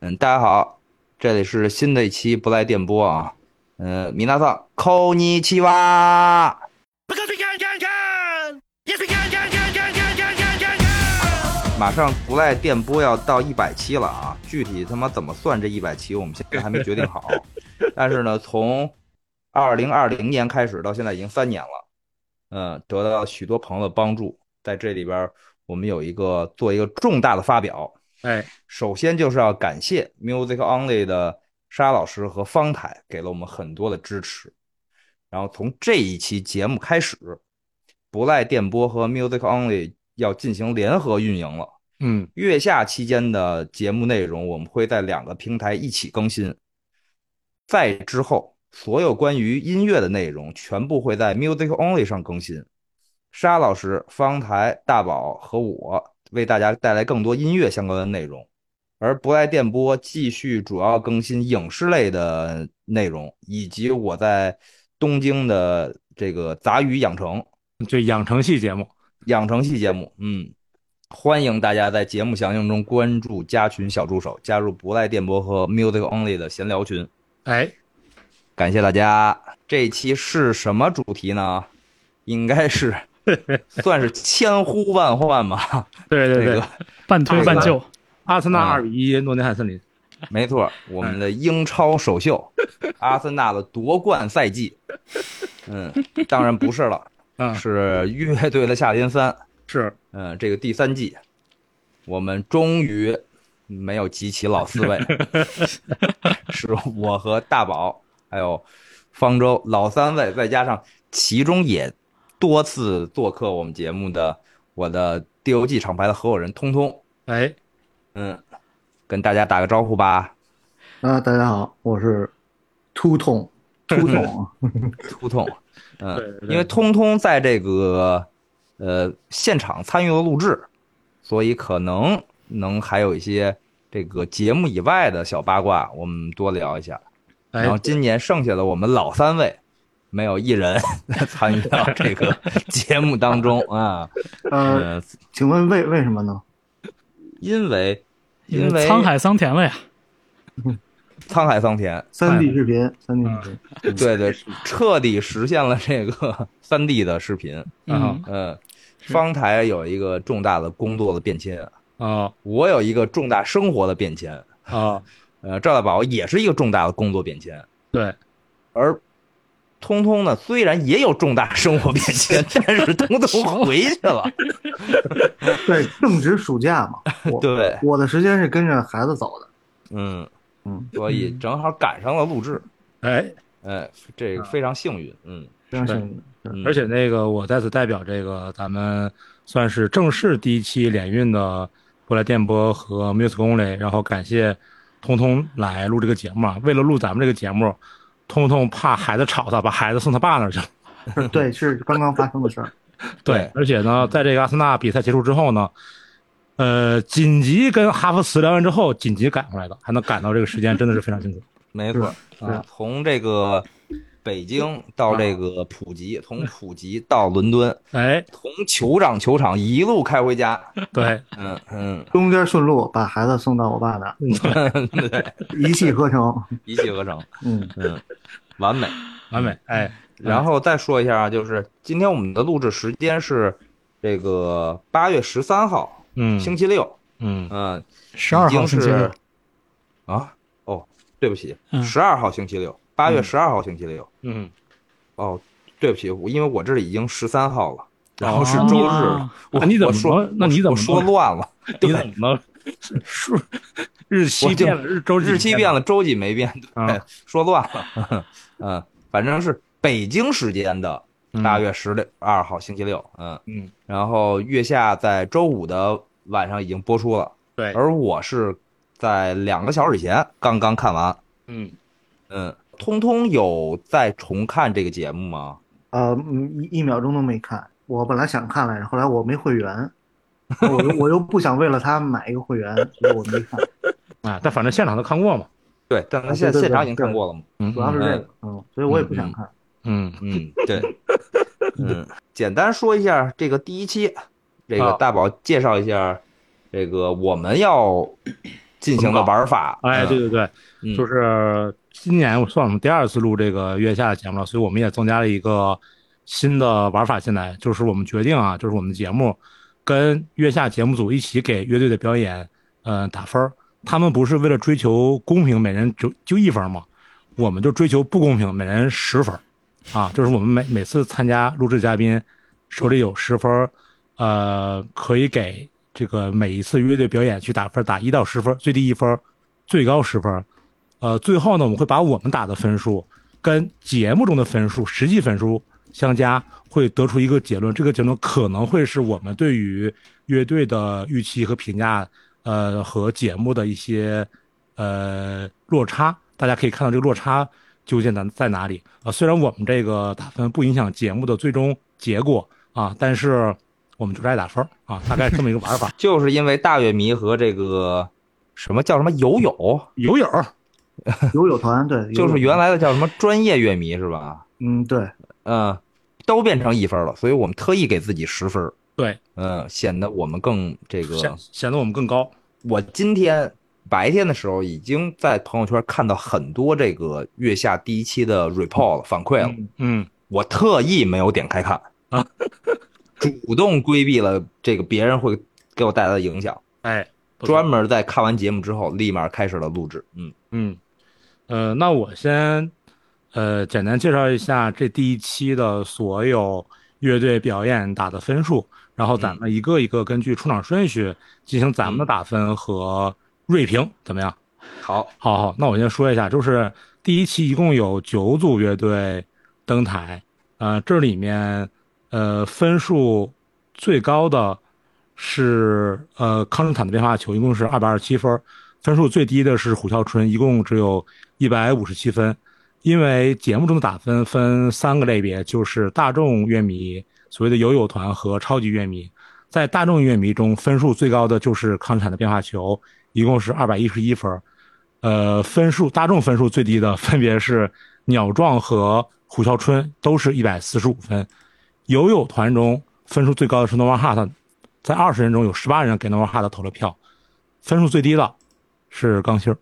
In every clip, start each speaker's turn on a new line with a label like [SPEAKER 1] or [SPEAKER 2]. [SPEAKER 1] 嗯，大家好，这里是新的一期不赖电波啊。呃，米娜桑，扣你七哇！
[SPEAKER 2] Because we can, can, can! Yes, we can, can, can, can, can, can, can, can, can!
[SPEAKER 1] 马上不赖电波要到一百期了啊，具体他妈怎么算这一百期，我们现在还没决定好。但是呢，从二零二零年开始到现在已经三年了，嗯，得到许多朋友的帮助，在这里边儿我们有一个做一个重大的发表。
[SPEAKER 2] 哎，
[SPEAKER 1] 首先就是要感谢 Music Only 的沙老师和方太给了我们很多的支持。然后从这一期节目开始，不赖电波和 Music Only 要进行联合运营了。
[SPEAKER 2] 嗯，
[SPEAKER 1] 月下期间的节目内容，我们会在两个平台一起更新。在之后，所有关于音乐的内容全部会在 Music Only 上更新。沙老师、方台、大宝和我为大家带来更多音乐相关的内容，而不赖电波继续主要更新影视类的内容，以及我在东京的这个杂鱼养成
[SPEAKER 2] 就养成系节目，
[SPEAKER 1] 养成系节目。嗯，欢迎大家在节目详情中关注加群小助手，加入不赖电波和 Music Only 的闲聊群。
[SPEAKER 2] 哎，
[SPEAKER 1] 感谢大家。这一期是什么主题呢？应该 是算是千呼万唤吧。
[SPEAKER 2] 对对
[SPEAKER 1] 这
[SPEAKER 2] 对
[SPEAKER 1] 个，
[SPEAKER 3] 半推半就，
[SPEAKER 2] 阿森纳
[SPEAKER 1] 啊
[SPEAKER 2] 二比一诺丁汉森林，
[SPEAKER 1] 没错，我们的英超首秀，阿森纳的夺冠赛季。嗯，当然不是了，
[SPEAKER 2] 啊，
[SPEAKER 1] 是乐队的夏天三。
[SPEAKER 2] 是
[SPEAKER 1] 嗯，这个第三季，我们终于没有集齐老四位， 是我和大宝还有方舟老三位，再加上其中也多次做客我们节目的我的 DOG 厂牌的合伙人通通，
[SPEAKER 2] 哎，
[SPEAKER 1] 嗯，跟大家打个招呼吧，
[SPEAKER 4] 啊，大家好，我是秃痛秃 痛啊，
[SPEAKER 1] 秃通，嗯
[SPEAKER 2] 对，对
[SPEAKER 1] 因为通通在这个呃现场参与了录制，所以可能能还有一些这个节目以外的小八卦，我们多聊一下。
[SPEAKER 2] 哎
[SPEAKER 1] 然后，今年剩下的我们老三位，没有一人 参与到这个节目当中啊。
[SPEAKER 4] 呃，
[SPEAKER 1] 呃，
[SPEAKER 4] 请问为为什么呢？
[SPEAKER 1] 因为因为
[SPEAKER 3] 沧海桑田了呀。
[SPEAKER 1] 沧海桑田，
[SPEAKER 4] 三 D 视频，三 D 视频，
[SPEAKER 1] 对对，彻底实现了这个三 D 的视频。
[SPEAKER 2] 啊
[SPEAKER 3] 嗯，
[SPEAKER 1] 嗯，方台有一个重大的工作的变迁，
[SPEAKER 2] 啊
[SPEAKER 1] 我有一个重大生活的变迁，
[SPEAKER 2] 啊，
[SPEAKER 1] 呃，赵大宝也是一个重大的工作变迁，
[SPEAKER 2] 对，
[SPEAKER 1] 而通通呢，虽然也有重大生活变迁，但是通通回去了。
[SPEAKER 4] 对，正值暑假 嘛，我
[SPEAKER 1] 对，
[SPEAKER 4] 我的时间是跟着孩子走的，
[SPEAKER 1] 嗯
[SPEAKER 4] 嗯，
[SPEAKER 1] 所以正好赶上了录制，
[SPEAKER 2] 哎，
[SPEAKER 1] 哎，这个非常幸运，嗯，
[SPEAKER 4] 非常幸运。
[SPEAKER 1] 嗯
[SPEAKER 2] 而且那个我在此代表这个咱们算是正式第一期联运的过来电波和 Music Only，然后感谢通通来录这个节目啊。为了录咱们这个节目，通通怕孩子吵他，把孩子送他爸那儿去了。
[SPEAKER 4] 是，对，是刚刚发生的 事儿。
[SPEAKER 1] 对
[SPEAKER 2] 而且呢，在这个阿森纳比赛结束之后呢，呃，紧急跟哈弗茨聊完之后，紧急赶回来的，还能赶到这个时间，真的是非常辛 苦。
[SPEAKER 1] 没错
[SPEAKER 4] 是
[SPEAKER 1] 啊，从这个北京到这个普吉，从普吉到伦敦，
[SPEAKER 2] 哎，
[SPEAKER 1] 从酋长球场一路开回家，
[SPEAKER 2] 对，
[SPEAKER 1] 嗯嗯，
[SPEAKER 4] 中间顺路把孩子送到我爸那儿，
[SPEAKER 1] 对，
[SPEAKER 4] 一气呵成。
[SPEAKER 1] 一气呵成，
[SPEAKER 4] 嗯，
[SPEAKER 1] 嗯，完美。
[SPEAKER 2] 完美，哎，
[SPEAKER 1] 然后再说一下啊，就是今天我们的录制时间是这个八月十三号，
[SPEAKER 2] 嗯
[SPEAKER 1] 星期六，
[SPEAKER 2] 嗯，
[SPEAKER 1] 嗯，
[SPEAKER 3] 十二
[SPEAKER 1] 已经
[SPEAKER 3] 号星期六
[SPEAKER 1] 是，啊，哦，对不起，
[SPEAKER 3] 嗯
[SPEAKER 1] 十二号星期六，八月十二号星期六，
[SPEAKER 2] 嗯，
[SPEAKER 1] 哦，对不起，我因为我这里已经十三号了，然后是
[SPEAKER 2] 哦
[SPEAKER 1] 周日
[SPEAKER 3] 啊
[SPEAKER 1] 了，我
[SPEAKER 2] 那你怎
[SPEAKER 1] 我
[SPEAKER 2] 么
[SPEAKER 1] 说
[SPEAKER 2] 那你怎
[SPEAKER 1] 我
[SPEAKER 2] 么
[SPEAKER 1] 说
[SPEAKER 2] 能
[SPEAKER 1] 乱 了？
[SPEAKER 2] 你怎么能数 日期变了，日周
[SPEAKER 1] 日期变
[SPEAKER 2] 了，
[SPEAKER 1] 了，周几没变， 对
[SPEAKER 2] 啊，
[SPEAKER 1] 说乱了， 嗯，反正是北京时间的八月十六二号星期六，嗯
[SPEAKER 2] 嗯，
[SPEAKER 1] 然后月下在周五的晚上已经播出了，
[SPEAKER 2] 对，
[SPEAKER 1] 而我是在两个小时以前刚刚看完，
[SPEAKER 2] 嗯，
[SPEAKER 1] 嗯，通通有在重看这个节目吗？
[SPEAKER 4] 呃，嗯一一秒钟都没看。我本来想看来着，后来我没会员，我又我又不想为了他买一个会员，所以我没看。
[SPEAKER 2] 啊，但反正现场都看过嘛，
[SPEAKER 1] 对，但咱
[SPEAKER 4] 啊
[SPEAKER 1] 现
[SPEAKER 4] 对对对
[SPEAKER 1] 现场已经看过了嘛，
[SPEAKER 2] 嗯
[SPEAKER 4] 主要是这个，嗯，所以我也不想看。
[SPEAKER 2] 嗯，
[SPEAKER 1] 嗯，对， 嗯，简单说一下这个第一期，这个
[SPEAKER 2] 啊
[SPEAKER 1] 大宝介绍一下，这个我们要进行的玩法。
[SPEAKER 2] 哎，对对对，
[SPEAKER 1] 嗯，。
[SPEAKER 2] 就是是今年我算我们第二次录这个月下的节目了，所以我们也增加了一个新的玩法进来，就是我们决定啊，就是我们的节目跟月下节目组一起给乐队的表演，嗯、打分儿他们不是为了追求公平，每人就就一分嘛，我们就追求不公平，每人十分儿啊，就是我们每每次参加录制嘉宾手里有十分儿，呃，可以给这个每一次乐队表演去打分儿，打一到十分儿，最低一分儿，最高十分儿。呃，最后呢，我们会把我们打的分数跟节目中的分数、实际分数相加，会得出一个结论。这个结论可能会是我们对于乐队的预期和评价，呃，和节目的一些呃落差。大家可以看到这个落差究竟在在哪里啊、虽然我们这个打分不影响节目的最终结果啊，但是我们就是爱打分儿啊，大概是这么一个玩法
[SPEAKER 1] 就是因为大乐迷和这个什么叫什么友友，
[SPEAKER 2] 友友，
[SPEAKER 4] 友友团对，友友
[SPEAKER 1] 就是
[SPEAKER 4] 团
[SPEAKER 1] 原来的叫什么专业乐迷是吧？
[SPEAKER 4] 嗯对，
[SPEAKER 1] 嗯，都变成一分了，所以我们特意给自己十分。
[SPEAKER 2] 对，
[SPEAKER 1] 嗯，显得我们更这
[SPEAKER 2] 显
[SPEAKER 1] 个。
[SPEAKER 2] 显得我们更高。
[SPEAKER 1] 我今天白天的时候已经在朋友圈看到很多这个月下第一期的 report 了反馈了，
[SPEAKER 2] 嗯，
[SPEAKER 1] 我特意没有点开看
[SPEAKER 2] 啊，
[SPEAKER 1] 主动规避了这个别人会给我带来的影响，
[SPEAKER 2] 哎，不错
[SPEAKER 1] 专门在看完节目之后立马开始了录制。嗯，
[SPEAKER 2] 嗯，呃，那我先呃简单介绍一下这第一期的所有乐队表演打的分数，然后咱们一个一个根据出场顺序进行咱们的打分和锐评，怎么样？
[SPEAKER 1] 好，
[SPEAKER 2] 好好，那我先说一下，就是第一期一共有九组乐队登台，呃，这里面呃分数最高的是呃康斯坦的变化球，一共是二百二十七分，分数最低的是虎啸春，一共只有一百五十七分。因为节目中的打分分三个类别，就是大众乐迷、所谓的友友团和超级乐迷。在大众乐迷中，分数最高的就是康斯坦的变化球，一共是二百一十一分。呃，分数大众分数最低的分别是鸟壮和虎啸春，都是一百四十五分。友友团中分数最高的是 Nova Heart，在二十人中有十八人给 Nova Heart 投了票，分数最低的是钢芯儿，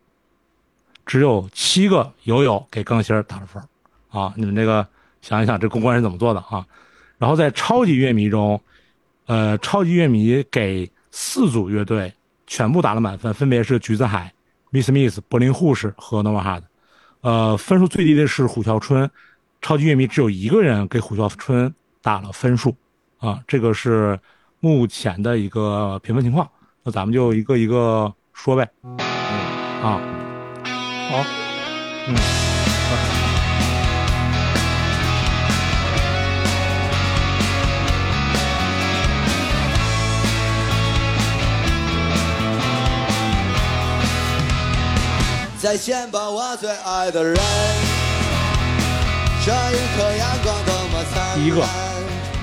[SPEAKER 2] 只有七个友友给钢芯儿打了分儿啊！你们这个想一想，这公关是怎么做的啊？然后在超级乐迷中，呃，超级乐迷给四组乐队全部打了满分，分别是橘子海、Miss Miss、柏林护士和 Nova Hard。呃，分数最低的是虎啸春，超级乐迷只有一个人给虎啸春打了分数啊，这个是目前的一个评分情况。那咱们就一个一个说呗。嗯啊，好，嗯，
[SPEAKER 5] 再见吧，我最爱的人。这一刻阳光多么灿烂。
[SPEAKER 2] 第一个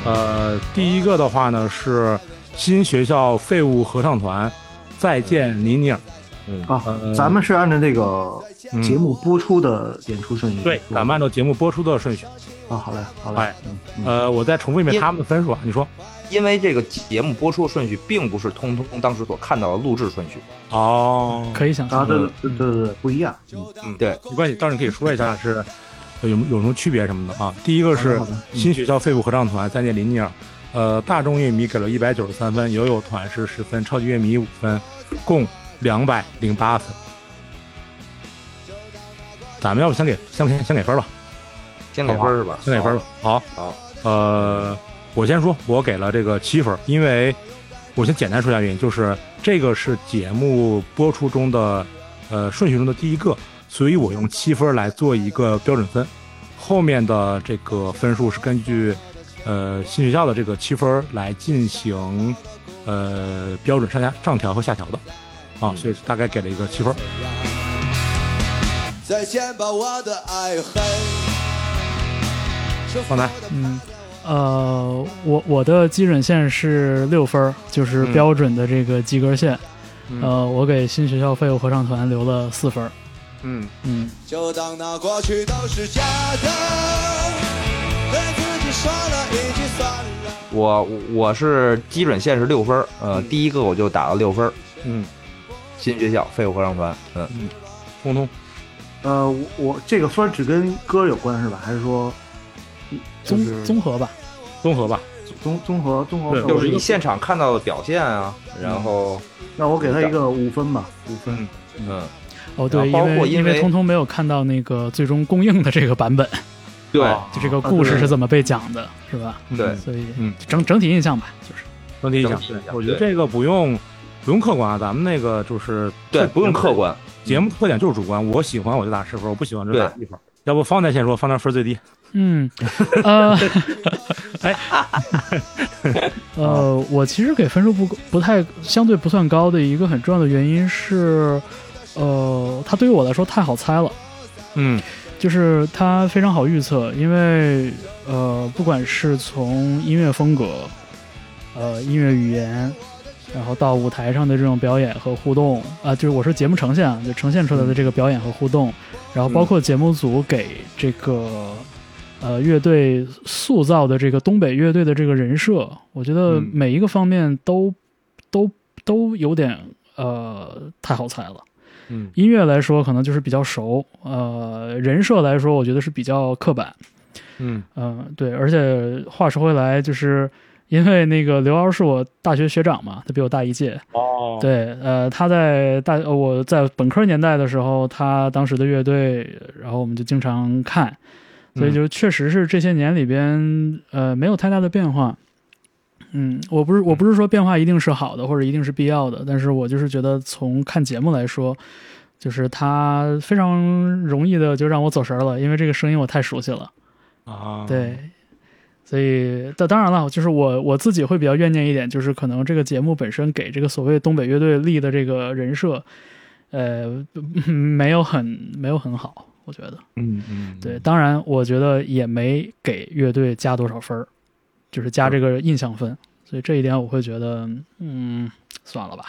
[SPEAKER 2] 呃，第一个的话呢是新学校废物合唱团，再见林尼尔。嗯
[SPEAKER 4] 啊，
[SPEAKER 2] 呃
[SPEAKER 4] 咱们是按照这个节目播出的演出顺序。
[SPEAKER 2] 对，咱们按照节目播出的顺序。
[SPEAKER 4] 啊，好嘞，好嘞
[SPEAKER 2] 哎，
[SPEAKER 4] 嗯
[SPEAKER 2] 呃，我再重复一遍
[SPEAKER 1] 因
[SPEAKER 2] 他们的分数啊，你说。
[SPEAKER 1] 因为这个节目播出顺序并不是通通当时所看到的录制顺序。
[SPEAKER 2] 哦，
[SPEAKER 3] 可以想象
[SPEAKER 4] 啊，对对对对对，不一样。
[SPEAKER 1] 嗯，对，
[SPEAKER 2] 没关系，到时候你可以说一下是有有有什么区别什么的啊。第一个是
[SPEAKER 4] 好的好的嗯
[SPEAKER 2] 新学校废物合唱团再见林尼尔，呃，大众乐迷给了一百九十三分，友友团是十分，超级乐迷五分，共两百零八分。咱们要不先给先给先给分吧，
[SPEAKER 1] 先给分儿是吧？
[SPEAKER 2] 先给分吧。好，
[SPEAKER 1] 好。
[SPEAKER 2] 呃，我先说，我给了这个七分，因为我先简单说一下原因，就是这个是节目播出中的呃顺序中的第一个，所以我用七分来做一个标准分，后面的这个分数是根据呃新学校的这个七分来进行呃标准上下上调和下调的。啊，所以大概给了一个七分。
[SPEAKER 5] 再见吧，我的爱恨。
[SPEAKER 2] 放大
[SPEAKER 3] 嗯，呃，我我的基准线是六分儿，就是
[SPEAKER 2] 嗯
[SPEAKER 3] 标准的这个及格线。
[SPEAKER 2] 嗯
[SPEAKER 3] 呃，我给新学校废物合唱团留了四分儿。
[SPEAKER 2] 嗯，
[SPEAKER 3] 嗯，
[SPEAKER 5] 就当那过去都是假的，对自己说了一句算了。
[SPEAKER 1] 我我是基准线是六分儿，呃，第一个我就打了六分儿，
[SPEAKER 2] 嗯，
[SPEAKER 1] 新学校废物合唱团，嗯，
[SPEAKER 2] 通通
[SPEAKER 4] 呃，我我这个分儿只跟歌有关是吧？还是说就
[SPEAKER 3] 综
[SPEAKER 4] 是
[SPEAKER 3] 综合吧，
[SPEAKER 2] 综合吧。
[SPEAKER 4] 综综合综合
[SPEAKER 2] 对
[SPEAKER 4] 分儿？
[SPEAKER 1] 就是你现场看到的表现啊，然后
[SPEAKER 4] 那我给他一个五分吧，五分。
[SPEAKER 1] 嗯嗯，
[SPEAKER 3] 哦对，因
[SPEAKER 1] 包括
[SPEAKER 3] 为
[SPEAKER 1] 因
[SPEAKER 3] 因
[SPEAKER 1] 为
[SPEAKER 3] 通通没有看到那个最终公映的这个版本，
[SPEAKER 1] 对
[SPEAKER 4] 哦
[SPEAKER 2] 啊
[SPEAKER 3] 就这个故
[SPEAKER 4] 对
[SPEAKER 3] 事是怎么被讲的，是吧？
[SPEAKER 1] 对
[SPEAKER 2] 嗯
[SPEAKER 3] 所以
[SPEAKER 2] 嗯
[SPEAKER 3] 整整体印象吧，就是
[SPEAKER 2] 整体
[SPEAKER 1] 整
[SPEAKER 2] 讲
[SPEAKER 1] 体一，讲
[SPEAKER 2] 我觉得
[SPEAKER 1] 对
[SPEAKER 2] 这个不用不用客观啊，咱们那个就是
[SPEAKER 1] 对，
[SPEAKER 2] 特
[SPEAKER 1] 不用客。观，
[SPEAKER 2] 节目特点就是主观，我喜欢我就打十分，我不喜欢就打
[SPEAKER 1] 对
[SPEAKER 2] 一分。要不方才先说，方才分最低，
[SPEAKER 3] 嗯，呃，哎， 呃，我其实给分数不不太相对不算高的一个很重要的原因是，呃，它对于我来说太好猜了，
[SPEAKER 2] 嗯，
[SPEAKER 3] 就是它非常好预测，因为呃，不管是从音乐风格，呃，音乐语言。然后到舞台上的这种表演和互动，啊、就是我说节目呈现啊，就呈现出来
[SPEAKER 2] 嗯
[SPEAKER 3] 的这个表演和互动，然后包括节目组给这个呃乐队塑造的这个东北乐队的这个人设，我觉得
[SPEAKER 2] 嗯
[SPEAKER 3] 每一个方面都、都都有点呃太好猜了。
[SPEAKER 2] 嗯
[SPEAKER 3] 音乐来说可能就是比较熟，呃，人设来说我觉得是比较刻板，
[SPEAKER 2] 嗯
[SPEAKER 3] 嗯、对。而且话说回来，就是因为那个刘骜是我大学学长嘛，他比我大一届，
[SPEAKER 2] 哦，
[SPEAKER 3] 对，呃，他在大呃我在本科年代的时候，他当时的乐队，然后我们就经常看，所以就确实是这些年里边，呃，没有太大的变化。嗯，我不是我不是说变化一定是好的，或者一定是必要的，但是我就是觉得从看节目来说，就是他非常容易的就让我走神儿了，因为这个声音我太熟悉了。
[SPEAKER 2] 啊，
[SPEAKER 3] 对，所以但当然了，就是我我自己会比较怨念一点，就是可能这个节目本身给这个所谓东北乐队立的这个人设，呃，没有很没有很好，我觉得。
[SPEAKER 2] 嗯嗯，
[SPEAKER 3] 对，当然我觉得也没给乐队加多少分儿，就是加这个印象分，所以这一点我会觉得，嗯，算了吧。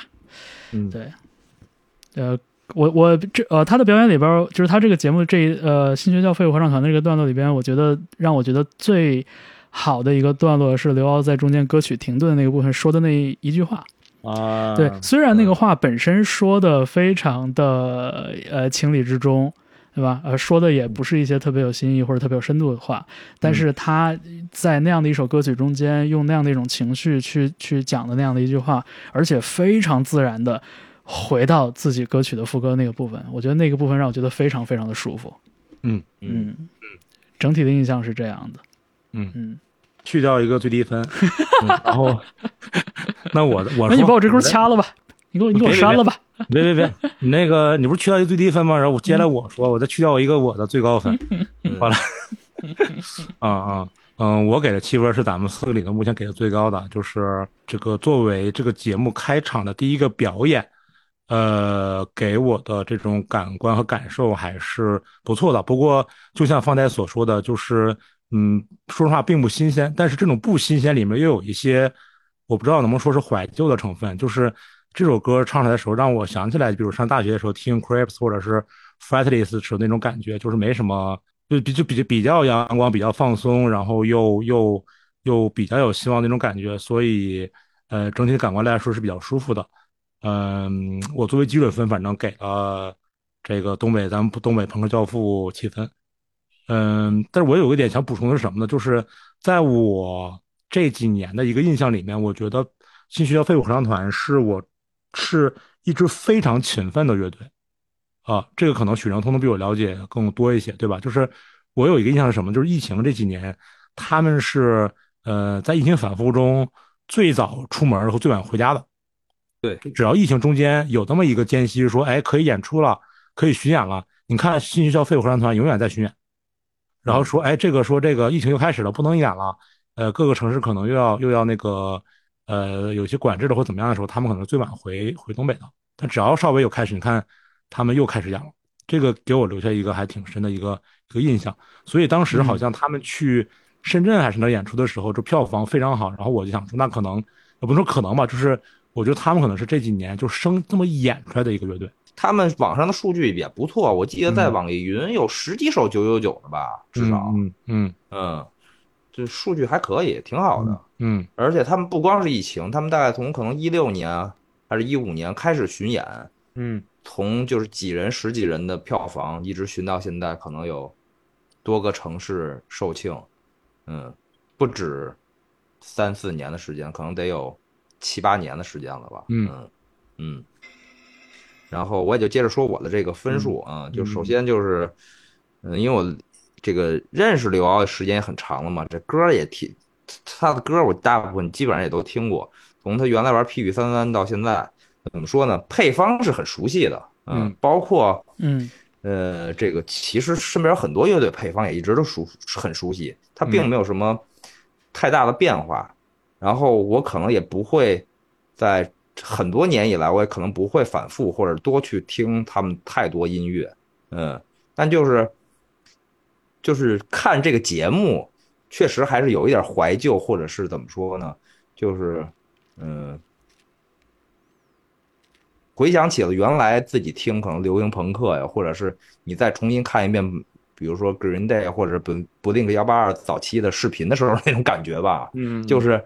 [SPEAKER 2] 嗯
[SPEAKER 3] 对，呃，我我这呃他的表演里边儿，就是他这个节目这一呃新学校废物合唱团的这个段落里边，我觉得让我觉得最好的一个段落是刘骜在中间歌曲停顿那个部分说的那一句话，
[SPEAKER 2] 啊，
[SPEAKER 3] 对，虽然那个话本身说的非常的呃情理之中，对吧？呃，说的也不是一些特别有新意或者特别有深度的话，但是他在那样的一首歌曲中间，用那样的一种情绪去去讲的那样的一句话，而且非常自然的回到自己歌曲的副歌那个部分，我觉得那个部分让我觉得非常非常的舒服。
[SPEAKER 2] 嗯
[SPEAKER 1] 嗯
[SPEAKER 3] 嗯，整体的印象是这样的。
[SPEAKER 2] 嗯
[SPEAKER 3] 嗯，
[SPEAKER 2] 去掉一个最低 分，嗯然后那我我
[SPEAKER 3] 那你把我这
[SPEAKER 2] 根
[SPEAKER 3] 根掐了吧，你给我你给我
[SPEAKER 2] 别别
[SPEAKER 3] 删
[SPEAKER 2] 别
[SPEAKER 3] 了吧。
[SPEAKER 2] 别别 别，你那个你不是去掉一个最低分吗？然后我接下
[SPEAKER 3] 嗯
[SPEAKER 2] 来我说，我再去掉一个我的最高 分，
[SPEAKER 1] 嗯
[SPEAKER 2] 好了 啊啊嗯，我给的七分是咱们四个里头目前给的最高的，就是这个作为这个节目开场的第一个表演，呃，给我的这种感官和感受还是不错的。不过就像方才所说的，就是嗯，说实话并不新鲜，但是这种不新鲜里面又有一些我不知道能不能说是怀旧的成分，就是这首歌唱出来的时候，让我想起来，比如上大学的时候听 Crepes 或者是 Fretless 时候那种感觉，就是没什么，就比就比比较阳光，比较放松，然后又又又比较有希望那种感觉，所以呃，整体的感官来说是比较舒服的。嗯，我作为基准分，反正给了这个东北咱们东北朋克教父七分。嗯，但是我有一点想补充的是什么呢？就是在我这几年的一个印象里面，我觉得新学校废物合唱团是我是一支非常勤奋的乐队啊。这个可能许成通通比我了解更多一些，对吧？就是我有一个印象是什么？就是疫情这几年，他们是呃在疫情反复中最早出门和最晚回家的。
[SPEAKER 1] 对，
[SPEAKER 2] 只要疫情中间有那么一个间隙，说哎可以演出了，可以巡演了，你看新学校废物合唱团永远在巡演。然后说，哎，这个说这个疫情又开始了，不能演了，呃，各个城市可能又要又要那个，呃，有些管制的或怎么样的时候，他们可能最晚回回东北的。但只要稍微有开始，你看他们又开始演了，这个给我留下一个还挺深的一个一个印象。所以当时
[SPEAKER 4] 嗯
[SPEAKER 2] 好像他们去深圳还是哪儿演出的时候，这票房非常好。然后我就想说，那可能也不能说可能吧，就是我觉得他们可能是这几年就生这么演出来的一个乐队。
[SPEAKER 1] 他们网上的数据也不错，我记得在网易云有十几首九九九的吧，至少，
[SPEAKER 2] 嗯嗯
[SPEAKER 1] 嗯，这数据还可以，挺好的。
[SPEAKER 2] 嗯
[SPEAKER 1] 啊而且他们不光是疫情，他们大概从可能一六年还是一五年开始巡演，
[SPEAKER 2] 嗯，
[SPEAKER 1] 从就是几人十几人的票房一直寻到现在，可能有多个城市售罄，嗯，不止三四年的时间，可能得有七八年的时间了吧，
[SPEAKER 2] 嗯
[SPEAKER 1] 嗯嗯然后我也就接着说我的这个分数
[SPEAKER 2] 嗯
[SPEAKER 1] 啊，就首先就是，嗯，因为我这个认识刘骜的时间也很长了嘛，这歌儿也听他的歌儿我大部分基本上也都听过，从他原来玩 P 与三三到现在，怎么说呢？配方是很熟悉的，
[SPEAKER 2] 嗯
[SPEAKER 1] 包括
[SPEAKER 3] 嗯
[SPEAKER 1] 呃，这个其实身边很多乐队配方也一直都熟很熟悉，它并
[SPEAKER 2] 嗯
[SPEAKER 1] 没有什么太大的变化。然后我可能也不会在很多年以来，我也可能不会反复或者多去听他们太多音乐，嗯，但就是就是看这个节目，确实还是有一点怀旧，或者是怎么说呢？就是嗯，回想起了原来自己听可能流行朋克呀，或者是你再重新看一遍，比如说 Green Day 或者 Bl- Blink 幺八二早期的视频的时候那种感觉吧，
[SPEAKER 2] 嗯
[SPEAKER 1] 就是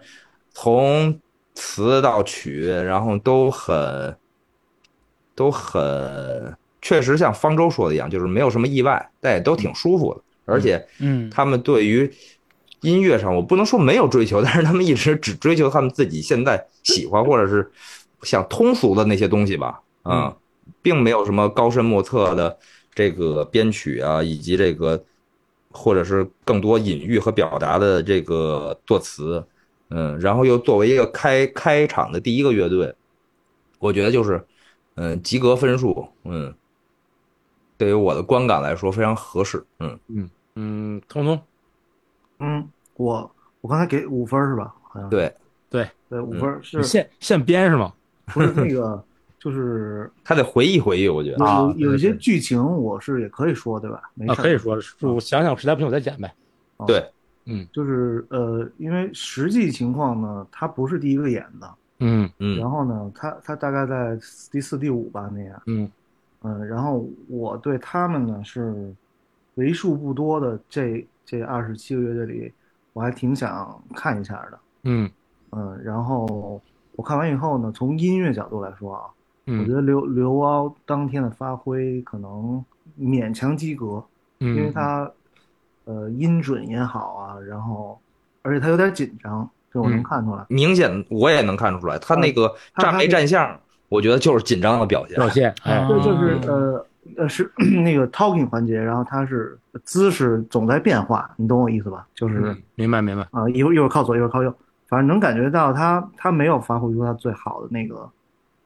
[SPEAKER 1] 从词到曲，然后都很都很确实像方舟说的一样，就是没有什么意外，但也都
[SPEAKER 2] 嗯
[SPEAKER 1] 挺舒服的，而且。
[SPEAKER 3] 嗯
[SPEAKER 1] 他们对于音乐上，我不能说没有追求，但是他们一直只追求他们自己现在喜欢或者是想通俗的那些东西吧，
[SPEAKER 2] 嗯，
[SPEAKER 1] 并没有什么高深莫测的这个编曲啊，以及这个或者是更多隐喻和表达的这个作词，嗯，然后又作为一个开开场的第一个乐队，我觉得就是嗯及格分数，嗯，对于我的观感来说非常合适，嗯。
[SPEAKER 2] 嗯，通通
[SPEAKER 4] 嗯，我我刚才给五分儿是吧？好像
[SPEAKER 1] 对，
[SPEAKER 4] 对
[SPEAKER 2] 嗯
[SPEAKER 4] 五分儿是
[SPEAKER 2] 你现现编是吗？
[SPEAKER 4] 不是那个就是
[SPEAKER 1] 他得回忆回忆，我觉
[SPEAKER 3] 嗯
[SPEAKER 1] 得。
[SPEAKER 2] 啊
[SPEAKER 4] 有有有一些
[SPEAKER 2] 对对
[SPEAKER 4] 剧情我是也可以说对吧？没事
[SPEAKER 2] 啊，
[SPEAKER 4] 儿，
[SPEAKER 2] 可以说是我想想，实在不行我再剪呗。
[SPEAKER 1] 对，
[SPEAKER 4] 就是呃，因为实际情况呢，他不是第一个演的，
[SPEAKER 2] 嗯
[SPEAKER 1] 嗯
[SPEAKER 4] 然后呢，他他大概在第四、第五吧那样，
[SPEAKER 2] 嗯
[SPEAKER 4] 嗯，然后我对他们呢是为数不多的这这二十七个乐队里，我还挺想看一下的，
[SPEAKER 2] 嗯
[SPEAKER 4] 嗯，然后我看完以后呢，从音乐角度来说啊，我觉
[SPEAKER 2] 嗯
[SPEAKER 4] 得刘刘骜当天的发挥可能勉强及格，
[SPEAKER 2] 嗯，
[SPEAKER 4] 因为他呃音准也好啊，然后而且他有点紧张，这我能
[SPEAKER 2] 嗯
[SPEAKER 4] 看出来。
[SPEAKER 1] 明显我也能看出来，
[SPEAKER 3] 啊
[SPEAKER 1] 他那个
[SPEAKER 4] 他
[SPEAKER 1] 站没站相，我觉得就是紧张的表现。
[SPEAKER 2] 表现哎
[SPEAKER 3] 啊
[SPEAKER 4] 这就是
[SPEAKER 3] 嗯
[SPEAKER 4] 呃呃是 那个 talking 环节，然后他是姿势总在变化，你懂我意思吧？就是
[SPEAKER 2] 嗯明白明白，
[SPEAKER 4] 啊、一会儿一会儿靠左，一会儿靠右，反正能感觉到他他没有发挥出他最好的那个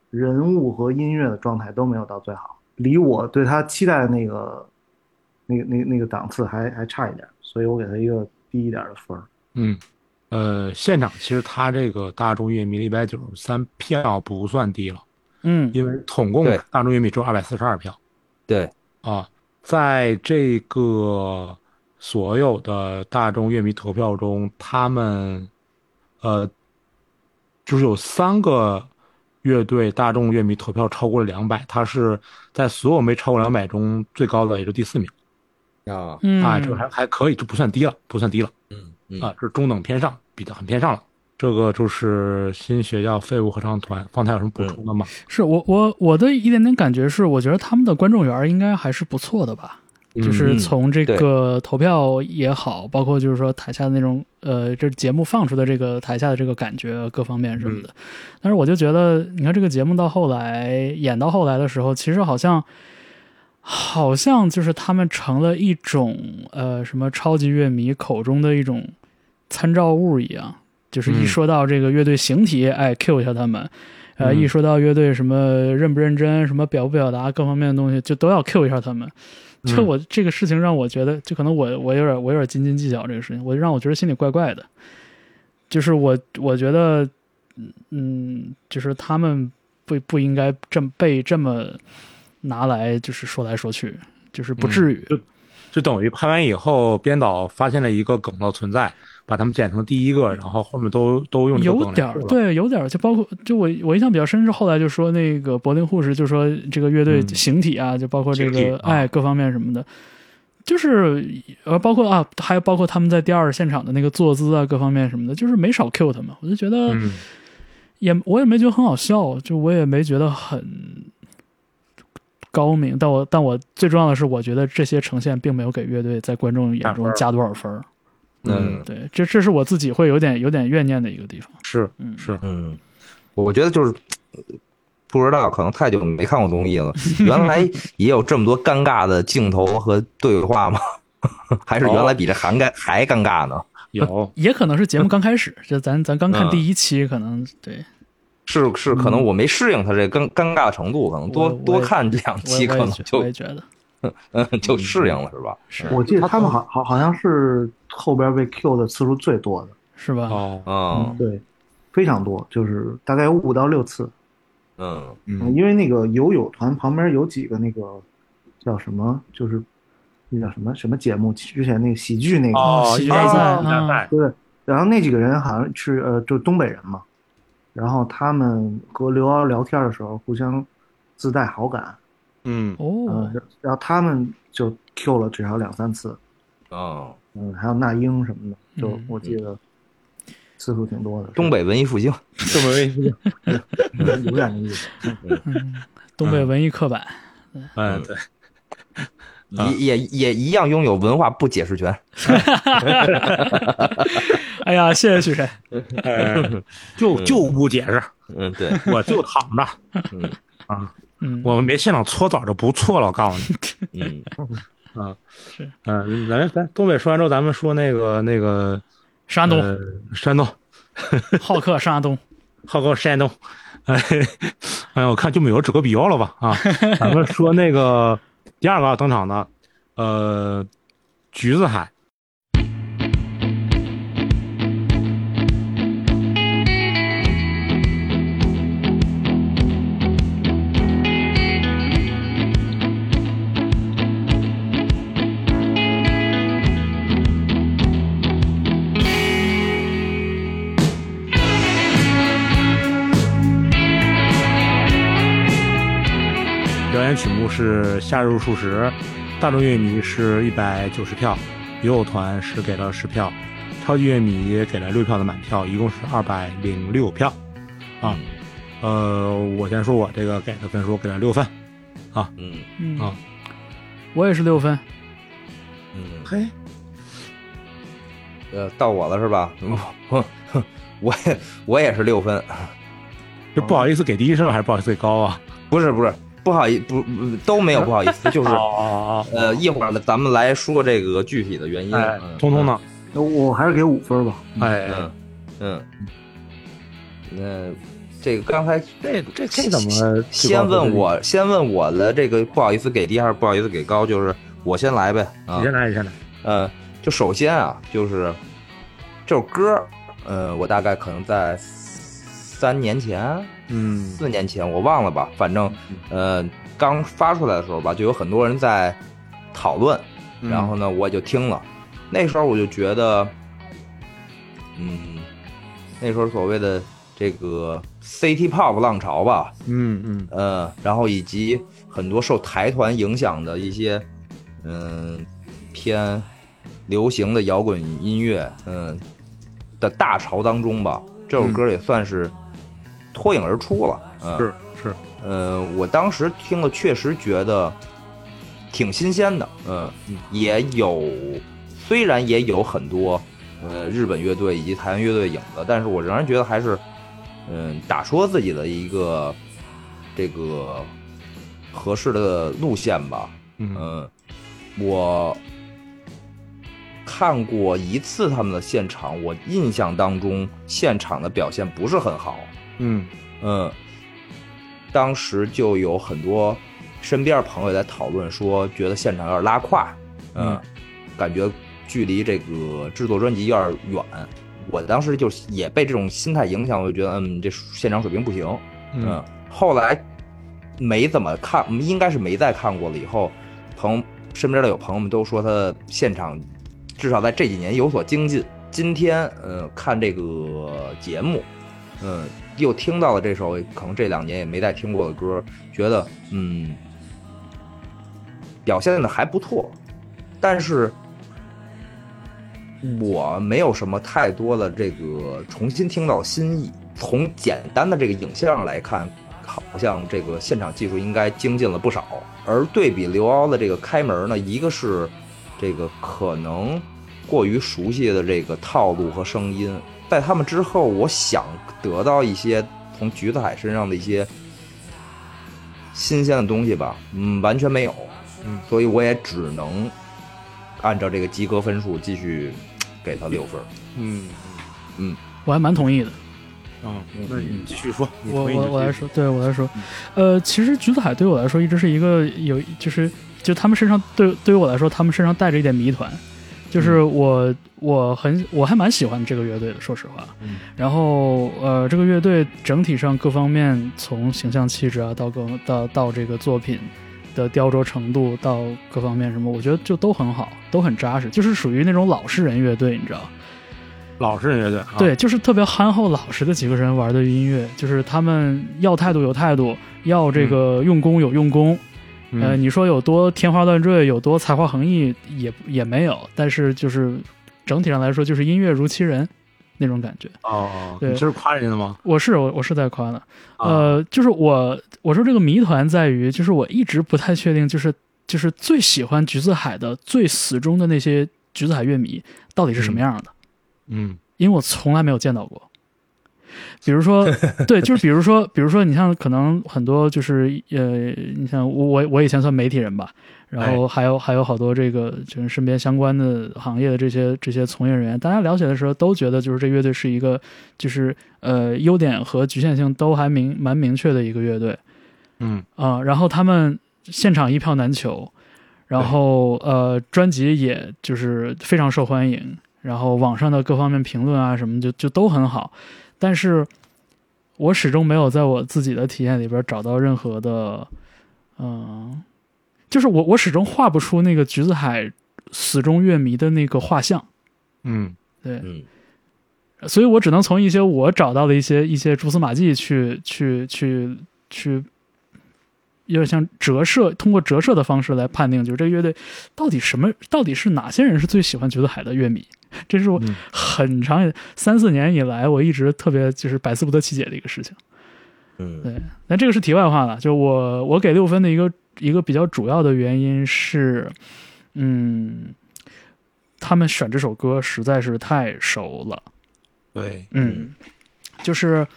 [SPEAKER 4] 人物和音乐的状态都没有到最好，离我对他期待的那个那个那个那个档次还还差一点，所以我给他一个低一点的分儿。
[SPEAKER 2] 嗯，呃，现场其实他这个大众乐迷一百九十三票不算低了，
[SPEAKER 3] 嗯
[SPEAKER 2] 因为统共
[SPEAKER 1] 对
[SPEAKER 2] 大众乐迷只有二百四十二票
[SPEAKER 1] 对，
[SPEAKER 2] 啊，在这个所有的大众乐迷投票中，他们呃，就是有三个乐队大众乐迷投票超过了两百，他是在所有没超过两百中最高的，也就第四名
[SPEAKER 1] 啊，
[SPEAKER 3] 嗯
[SPEAKER 2] 啊，这个还还可以，这不算低了，不算低了。
[SPEAKER 1] 嗯嗯
[SPEAKER 2] 啊，这是中等偏上，比较很偏上了。这个就是新学校废物合唱团，方才有什么补充的吗？
[SPEAKER 1] 嗯
[SPEAKER 3] 是我我我的一点点感觉是，我觉得他们的观众缘儿应该还是不错的吧。就是
[SPEAKER 1] 嗯
[SPEAKER 3] 从这
[SPEAKER 1] 对
[SPEAKER 3] 个投票也好，包括就是说台下的那种呃，这节目放出的这个台下的这个感觉各方面什么的。
[SPEAKER 1] 嗯
[SPEAKER 3] 但是我就觉得，你看这个节目到后来演到后来的时候，其实好像好像就是他们成了一种呃什么超级乐迷口中的一种参照物一样，就是一
[SPEAKER 2] 嗯
[SPEAKER 3] 说到这个乐队形体，哎，Q 一下他们。呃，
[SPEAKER 2] 嗯
[SPEAKER 3] 一说到乐队什么认不认真、什么表不表达各方面的东西，就都要 Q 一下他们。就
[SPEAKER 2] 嗯
[SPEAKER 3] 我这个事情让我觉得，就可能我我有点我有点斤斤计较这个事情，我就让我觉得心里怪怪的。就是我我觉得，嗯嗯，就是他们不不应该这么被这么拿来就是说来说去，就是
[SPEAKER 2] 嗯
[SPEAKER 3] 不至于。
[SPEAKER 2] 就等于拍完以后，编导发现了一个梗的存在，把他们剪成第一个，然后后面都都用这个
[SPEAKER 3] 有
[SPEAKER 2] 梗来
[SPEAKER 3] 点儿
[SPEAKER 2] 做了，
[SPEAKER 3] 对，有点儿，就包括就我我印象比较深是后来就说那个柏林护士就说这个乐队
[SPEAKER 2] 嗯
[SPEAKER 3] 形体啊，就包括这
[SPEAKER 2] 形体
[SPEAKER 3] 个
[SPEAKER 2] 啊
[SPEAKER 3] 哎各方面什么的，就是呃包括啊，还有包括他们在第二现场的那个坐姿啊各方面什么的，就是没少 Q 他们，我就觉得
[SPEAKER 2] 嗯
[SPEAKER 3] 也我也没觉得很好笑，就我也没觉得很高明，但我但我最重要的是，我觉得这些呈现并没有给乐队在观众眼中加多少分儿。
[SPEAKER 1] 嗯
[SPEAKER 3] 对，这这是我自己会有点有点怨念的一个地方。
[SPEAKER 2] 是
[SPEAKER 3] 嗯
[SPEAKER 2] 是，
[SPEAKER 1] 嗯，我觉得就是不知道，可能太久没看过综艺了。原来也有这么多尴尬的镜头和对话吗？ 还是原来比这还尴还尴尬呢？
[SPEAKER 2] 有
[SPEAKER 3] 也可能是节目刚开 始，就咱咱刚看
[SPEAKER 1] 嗯
[SPEAKER 3] 第一期，可能对
[SPEAKER 1] 是是，可能我没适应他这尴尴尬的程度，可能
[SPEAKER 3] 嗯我
[SPEAKER 1] 嗯多
[SPEAKER 3] 我也
[SPEAKER 1] 多看两
[SPEAKER 3] 我
[SPEAKER 1] 期，
[SPEAKER 3] 也
[SPEAKER 1] 可能
[SPEAKER 3] 觉
[SPEAKER 1] 就
[SPEAKER 3] 我也觉得
[SPEAKER 1] 嗯就适应了，是吧？
[SPEAKER 3] 是
[SPEAKER 4] 我记得他们好好好像是后边被 Q 的次数最多的，
[SPEAKER 3] 是吧？
[SPEAKER 2] 哦，
[SPEAKER 1] 嗯
[SPEAKER 4] 对，非常多，就是大概有五到六次。
[SPEAKER 1] 嗯
[SPEAKER 4] 嗯，因为那个友友团旁边有几个那个叫什么，就是那叫什么什么节目，之前那个喜剧那个，
[SPEAKER 2] 哦，
[SPEAKER 3] 喜剧
[SPEAKER 2] 一
[SPEAKER 3] 大
[SPEAKER 2] 大
[SPEAKER 3] 赛
[SPEAKER 2] 一大
[SPEAKER 3] 嗯
[SPEAKER 2] 赛，
[SPEAKER 4] 对。然后那几个人好像是呃，就东北人嘛，然后他们和刘骜聊天的时候互相自带好感，
[SPEAKER 2] 嗯，
[SPEAKER 3] 哦
[SPEAKER 4] 嗯，，然后他们就 Q 了至少两三次，
[SPEAKER 1] 嗯，
[SPEAKER 4] 嗯，还有那英什么的，就
[SPEAKER 3] 嗯
[SPEAKER 4] 我记得次数挺多的。
[SPEAKER 1] 东北文艺复兴，
[SPEAKER 2] 这么危险，
[SPEAKER 4] 北有点那意思，
[SPEAKER 3] 嗯，东北文艺 刻板，
[SPEAKER 1] 嗯
[SPEAKER 2] 哎，对，啊
[SPEAKER 1] 也也也一样拥有文化不解释权。
[SPEAKER 3] 哎呀，谢谢许晨，
[SPEAKER 2] 哎 就就不解释，
[SPEAKER 1] 嗯，对，
[SPEAKER 2] 我就躺着，啊
[SPEAKER 1] 嗯
[SPEAKER 3] 嗯，
[SPEAKER 2] 我们别现场搓澡就不错了，我告诉你，
[SPEAKER 1] 嗯
[SPEAKER 2] 嗯，咱咱东北说完之后，咱们说那个那个
[SPEAKER 3] 山
[SPEAKER 1] 嗯
[SPEAKER 3] 东
[SPEAKER 2] 呃山东，
[SPEAKER 3] 好客山东，
[SPEAKER 2] 浩哥山东， 哎，哎呀，我看就没有这个必要了吧 啊！咱们说那个第二个登场的，呃，橘子海，表演曲目是《夏日数十》，大众乐迷是一百九十票，友友团是给了十票，超级乐迷也给了六票的满票，一共是二百零六票。啊，呃，我先说我这个给的分数，我给了六分。
[SPEAKER 1] 嗯
[SPEAKER 3] 嗯
[SPEAKER 2] 啊，
[SPEAKER 3] 我也是六分，
[SPEAKER 1] 嗯，
[SPEAKER 2] 嘿，
[SPEAKER 1] 呃，到我了是吧？ 我我也我也是六分，
[SPEAKER 2] 这不好意思给低声还是不好意思给高啊？
[SPEAKER 1] 不是不是，不好意不不都没有不好意思，就是
[SPEAKER 2] 哦
[SPEAKER 1] 呃一会儿呢咱们来说这个具体的原因。
[SPEAKER 2] 哎
[SPEAKER 1] 嗯，
[SPEAKER 2] 通通呢？
[SPEAKER 4] 那我还是给五分吧。
[SPEAKER 2] 哎，
[SPEAKER 1] 嗯嗯，嗯那这个刚才
[SPEAKER 2] 这这这怎么？
[SPEAKER 1] 先问，我先问我的这个不好意思给低还是不好意思给高，就是我先来呗啊
[SPEAKER 2] 你。先来，你先来。
[SPEAKER 1] 呃，就首先啊，就是这首歌，呃，我大概可能在三年前、
[SPEAKER 2] 嗯
[SPEAKER 1] 四年前，我忘了吧，反正呃，刚发出来的时候吧，就有很多人在讨论，
[SPEAKER 2] 嗯
[SPEAKER 1] 然后呢，我就听了，那时候我就觉得，嗯，那时候所谓的这个 City Pop 浪潮吧，
[SPEAKER 2] 嗯嗯
[SPEAKER 1] 呃，然后以及很多受台团影响的一些，嗯、偏流行的摇滚音乐，嗯、的大潮当中吧，这首歌也算是脱颖而出了。嗯、
[SPEAKER 2] 是是，
[SPEAKER 1] 呃，我当时听了确实觉得挺新鲜的，嗯、
[SPEAKER 2] 嗯
[SPEAKER 1] 也有虽然也有很多呃日本乐队以及台湾乐队的影子，但是我仍然觉得还是嗯、打出自己的一个这个合适的路线吧，
[SPEAKER 2] 嗯
[SPEAKER 1] 嗯，我看过一次他们的现场，我印象当中现场的表现不是很好，
[SPEAKER 2] 嗯
[SPEAKER 1] 嗯，当时就有很多身边朋友在讨论说，觉得现场有点拉胯，
[SPEAKER 2] 嗯
[SPEAKER 1] 感觉距离这个制作专辑有点远。我当时就也被这种心态影响，我就觉得，嗯，这现场水平不行，嗯，后来没怎么看，应该是没再看过了。以后朋友身边的有朋友们都说他现场至少在这几年有所精进。今天呃看这个节目，嗯、又听到了这首可能这两年也没再听过的歌，觉得嗯表现的还不错，但是。我没有什么太多的这个重新听到新意，从简单的这个影像来看，好像这个现场技术应该精进了不少。而对比刘骜的这个开门呢，一个是这个可能过于熟悉的这个套路和声音，在他们之后，我想得到一些从橘子海身上的一些新鲜的东西吧，嗯，完全没有，
[SPEAKER 2] 嗯，
[SPEAKER 1] 所以我也只能按照这个及格分数继续给他六分。
[SPEAKER 2] 嗯
[SPEAKER 3] 我还蛮同意的。
[SPEAKER 2] 嗯，那你继续说，你
[SPEAKER 3] 我
[SPEAKER 2] 同意
[SPEAKER 3] 我
[SPEAKER 2] 就嗯
[SPEAKER 3] 我来
[SPEAKER 2] 继续
[SPEAKER 3] 说，对我来说，呃，其实橘子海对我来说一直是一个有，就是就他们身上对对于我来说，他们身上带着一点谜团，就是
[SPEAKER 2] 嗯
[SPEAKER 3] 我、我很我还蛮喜欢这个乐队的，说实话。
[SPEAKER 2] 嗯
[SPEAKER 3] 然后呃，这个乐队整体上各方面，从形象气质啊，到各到到这个作品的雕琢程度，到各方面什么，我觉得就都很好，都很扎实，就是属于那种老式人乐队，你知道。
[SPEAKER 2] 老实人乐队啊，
[SPEAKER 3] 对，就是特别憨厚老实的几个人玩的音乐，就是他们要态度有态度，要这个用功有用功。
[SPEAKER 2] 嗯，
[SPEAKER 3] 呃，你说有多天花乱坠，有多才华横溢，也也没有。但是就是整体上来说，就是音乐如其人那种感觉。
[SPEAKER 2] 哦，
[SPEAKER 3] 对
[SPEAKER 2] 你这是夸人家的吗？
[SPEAKER 3] 我是我我是在夸呢，
[SPEAKER 2] 啊，
[SPEAKER 3] 呃，就是我我说这个谜团在于，就是我一直不太确定，就是就是最喜欢橘子海的最死忠的那些橘子海乐迷到底是什么样的。
[SPEAKER 2] 嗯
[SPEAKER 3] 因为我从来没有见到过。比如 说，对，就是比如说，比如说，你像可能很多就是呃，你像我我我以前算媒体人吧，然
[SPEAKER 2] 哎
[SPEAKER 3] 后还有还有好多这个就是身边相关的行业的这些这些从业人员，大家聊起来的时候都觉得就是这乐队是一个就是呃优点和局限性都还明蛮明确的一个乐队
[SPEAKER 2] 嗯，
[SPEAKER 3] 啊、然后他们现场一票难求，然后呃专辑也就是非常受欢迎，然后网上的各方面评论啊什么就就都很好，但是我始终没有在我自己的体验里边找到任何的，嗯、就是我我始终画不出那个橘子海死忠乐迷的那个画像，
[SPEAKER 2] 嗯
[SPEAKER 3] 对，
[SPEAKER 1] 嗯，
[SPEAKER 3] 所以我只能从一些我找到的一些一些蛛丝马迹去去去去，有点像折射，通过折射的方式来判定，就是这个乐队到底什么，到底是哪些人是最喜欢橘子海的乐迷？这是我
[SPEAKER 2] 嗯
[SPEAKER 3] 很长三四年以来我一直特别就是百思不得其解的一个事情。
[SPEAKER 1] 嗯
[SPEAKER 3] 对，那这个是题外话了。就我我给六分的一个一个比较主要的原因是，嗯，他们选这首歌实在是太熟了。
[SPEAKER 2] 对，
[SPEAKER 3] 嗯，就是，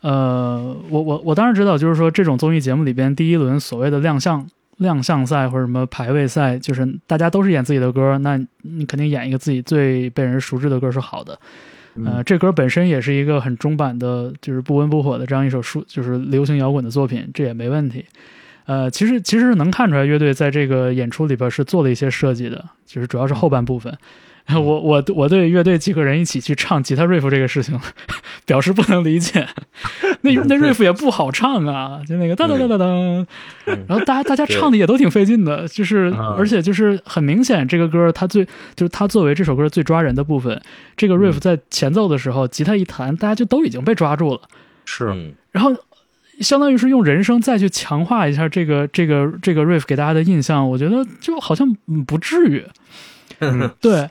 [SPEAKER 3] 呃，我我我当然知道，就是说这种综艺节目里边，第一轮所谓的亮相亮相赛或者什么排位赛，就是大家都是演自己的歌，那你肯定演一个自己最被人熟知的歌是好的。呃，这歌本身也是一个很中版的，就是不温不火的这样一首抒，就是流行摇滚的作品，这也没问题。呃，其实其实是能看出来，乐队在这个演出里边是做了一些设计的，就是主要是后半部分。 我我我对乐队几个人一起去唱吉他 riff 这个事情 表示不能理解，那那 riff 也不好唱啊，就那个当当当当当，然后大家大家
[SPEAKER 1] 对
[SPEAKER 3] 唱的也都挺费劲的，就是
[SPEAKER 2] 啊
[SPEAKER 3] 而且就是很明显，这个歌它最就是它作为这首歌最抓人的部分，这个 riff 在前奏的时候，吉他一弹，大家就都已经被抓住了。
[SPEAKER 2] 是，
[SPEAKER 1] 嗯
[SPEAKER 3] 然后相当于是用人声再去强化一下这个这个这个 riff 给大家的印象，我觉得就好像嗯不至于。对，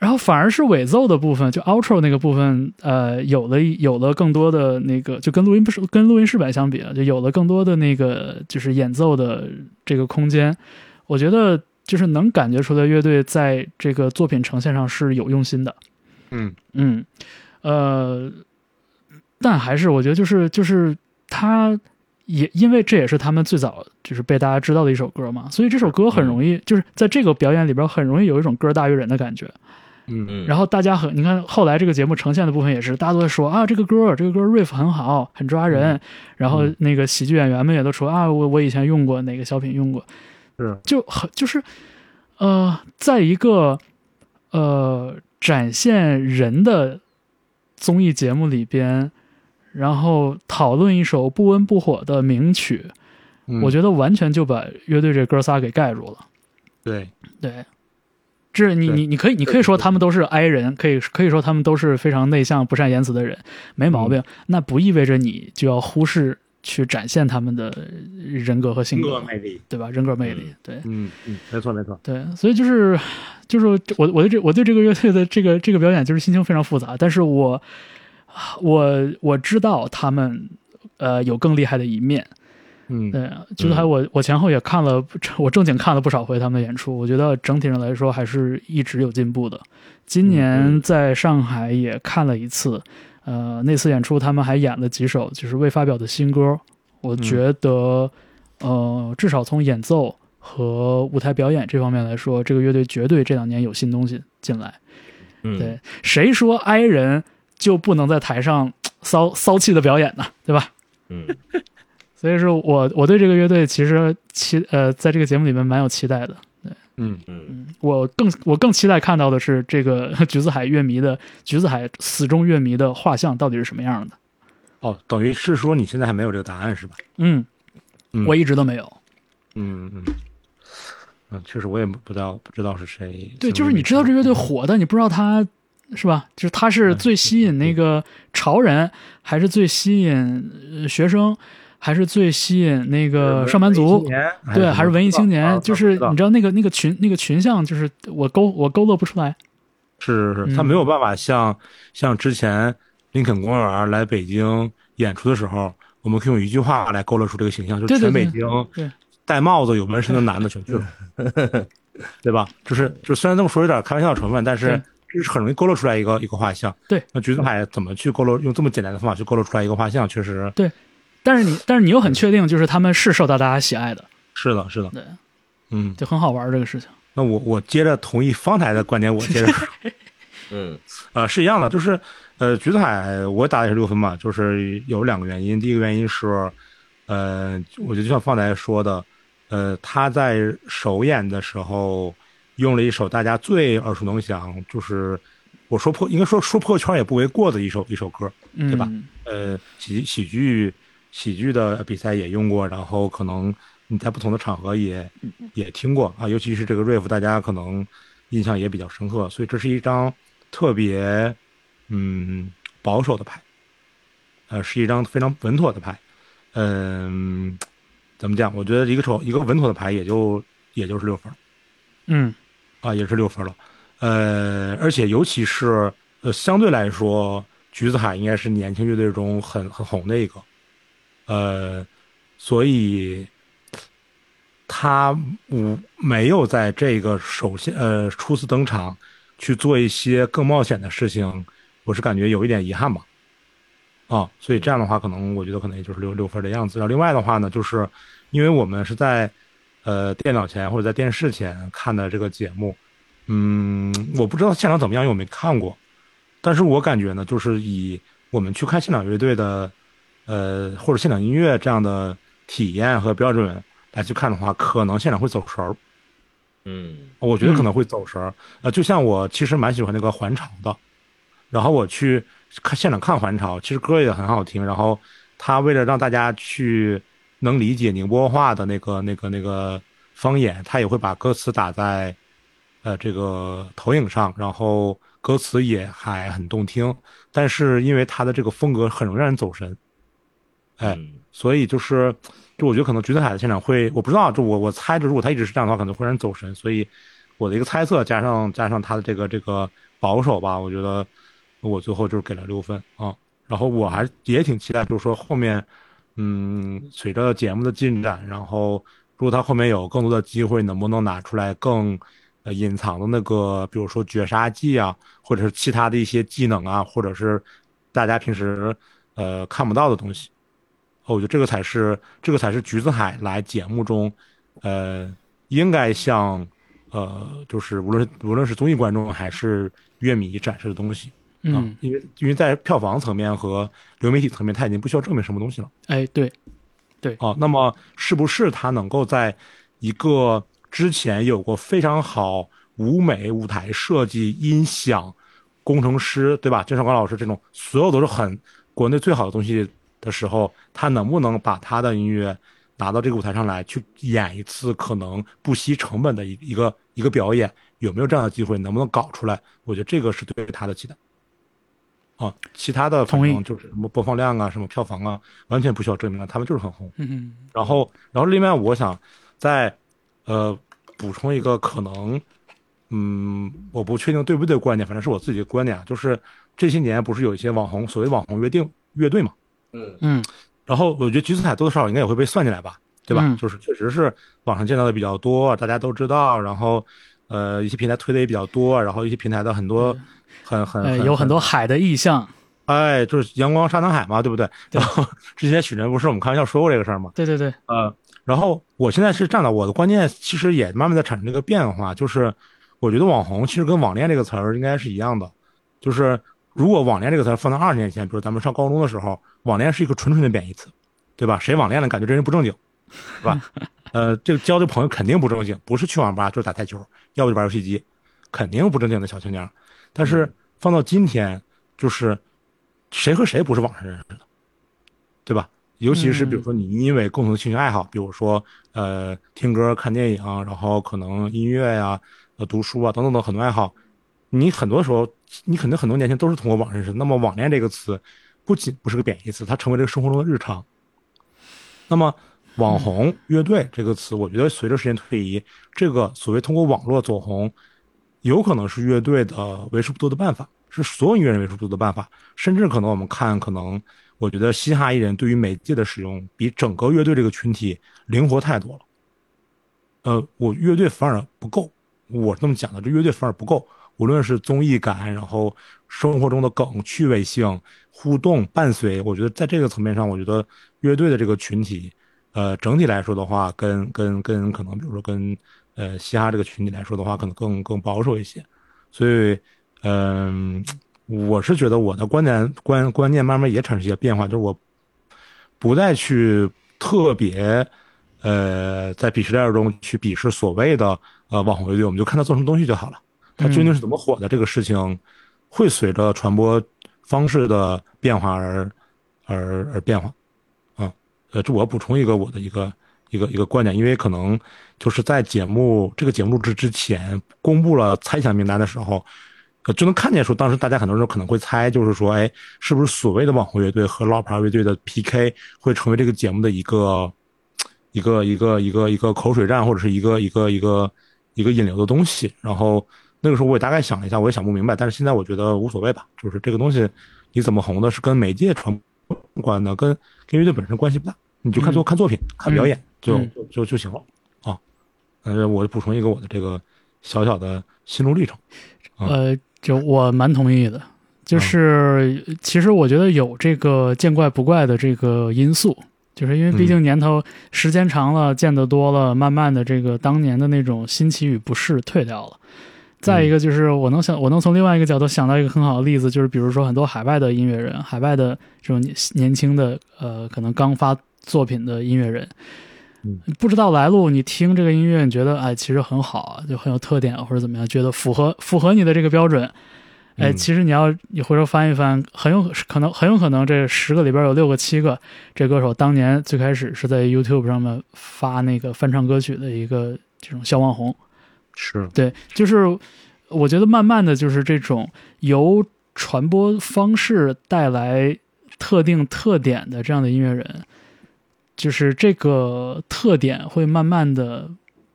[SPEAKER 3] 然后反而是尾奏的部分，就 outro 那个部分，呃，有了有了更多的那个，就跟录音不是跟录音室版相比啊，就有了更多的那个就是演奏的这个空间。我觉得就是能感觉出来，乐队在这个作品呈现上是有用心的。
[SPEAKER 2] 嗯
[SPEAKER 3] 嗯，呃，但还是我觉得就是就是他也因为这也是他们最早就是被大家知道的一首歌嘛，所以这首歌很容易、就是在这个表演里边很容易有一种歌大于人的感觉。
[SPEAKER 2] 嗯
[SPEAKER 1] 嗯，
[SPEAKER 3] 然后大家很你看后来这个节目呈现的部分也是，大家都在说啊这个歌这个歌 riff 很好，很抓
[SPEAKER 2] 嗯
[SPEAKER 3] 人，然后那个喜剧演员们也都说啊我我以前用过哪个小品用过，
[SPEAKER 2] 是
[SPEAKER 3] 就很就是，呃，在一个呃展现人的综艺节目里边，然后讨论一首不温不火的名曲，
[SPEAKER 2] 嗯
[SPEAKER 3] 我觉得完全就把乐队这哥仨给盖住了。
[SPEAKER 2] 对，
[SPEAKER 3] 对，这你
[SPEAKER 2] 对
[SPEAKER 3] 你你可以你可以说他们都是 I 人，可以可以说他们都是非常内向、不善言辞的人，没
[SPEAKER 2] 嗯
[SPEAKER 3] 毛病。那不意味着你就要忽视去展现他们的人格和性
[SPEAKER 2] 性格
[SPEAKER 3] 格，
[SPEAKER 2] 魅力，
[SPEAKER 3] 对吧？人格魅力，对。
[SPEAKER 2] 嗯嗯，没错没错，
[SPEAKER 3] 对，所以就是，就是我我对这我对这个乐队的这个这个表演就是心情非常复杂，但是我我我知道他们呃有更厉害的一面，
[SPEAKER 2] 嗯，
[SPEAKER 3] 对，橘子海我我前后也看了， 我正经看了不少回他们的演出，我觉得整体上来说还是一直有进步的。
[SPEAKER 2] 嗯
[SPEAKER 3] 今年在上海也看了一次，呃，那次演出他们还演了几首就是未发表的新歌，我
[SPEAKER 2] 嗯
[SPEAKER 3] 觉得，呃，至少从演奏和舞台表演这方面来说，这个乐队绝对这两年有新东西进来。
[SPEAKER 1] 嗯，
[SPEAKER 3] 对，谁说 i 人就不能在台上骚骚气的表演呢？对吧？
[SPEAKER 1] 嗯，
[SPEAKER 3] 所以说我我对这个乐队其实期呃，在这个节目里面蛮有期待的。
[SPEAKER 2] 嗯，
[SPEAKER 1] 嗯，
[SPEAKER 3] 嗯，我更我更期待看到的是这个 橘子海乐迷的橘子海死忠乐迷的画像到底是什么样的。
[SPEAKER 2] 哦，等于是说你现在还没有这个答案是吧？
[SPEAKER 3] 嗯，
[SPEAKER 2] 嗯
[SPEAKER 3] 我一直都没有。
[SPEAKER 2] 嗯嗯嗯嗯，确实我也不不知道不知道是谁。
[SPEAKER 3] 对，就是你知嗯道这乐队火，但你不知道他是吧？就是他是最吸引那个潮人，还是最吸引呃学生，还是最吸引那个上班族？对，还是文艺青年，就是
[SPEAKER 2] 哦
[SPEAKER 3] 你啊知道那个那个群那个群像，就是我勾我勾勒不出来。
[SPEAKER 2] 是是，是，他
[SPEAKER 3] 嗯
[SPEAKER 2] 没有办法像像之前林肯公园来北京演出的时候，我们可以用一句话来勾勒出这个形象，就
[SPEAKER 3] 对
[SPEAKER 2] 是全
[SPEAKER 3] 对
[SPEAKER 2] 北
[SPEAKER 3] 对
[SPEAKER 2] 京
[SPEAKER 3] 对
[SPEAKER 2] 戴帽子有纹身的男的全去了， 对吧？就是就虽然这么说有点开玩笑的成分，但是这是很容易勾勒出来一个一个画像。
[SPEAKER 3] 对，
[SPEAKER 2] 那橘子海怎么去勾勒？用这么简单的方法去勾勒出来一个画像，确实
[SPEAKER 3] 但 是你但是你又很确定，就是他们是受到大家喜爱的，
[SPEAKER 2] 是的，是的，
[SPEAKER 3] 对，
[SPEAKER 2] 嗯。
[SPEAKER 3] 就很好玩儿这个事情。
[SPEAKER 2] 那我我接着同意方台的观点，我接着说。
[SPEAKER 1] 嗯，
[SPEAKER 2] 呃，是一样的，就是呃，橘子海我打的也是六分嘛，就是有两个原因。第一个原因是，呃，我觉得就像方才说的，呃，他在首演的时候用了一首大家最耳熟能详，就是我说破应该说说破圈也不为过的一首一首歌，
[SPEAKER 3] 嗯，
[SPEAKER 2] 对吧呃喜喜剧喜剧的比赛也用过，然后可能你在不同的场合也也听过啊，尤其是这个 riff，大家可能印象也比较深刻，所以这是一张特别嗯保守的牌，呃，是一张非常稳妥的牌，嗯，怎么讲？我觉得一个丑一个稳妥的牌也就也就是六分儿
[SPEAKER 3] 嗯
[SPEAKER 2] 啊，也是六分儿了，呃，而且尤其是呃相对来说，橘子海应该是年轻乐队中很很红的一个，呃，所以他我没有在这个首先呃初次登场去做一些更冒险的事情，我是感觉有一点遗憾吧。啊，所以这样的话，可能我觉得可能也就是六六分的样子。然后另外的话呢，就是因为我们是在呃电脑前或者在电视前看的这个节目，嗯，我不知道现场怎么样，因为我没看过。但是我感觉呢，就是以我们去看现场乐队的，呃，或者现场音乐这样的体验和标准来去看的话，可能现场会走神儿。
[SPEAKER 1] 嗯，
[SPEAKER 2] 我觉得可能会走神儿。呃，就像我其实蛮喜欢那个还潮的，然后我去看现场看还潮，其实歌也很好听。然后他为了让大家去能理解宁波话的那个那个那个方言，他也会把歌词打在呃这个投影上，然后歌词也还很动听。但是因为他的这个风格很容易让人走神，哎，
[SPEAKER 1] 嗯
[SPEAKER 2] 所以就是，就我觉得可能橘子海的现场会，我不知道，就我我猜，就如果他一直是这样的话，可能会让人走神。所以我的一个猜测，加上加上他的这个这个保守吧，我觉得我最后就是给了六分啊。然后我还也挺期待，就是说后面，嗯，随着节目的进展，然后如果他后面有更多的机会，能不能拿出来更呃隐藏的那个，比如说绝杀技啊，或者是其他的一些技能啊，或者是大家平时呃看不到的东西。哦，我觉得这个才是这个才是橘子海来节目中，呃，应该向呃，就是无论无论是综艺观众还是乐迷展示的东西啊、
[SPEAKER 3] 嗯，
[SPEAKER 2] 因为因为在票房层面和流媒体层面，他已经不需要证明什么东西了
[SPEAKER 3] 哎，对，
[SPEAKER 2] 啊。那么是不是他能够在一个之前有过非常好舞美、舞台设计、音响、工程师，对吧？郑少刚老师这种所有都是很国内最好的东西的时候，他能不能把他的音乐拿到这个舞台上来，去演一次可能不惜成本的一一个一个表演？有没有这样的机会？能不能搞出来？我觉得这个是对他的期待。啊，其他的反
[SPEAKER 3] 同意
[SPEAKER 2] 正就是什么播放量啊，什么票房啊，完全不需要证明了，他们就是很红。
[SPEAKER 3] 嗯
[SPEAKER 2] 然后，然后另外我想再呃补充一个可能，嗯，我不确定对不对观点，反正是我自己的观点啊，就是这些年不是有一些网红所谓网红约定乐队嘛，
[SPEAKER 1] 嗯
[SPEAKER 3] 嗯
[SPEAKER 2] 然后我觉得橘子海多多少少应该也会被算进来吧，对吧？
[SPEAKER 3] 嗯
[SPEAKER 2] 就是确实是网上见到的比较多，大家都知道，然后呃一些平台推的也比较多，然后一些平台的很多很很
[SPEAKER 3] 呃，有很多海的意象，
[SPEAKER 2] 哎，就是阳光沙滩海嘛，对不对？
[SPEAKER 3] 对
[SPEAKER 2] 然后 之前许晨不是我们开玩笑说过这个事儿吗？
[SPEAKER 3] 对对对，
[SPEAKER 2] 呃，然后我现在是站到我的观念，其实也慢慢在产生这个变化，就是我觉得网红其实跟网恋这个词儿应该是一样的，就是如果网恋这个词儿放到二十年前，比如咱们上高中的时候，网恋是一个纯纯的贬义词，对吧？谁网恋了，感觉这人不正经，是吧？呃，这个交的朋友肯定不正经，不是去网吧就是打台球，要不就玩游戏机，肯定不正经的小青年儿。但是放到今天，就是谁和谁不是网上认识的，对吧？尤其是比如说你因为共同的兴趣爱好，比如说呃听歌、看电影，啊然后可能音乐呀、呃读书啊等等等很多爱好，你很多时候你可能很多年轻都是通过网认识的。那么“网恋”这个词不仅不是个贬义词，它成为这个生活中的日常。那么“网红”“乐队”这个词，我觉得随着时间推移，这个所谓通过网络走红，有可能是乐队的为数不多的办法，是所有音乐人为数不多的办法，甚至可能我们看，可能我觉得嘻哈艺人对于媒介的使用，比整个乐队这个群体灵活太多了。呃，我乐队反而不够，我这么讲的，这乐队反而不够。无论是综艺感，然后生活中的梗、趣味性、互动伴随，我觉得在这个层面上，我觉得乐队的这个群体，呃，整体来说的话，跟跟跟可能比如说跟呃嘻哈这个群体来说的话，可能更更保守一些。所以，嗯、我是觉得我的观点观观念慢慢也产生一些变化，就是我不再去特别呃在鄙视链中去鄙视所谓的呃网红乐队，我们就看他做什么东西就好了。他究竟是怎么火的这个事情，会随着传播方式的变化而而而变化。啊，呃，这我要补充一个我的一个一个一个观点，因为可能就是在节目这个节目录制之前公布了猜想名单的时候，呃，就能看见说当时大家很多人可能会猜，就是说，哎，是不是所谓的网红乐队和老牌乐队的 PK 会成为这个节目的一个一个一个一个一个口水战，或者是一个一个一个一个引流的东西。然后那个时候我也大概想了一下，我也想不明白，但是现在我觉得无所谓吧，就是这个东西你怎么红的，是跟媒介传播有关的，跟跟乐队本身关系不大，你就看作、看作品、看表演、就
[SPEAKER 3] 嗯
[SPEAKER 2] 就就就行了啊。呃，我补充一个我的这个小小的心路历程。嗯
[SPEAKER 3] 呃，就我蛮同意的，就是、其实我觉得有这个见怪不怪的这个因素，就是因为毕竟年头、时间长了，见得多了，慢慢的这个当年的那种新奇与不适退掉了。再一个就是，我能想，我能从另外一个角度想到一个很好的例子，就是比如说很多海外的音乐人，海外的这种年年轻的呃，可能刚发作品的音乐人，不知道来路，你听这个音乐，你觉得哎，其实很好啊，就很有特点或者怎么样，觉得符合符合你的这个标准。哎，
[SPEAKER 2] 嗯
[SPEAKER 3] 其实你要你回头翻一翻，很有可能很有可能这十个里边有六个七个，这歌手当年最开始是在 YouTube 上面发那个翻唱歌曲的一个这种小网红。
[SPEAKER 2] 是，
[SPEAKER 3] 对，就是我觉得慢慢的就是这种由传播方式带来特定特点的这样的音乐人，就是这个特点会慢慢的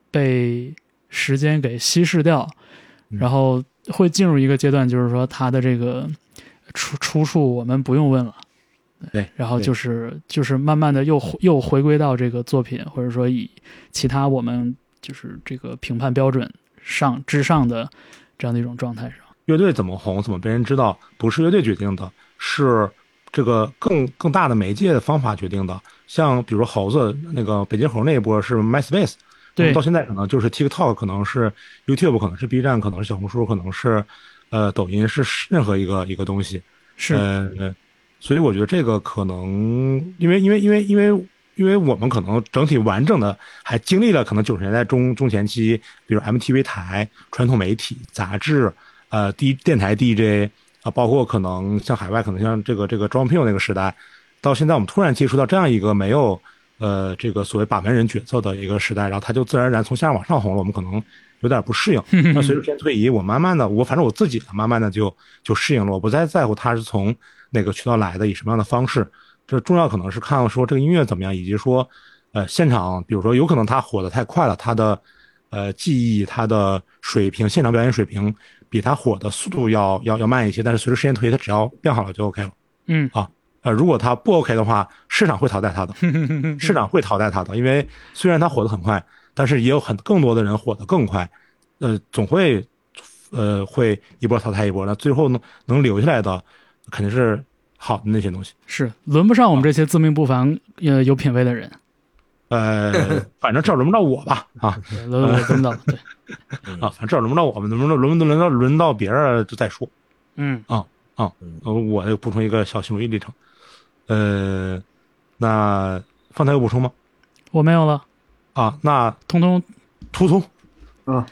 [SPEAKER 3] 被时间给稀释掉，
[SPEAKER 2] 嗯
[SPEAKER 3] 然后会进入一个阶段，就是说它的这个出出处我们不用问了。
[SPEAKER 2] 对，
[SPEAKER 3] 然后
[SPEAKER 2] 对
[SPEAKER 3] 就是就是慢慢的又回又回归到这个作品，或者说以其他我们就是这个评判标准上之上的这样的一种状态上。
[SPEAKER 2] 乐队怎么红，怎么被人知道，不是乐队决定的，是这个更更大的媒介的方法决定的。像比如猴子那个北极猴那一波是 MySpace，
[SPEAKER 3] 对
[SPEAKER 2] 嗯到现在可能就是 TikTok，可能是 YouTube，可能是 B 站，可能是小红书，可能是呃抖音，是任何一个一个东西。
[SPEAKER 3] 是，
[SPEAKER 2] 呃，呃所以我觉得这个可能，因为因为因为因为因为我们可能整体完整的还经历了可能九十年代中中前期，比如 MTV 台、传统媒体、杂志，呃，第电台 DJ 啊、包括可能像海外，可能像这个这个 John Peel 那个时代，到现在我们突然接触到这样一个没有呃这个所谓把门人角色的一个时代，然后他就自然而然从下往上红了，我们可能有点不适应。那随着时间推移，我慢慢的，我反正我自己慢慢的就就适应了，我不再在乎他是从哪个渠道来的，以什么样的方式。这重要可能是看说这个音乐怎么样，以及说呃现场，比如说有可能他火的太快了，他的呃技艺、他的水平、现场表演水平比他火的速度要要要慢一些，但是随着时间推移，他只要变好了就 OK 了。
[SPEAKER 3] 嗯
[SPEAKER 2] 啊，呃，如果他不 OK 的话，市场会淘汰他的，市场会淘汰他的，因为虽然他火得很快，但是也有很更多的人火得更快，呃，总会呃会一波淘汰一波，那最后能能留下来的肯定是好的那些东西。
[SPEAKER 3] 是轮不上我们这些自命不凡、呃有品位的人，
[SPEAKER 2] 呃，反正至少轮不到我吧，啊
[SPEAKER 3] 对轮轮轮到了，对，
[SPEAKER 2] 啊，反正至少轮不到我们，轮不轮轮轮到轮到别人儿就再说。
[SPEAKER 3] 嗯
[SPEAKER 2] 呃，我又补充一个小心路历程，呃，那方才有补充吗？
[SPEAKER 3] 我没有了，
[SPEAKER 2] 啊，那
[SPEAKER 3] 通通
[SPEAKER 2] 图图
[SPEAKER 4] 啊，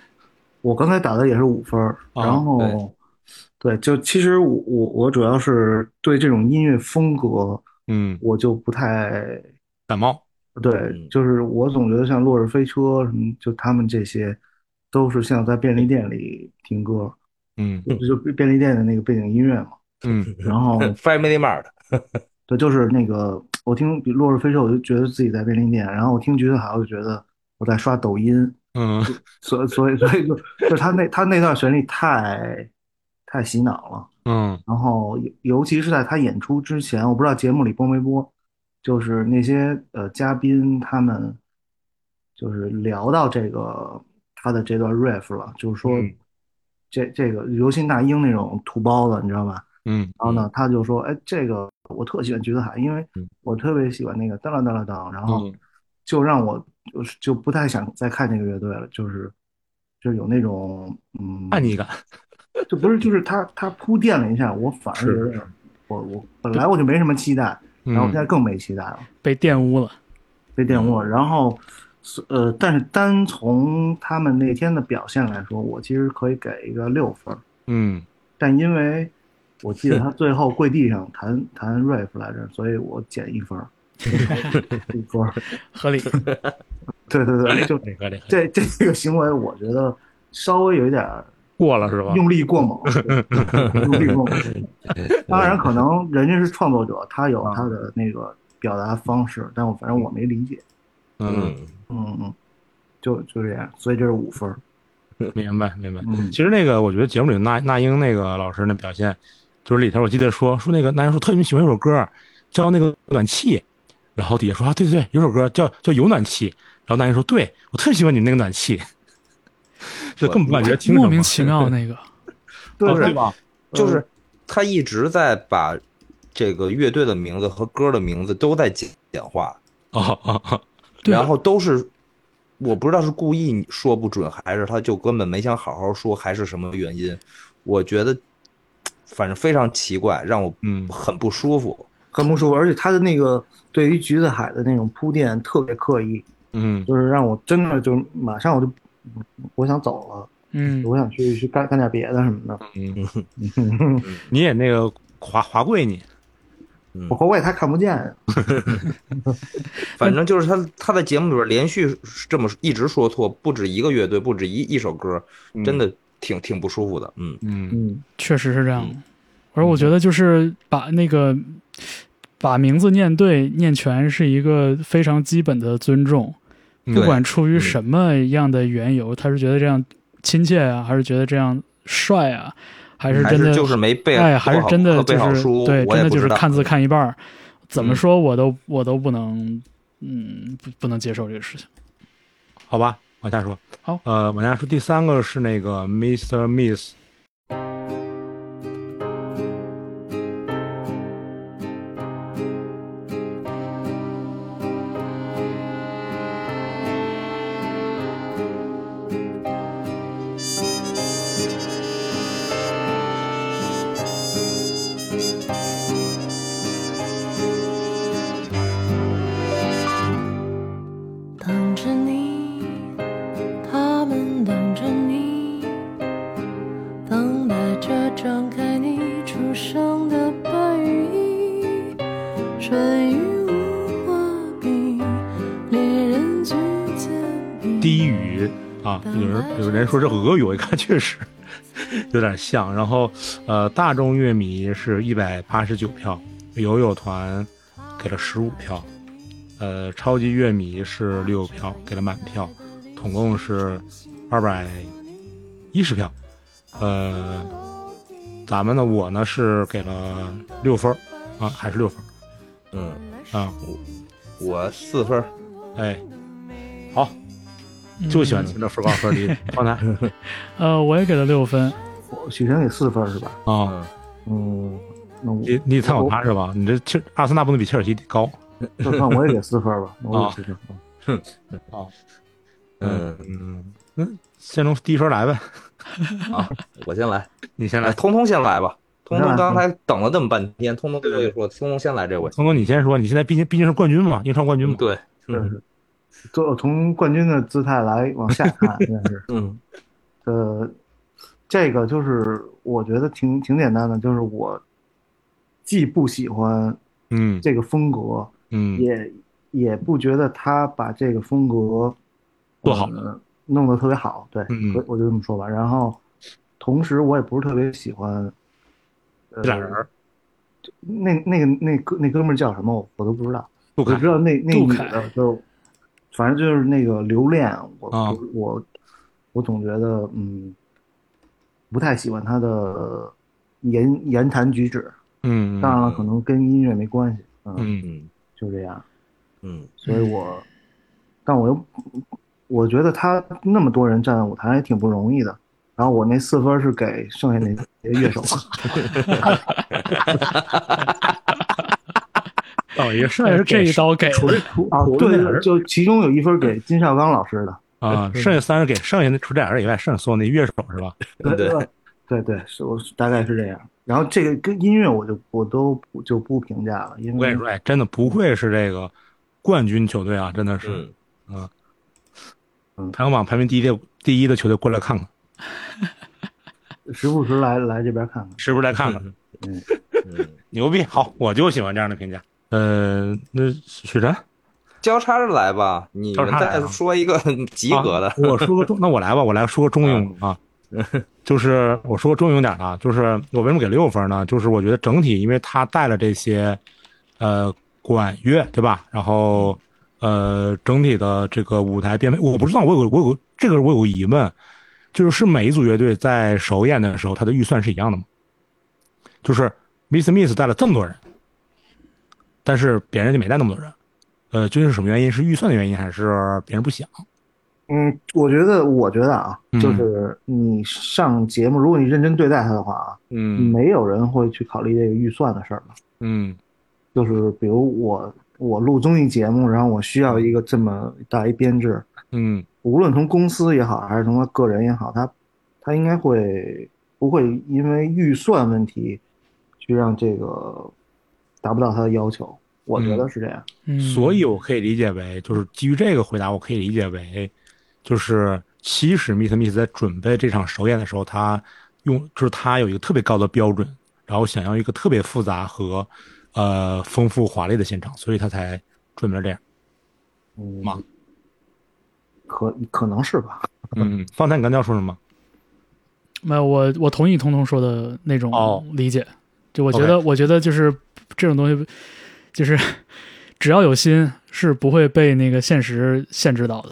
[SPEAKER 4] 我刚才打的也是五分儿，
[SPEAKER 2] 啊
[SPEAKER 4] 然后对，就其实我我我主要是对这种音乐风格，
[SPEAKER 2] 嗯，
[SPEAKER 4] 我就不太
[SPEAKER 2] 感冒，
[SPEAKER 4] 对
[SPEAKER 1] 嗯，
[SPEAKER 4] 就是我总觉得像《落日飞车》什么，就他们这些都是像在便利店里听歌，
[SPEAKER 2] 嗯
[SPEAKER 4] 就便利店的那个背景音乐嘛。
[SPEAKER 2] 嗯
[SPEAKER 4] 然后
[SPEAKER 1] Family Mart，
[SPEAKER 4] 对，就是那个我听《落日飞车》，我就觉得自己在便利店，然后我听橘子海，我就觉得我在刷抖音。
[SPEAKER 2] 嗯
[SPEAKER 4] 所以所以所以就就他那他那段旋律太太洗脑了，
[SPEAKER 2] 嗯
[SPEAKER 4] 然后尤尤其是在他演出之前，我不知道节目里播没播，就是那些呃嘉宾他们就是聊到这个他的这段 riff 了，就是说
[SPEAKER 2] 嗯
[SPEAKER 4] 这这个尤其大英那种土包子，你知道吧？
[SPEAKER 2] 嗯
[SPEAKER 4] 然后呢，他就说，哎，这个我特喜欢橘子海，因为
[SPEAKER 2] 嗯
[SPEAKER 4] 我特别喜欢那个当啷当啷当，然后
[SPEAKER 2] 嗯
[SPEAKER 4] 就让我就是就不太想再看这个乐队了，就是就有那种嗯，
[SPEAKER 2] 叛逆感，
[SPEAKER 4] 就不是就是他他铺垫了一下，我反而觉
[SPEAKER 2] 是嗯
[SPEAKER 4] 得我我本来我就没什么期待，然后现在更没期待了，
[SPEAKER 3] 被玷污了，
[SPEAKER 4] 被玷污了。然后呃，但是单从他们那天的表现来说，我其实可以给一个六分儿。
[SPEAKER 2] 嗯
[SPEAKER 4] 但因为我记 得他最后跪地上弹弹 rap 来着，所以我减一 分儿，一分儿。
[SPEAKER 3] 合理，
[SPEAKER 4] 对对 对，就
[SPEAKER 2] 哪个哪个
[SPEAKER 4] 这这个行为，我觉得稍微有一点儿
[SPEAKER 2] 过了是吧？
[SPEAKER 4] 用力过猛，对用力过猛。当然，可能人家是创作者，他有他的那个表达方式，但我反正我没理解。
[SPEAKER 2] 嗯，
[SPEAKER 1] 嗯，
[SPEAKER 4] 嗯嗯，就就这样，所以这是五分儿。
[SPEAKER 2] 明白明白。
[SPEAKER 4] 嗯
[SPEAKER 2] 其实那个我觉得节目里那那英那个老师那表现，就是里头我记得说说那个那英说特别喜欢一首歌叫那个暖气，然后底下说啊对对对，有首歌叫叫有暖气，然后那英说啊对我特喜欢你那个暖 气，就根本不感觉听什么
[SPEAKER 3] 莫名其妙那个，
[SPEAKER 4] 对呃
[SPEAKER 2] 哦对吧？
[SPEAKER 1] 就是他一直在把这个乐队的名字和歌的名字都在简简化，
[SPEAKER 2] 哦哦哦，
[SPEAKER 3] 对
[SPEAKER 1] 然后都是我不知道是故意说不准，还是他就根本没想好好说，还是什么原因？我觉得反正非常奇怪，让我
[SPEAKER 2] 嗯
[SPEAKER 1] 很不舒服。
[SPEAKER 4] 很不舒服，而且他的那个对于橘子海的那种铺垫特别刻意，
[SPEAKER 2] 嗯
[SPEAKER 4] 就是让我真的就马上我就我想走了，
[SPEAKER 3] 嗯，
[SPEAKER 4] 我想去去干干点别的什么的。
[SPEAKER 2] 嗯，你也那个华华贵你，
[SPEAKER 1] 嗯
[SPEAKER 4] 我，后卫他看不见，
[SPEAKER 1] 反
[SPEAKER 3] 嗯
[SPEAKER 1] 正就是他他在节目里边连续这么一直说错，不止一个乐队，不止一一首歌，真的挺挺不舒服的。嗯，
[SPEAKER 2] 嗯
[SPEAKER 4] 嗯，
[SPEAKER 3] 确实是这样的。而我觉得就是把那个把名字念对、念全是一个非常基本的尊重，
[SPEAKER 2] 嗯
[SPEAKER 3] 不管出于
[SPEAKER 1] 嗯
[SPEAKER 3] 什么样的缘由，他是觉得这样亲切啊，还是觉得这样帅啊，还是
[SPEAKER 1] 嗯还
[SPEAKER 3] 真的
[SPEAKER 1] 是就是没背，
[SPEAKER 3] 哎，还是真的
[SPEAKER 1] 背
[SPEAKER 3] 就
[SPEAKER 1] 好
[SPEAKER 3] 是
[SPEAKER 1] 书，
[SPEAKER 3] 对，
[SPEAKER 1] 我
[SPEAKER 3] 真
[SPEAKER 1] 也
[SPEAKER 3] 的
[SPEAKER 1] 不知
[SPEAKER 3] 就是
[SPEAKER 1] 道
[SPEAKER 3] 看字看一半儿，怎么
[SPEAKER 1] 嗯
[SPEAKER 3] 说我都我都不能，嗯，不不能接受这个事情。
[SPEAKER 2] 好吧，往下说。
[SPEAKER 3] 好
[SPEAKER 2] 呃，往下说第三个是那个 Mr. Miss。
[SPEAKER 6] 等着你，他们等着你，等待着张开你出生的白羽翼，春雨无花笔，恋人举剑笔。
[SPEAKER 2] 低语啊，有人有人说这俄语，我一看确实有点像。然后，呃，大众乐迷是一百八十九票，友友团给了十五票，呃，超级乐迷是六票，给了满票，总共是二百一十票。呃，咱们呢，我呢是给了六分儿啊，还是六分儿。
[SPEAKER 1] 嗯，
[SPEAKER 2] 啊、
[SPEAKER 1] 我四分儿，
[SPEAKER 2] 哎，好，就喜欢
[SPEAKER 3] 嗯
[SPEAKER 2] 听这分高分低，啊放他
[SPEAKER 3] 呃，我也给了六分，
[SPEAKER 4] 我许晨给四分是吧？
[SPEAKER 2] 啊，
[SPEAKER 4] 嗯，那我
[SPEAKER 2] 你你太有他是吧？你这切阿森纳不能比切尔西高
[SPEAKER 4] 就算我也给四分吧，我也给四
[SPEAKER 2] 哦
[SPEAKER 4] 分。
[SPEAKER 2] 啊，
[SPEAKER 1] 嗯，
[SPEAKER 2] 嗯，那先从第一分来呗，
[SPEAKER 1] 好，嗯啊我先来，
[SPEAKER 2] 你先
[SPEAKER 1] 来，
[SPEAKER 2] 来，
[SPEAKER 1] 通通先来吧。通
[SPEAKER 4] 先
[SPEAKER 2] 嗯
[SPEAKER 1] 通
[SPEAKER 4] 来
[SPEAKER 1] 刚才等了那么半天，通通最后一说，通通先来这回。
[SPEAKER 2] 聪聪你先说，你现在毕竟毕竟是冠军嘛，英超冠军嘛，
[SPEAKER 1] 对，
[SPEAKER 2] 嗯
[SPEAKER 4] 对是，做从冠军的姿态来往下看，应该是
[SPEAKER 1] 嗯
[SPEAKER 4] 呃，这个就是我觉得挺挺简单的，就是我既不喜欢
[SPEAKER 2] 嗯
[SPEAKER 4] 这个风格，
[SPEAKER 2] 嗯
[SPEAKER 4] 也也不觉得他把这个风格
[SPEAKER 2] 做好
[SPEAKER 4] 呃弄得特别好，对，
[SPEAKER 2] 嗯
[SPEAKER 4] 我我就这么说吧。然后，同时我也不是特别喜欢，
[SPEAKER 2] 这
[SPEAKER 4] 呃，
[SPEAKER 2] 俩人儿
[SPEAKER 4] 那那个那哥那哥们儿叫什么，我我都不知道，
[SPEAKER 2] 杜
[SPEAKER 4] 我
[SPEAKER 2] 凯
[SPEAKER 4] 只知道那那
[SPEAKER 3] 杜
[SPEAKER 4] 女
[SPEAKER 3] 凯
[SPEAKER 4] 的就，反正就是那个留恋，我、
[SPEAKER 2] 啊
[SPEAKER 4] 我我我总觉得嗯，不太喜欢她的言言谈举止，
[SPEAKER 2] 嗯
[SPEAKER 4] 当然了，可能跟音乐没关系，嗯，
[SPEAKER 2] 嗯
[SPEAKER 1] 嗯
[SPEAKER 4] 就这样。
[SPEAKER 1] 嗯
[SPEAKER 4] 所以我，但我又，我觉得他那么多人站在舞台上也挺不容易的。然后我那四分是给剩下那些 乐手，
[SPEAKER 2] 到一个剩
[SPEAKER 3] 这
[SPEAKER 2] 下
[SPEAKER 3] 这一刀给
[SPEAKER 2] 除
[SPEAKER 3] 的，
[SPEAKER 4] 除啊，
[SPEAKER 2] 除了那人
[SPEAKER 4] 对，就其中有一分给金绍刚老师的，
[SPEAKER 3] 嗯
[SPEAKER 2] 啊，剩下三人给剩下那除这俩人以外，剩下所有那乐手是吧？
[SPEAKER 1] 嗯， 对，
[SPEAKER 4] 对对，是我大概是这样。然后这个跟音乐我就我都不就不评价了，因
[SPEAKER 2] 我跟你
[SPEAKER 1] 嗯
[SPEAKER 4] 为
[SPEAKER 2] 说，哎，真的不愧是这个冠军球队啊，真的是
[SPEAKER 1] 嗯，
[SPEAKER 3] 嗯
[SPEAKER 2] 排行榜排名第一的第一的球队过来看看，
[SPEAKER 4] 时不时来来这边看看。
[SPEAKER 2] 是不是来看看？
[SPEAKER 1] 嗯，
[SPEAKER 2] 牛逼！好，我就喜欢这样的评价。呃，那许晨，
[SPEAKER 1] 交叉着来吧，你
[SPEAKER 2] 交
[SPEAKER 1] 们
[SPEAKER 2] 叉来啊
[SPEAKER 1] 再说一个 及格的
[SPEAKER 2] 啊。我说个中，那我来吧，我来说个中庸的啊， 就是我说个中庸点儿的啊，就是我为什么给六分呢？就是我觉得整体，因为他带了这些，呃，管乐对吧？然后呃，整体的这个舞台编配，我不知道，我有我有这个我有个疑问，就是是每一组乐队在首演的时候，他的预算是一样的吗？就是 Miss Miss 带了这么多人，但是别人就没带那么多人，呃，究竟是什么原因？是预算的原因，还是别人不想？
[SPEAKER 4] 嗯，我觉得我觉得啊，
[SPEAKER 2] 嗯
[SPEAKER 4] 就是你上节目，如果你认真对待他的话啊，
[SPEAKER 2] 嗯
[SPEAKER 4] 没有人会去考虑这个预算的事儿的。
[SPEAKER 2] 嗯
[SPEAKER 4] 就是比如我我录综艺节目，然后我需要一个这么大一编制，
[SPEAKER 2] 嗯
[SPEAKER 4] 无论从公司也好，还是从他个人也好，他他应该会不会因为预算问题去让这个达不到他的要求？我觉得是这样。
[SPEAKER 3] 嗯，
[SPEAKER 2] 所以我可以理解为，就是基于这个回答，我可以理解为，就是其实 Miss Miss 在准备这场首演的时候，他用就是他有一个特别高的标准，然后想要一个特别复杂和呃丰富华丽的现场，所以他才准备了这样。
[SPEAKER 4] 嗯，
[SPEAKER 2] 忙
[SPEAKER 4] 可可能是吧。
[SPEAKER 2] 嗯，方才你刚才要说什么？
[SPEAKER 3] 没有我我同意彤彤说的那种
[SPEAKER 2] 哦
[SPEAKER 3] 理解，就我觉得我觉得就是这种东西，就是只要有心是不会被那个现实限制到的。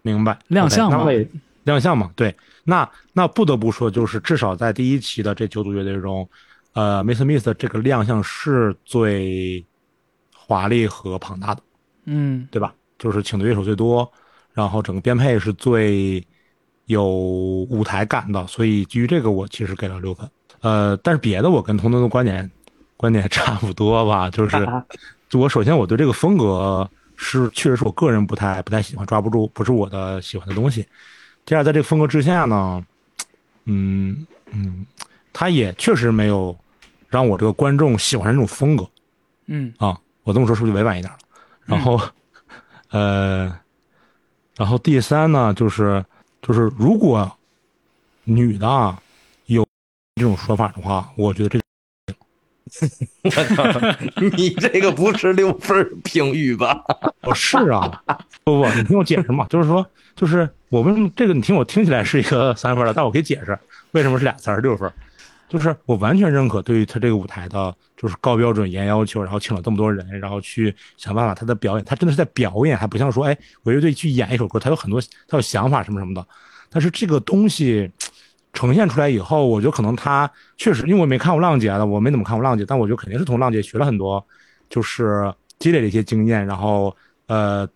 [SPEAKER 2] 明白，
[SPEAKER 3] 亮相
[SPEAKER 2] OK，
[SPEAKER 3] 嘛
[SPEAKER 2] 那我也亮相嘛，对。那那不得不说，就是至少在第一期的这九组乐队中，呃，Miss Miss 的这个亮相是最华丽和庞大的，
[SPEAKER 3] 嗯
[SPEAKER 2] 对吧？就是请的乐手最多，然后整个编配是最有舞台感的，所以基于这个，我其实给了六分。呃，但是别的我跟彤彤的观点观点差不多吧，就是就我首先我对这个风格是确实是我个人不太不太喜欢，抓不住，不是我的喜欢的东西。第二，在这个风格之下呢，嗯嗯，他也确实没有让我这个观众喜欢上这种风格，
[SPEAKER 3] 嗯
[SPEAKER 2] 啊，我这么说是不是就委婉一点了？然后，呃，然后第三呢，就是就是如果女的啊有这种说法的话，我觉得这
[SPEAKER 1] 我操，你这个不是六分儿评语吧？
[SPEAKER 2] 哦是啊，不不，你听我解释嘛，就是说就是我为什么这个你听我听起来是一个三分儿的，但我可以解释为什么是俩三十六分儿。就是我完全认可对于他这个舞台的，就是高标准、严要求，然后请了这么多人，然后去想办法他的表演，他真的是在表演，还不像说，哎，我乐队去演一首歌，他有很多他有想法什么什么的。但是这个东西呈现出来以后，啊我觉得可能他确实，因为我没看过浪姐的，我没怎么看过浪姐，但我觉得肯定是从浪姐学了很多就是积累了一些经验，然后呃，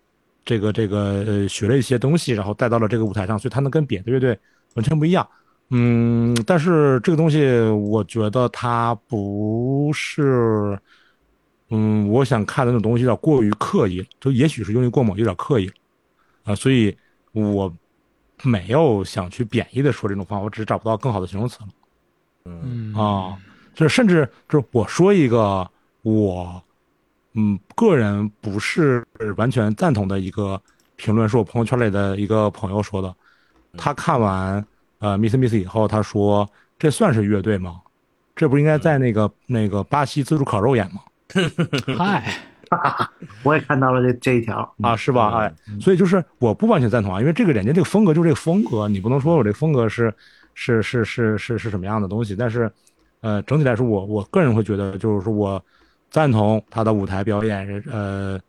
[SPEAKER 2] 这个这个呃学了一些东西，然后带到了这个舞台上，所以他能跟别的乐队完全不一样。嗯，但是这个东西我觉得它不是，嗯，我想看的那种东西有点过于刻意，就也许是用力过猛，有点刻意了啊、所以我没有想去贬义的说这种方法，我只是找不到更好的形容词了。
[SPEAKER 3] 嗯
[SPEAKER 2] 啊，就是甚至就是我说一个我，嗯，个人不是呃完全赞同的一个评论，是我朋友圈里的一个朋友说的。他看完呃《Miss Miss》以后，他说：“这算是乐队吗？这不应该在那个那个巴西自助烤肉演吗？”
[SPEAKER 3] 嗨，
[SPEAKER 4] 我也看到了这这一条
[SPEAKER 2] 啊，，是吧？哎，所以就是我不完全赞同啊，因为这个人家这个风格就是这个风格，你不能说我这个风格是是是是是是什么样的东西，但是呃，整体来说我，我个人会觉得，就是说我赞同他的舞台表演，呃，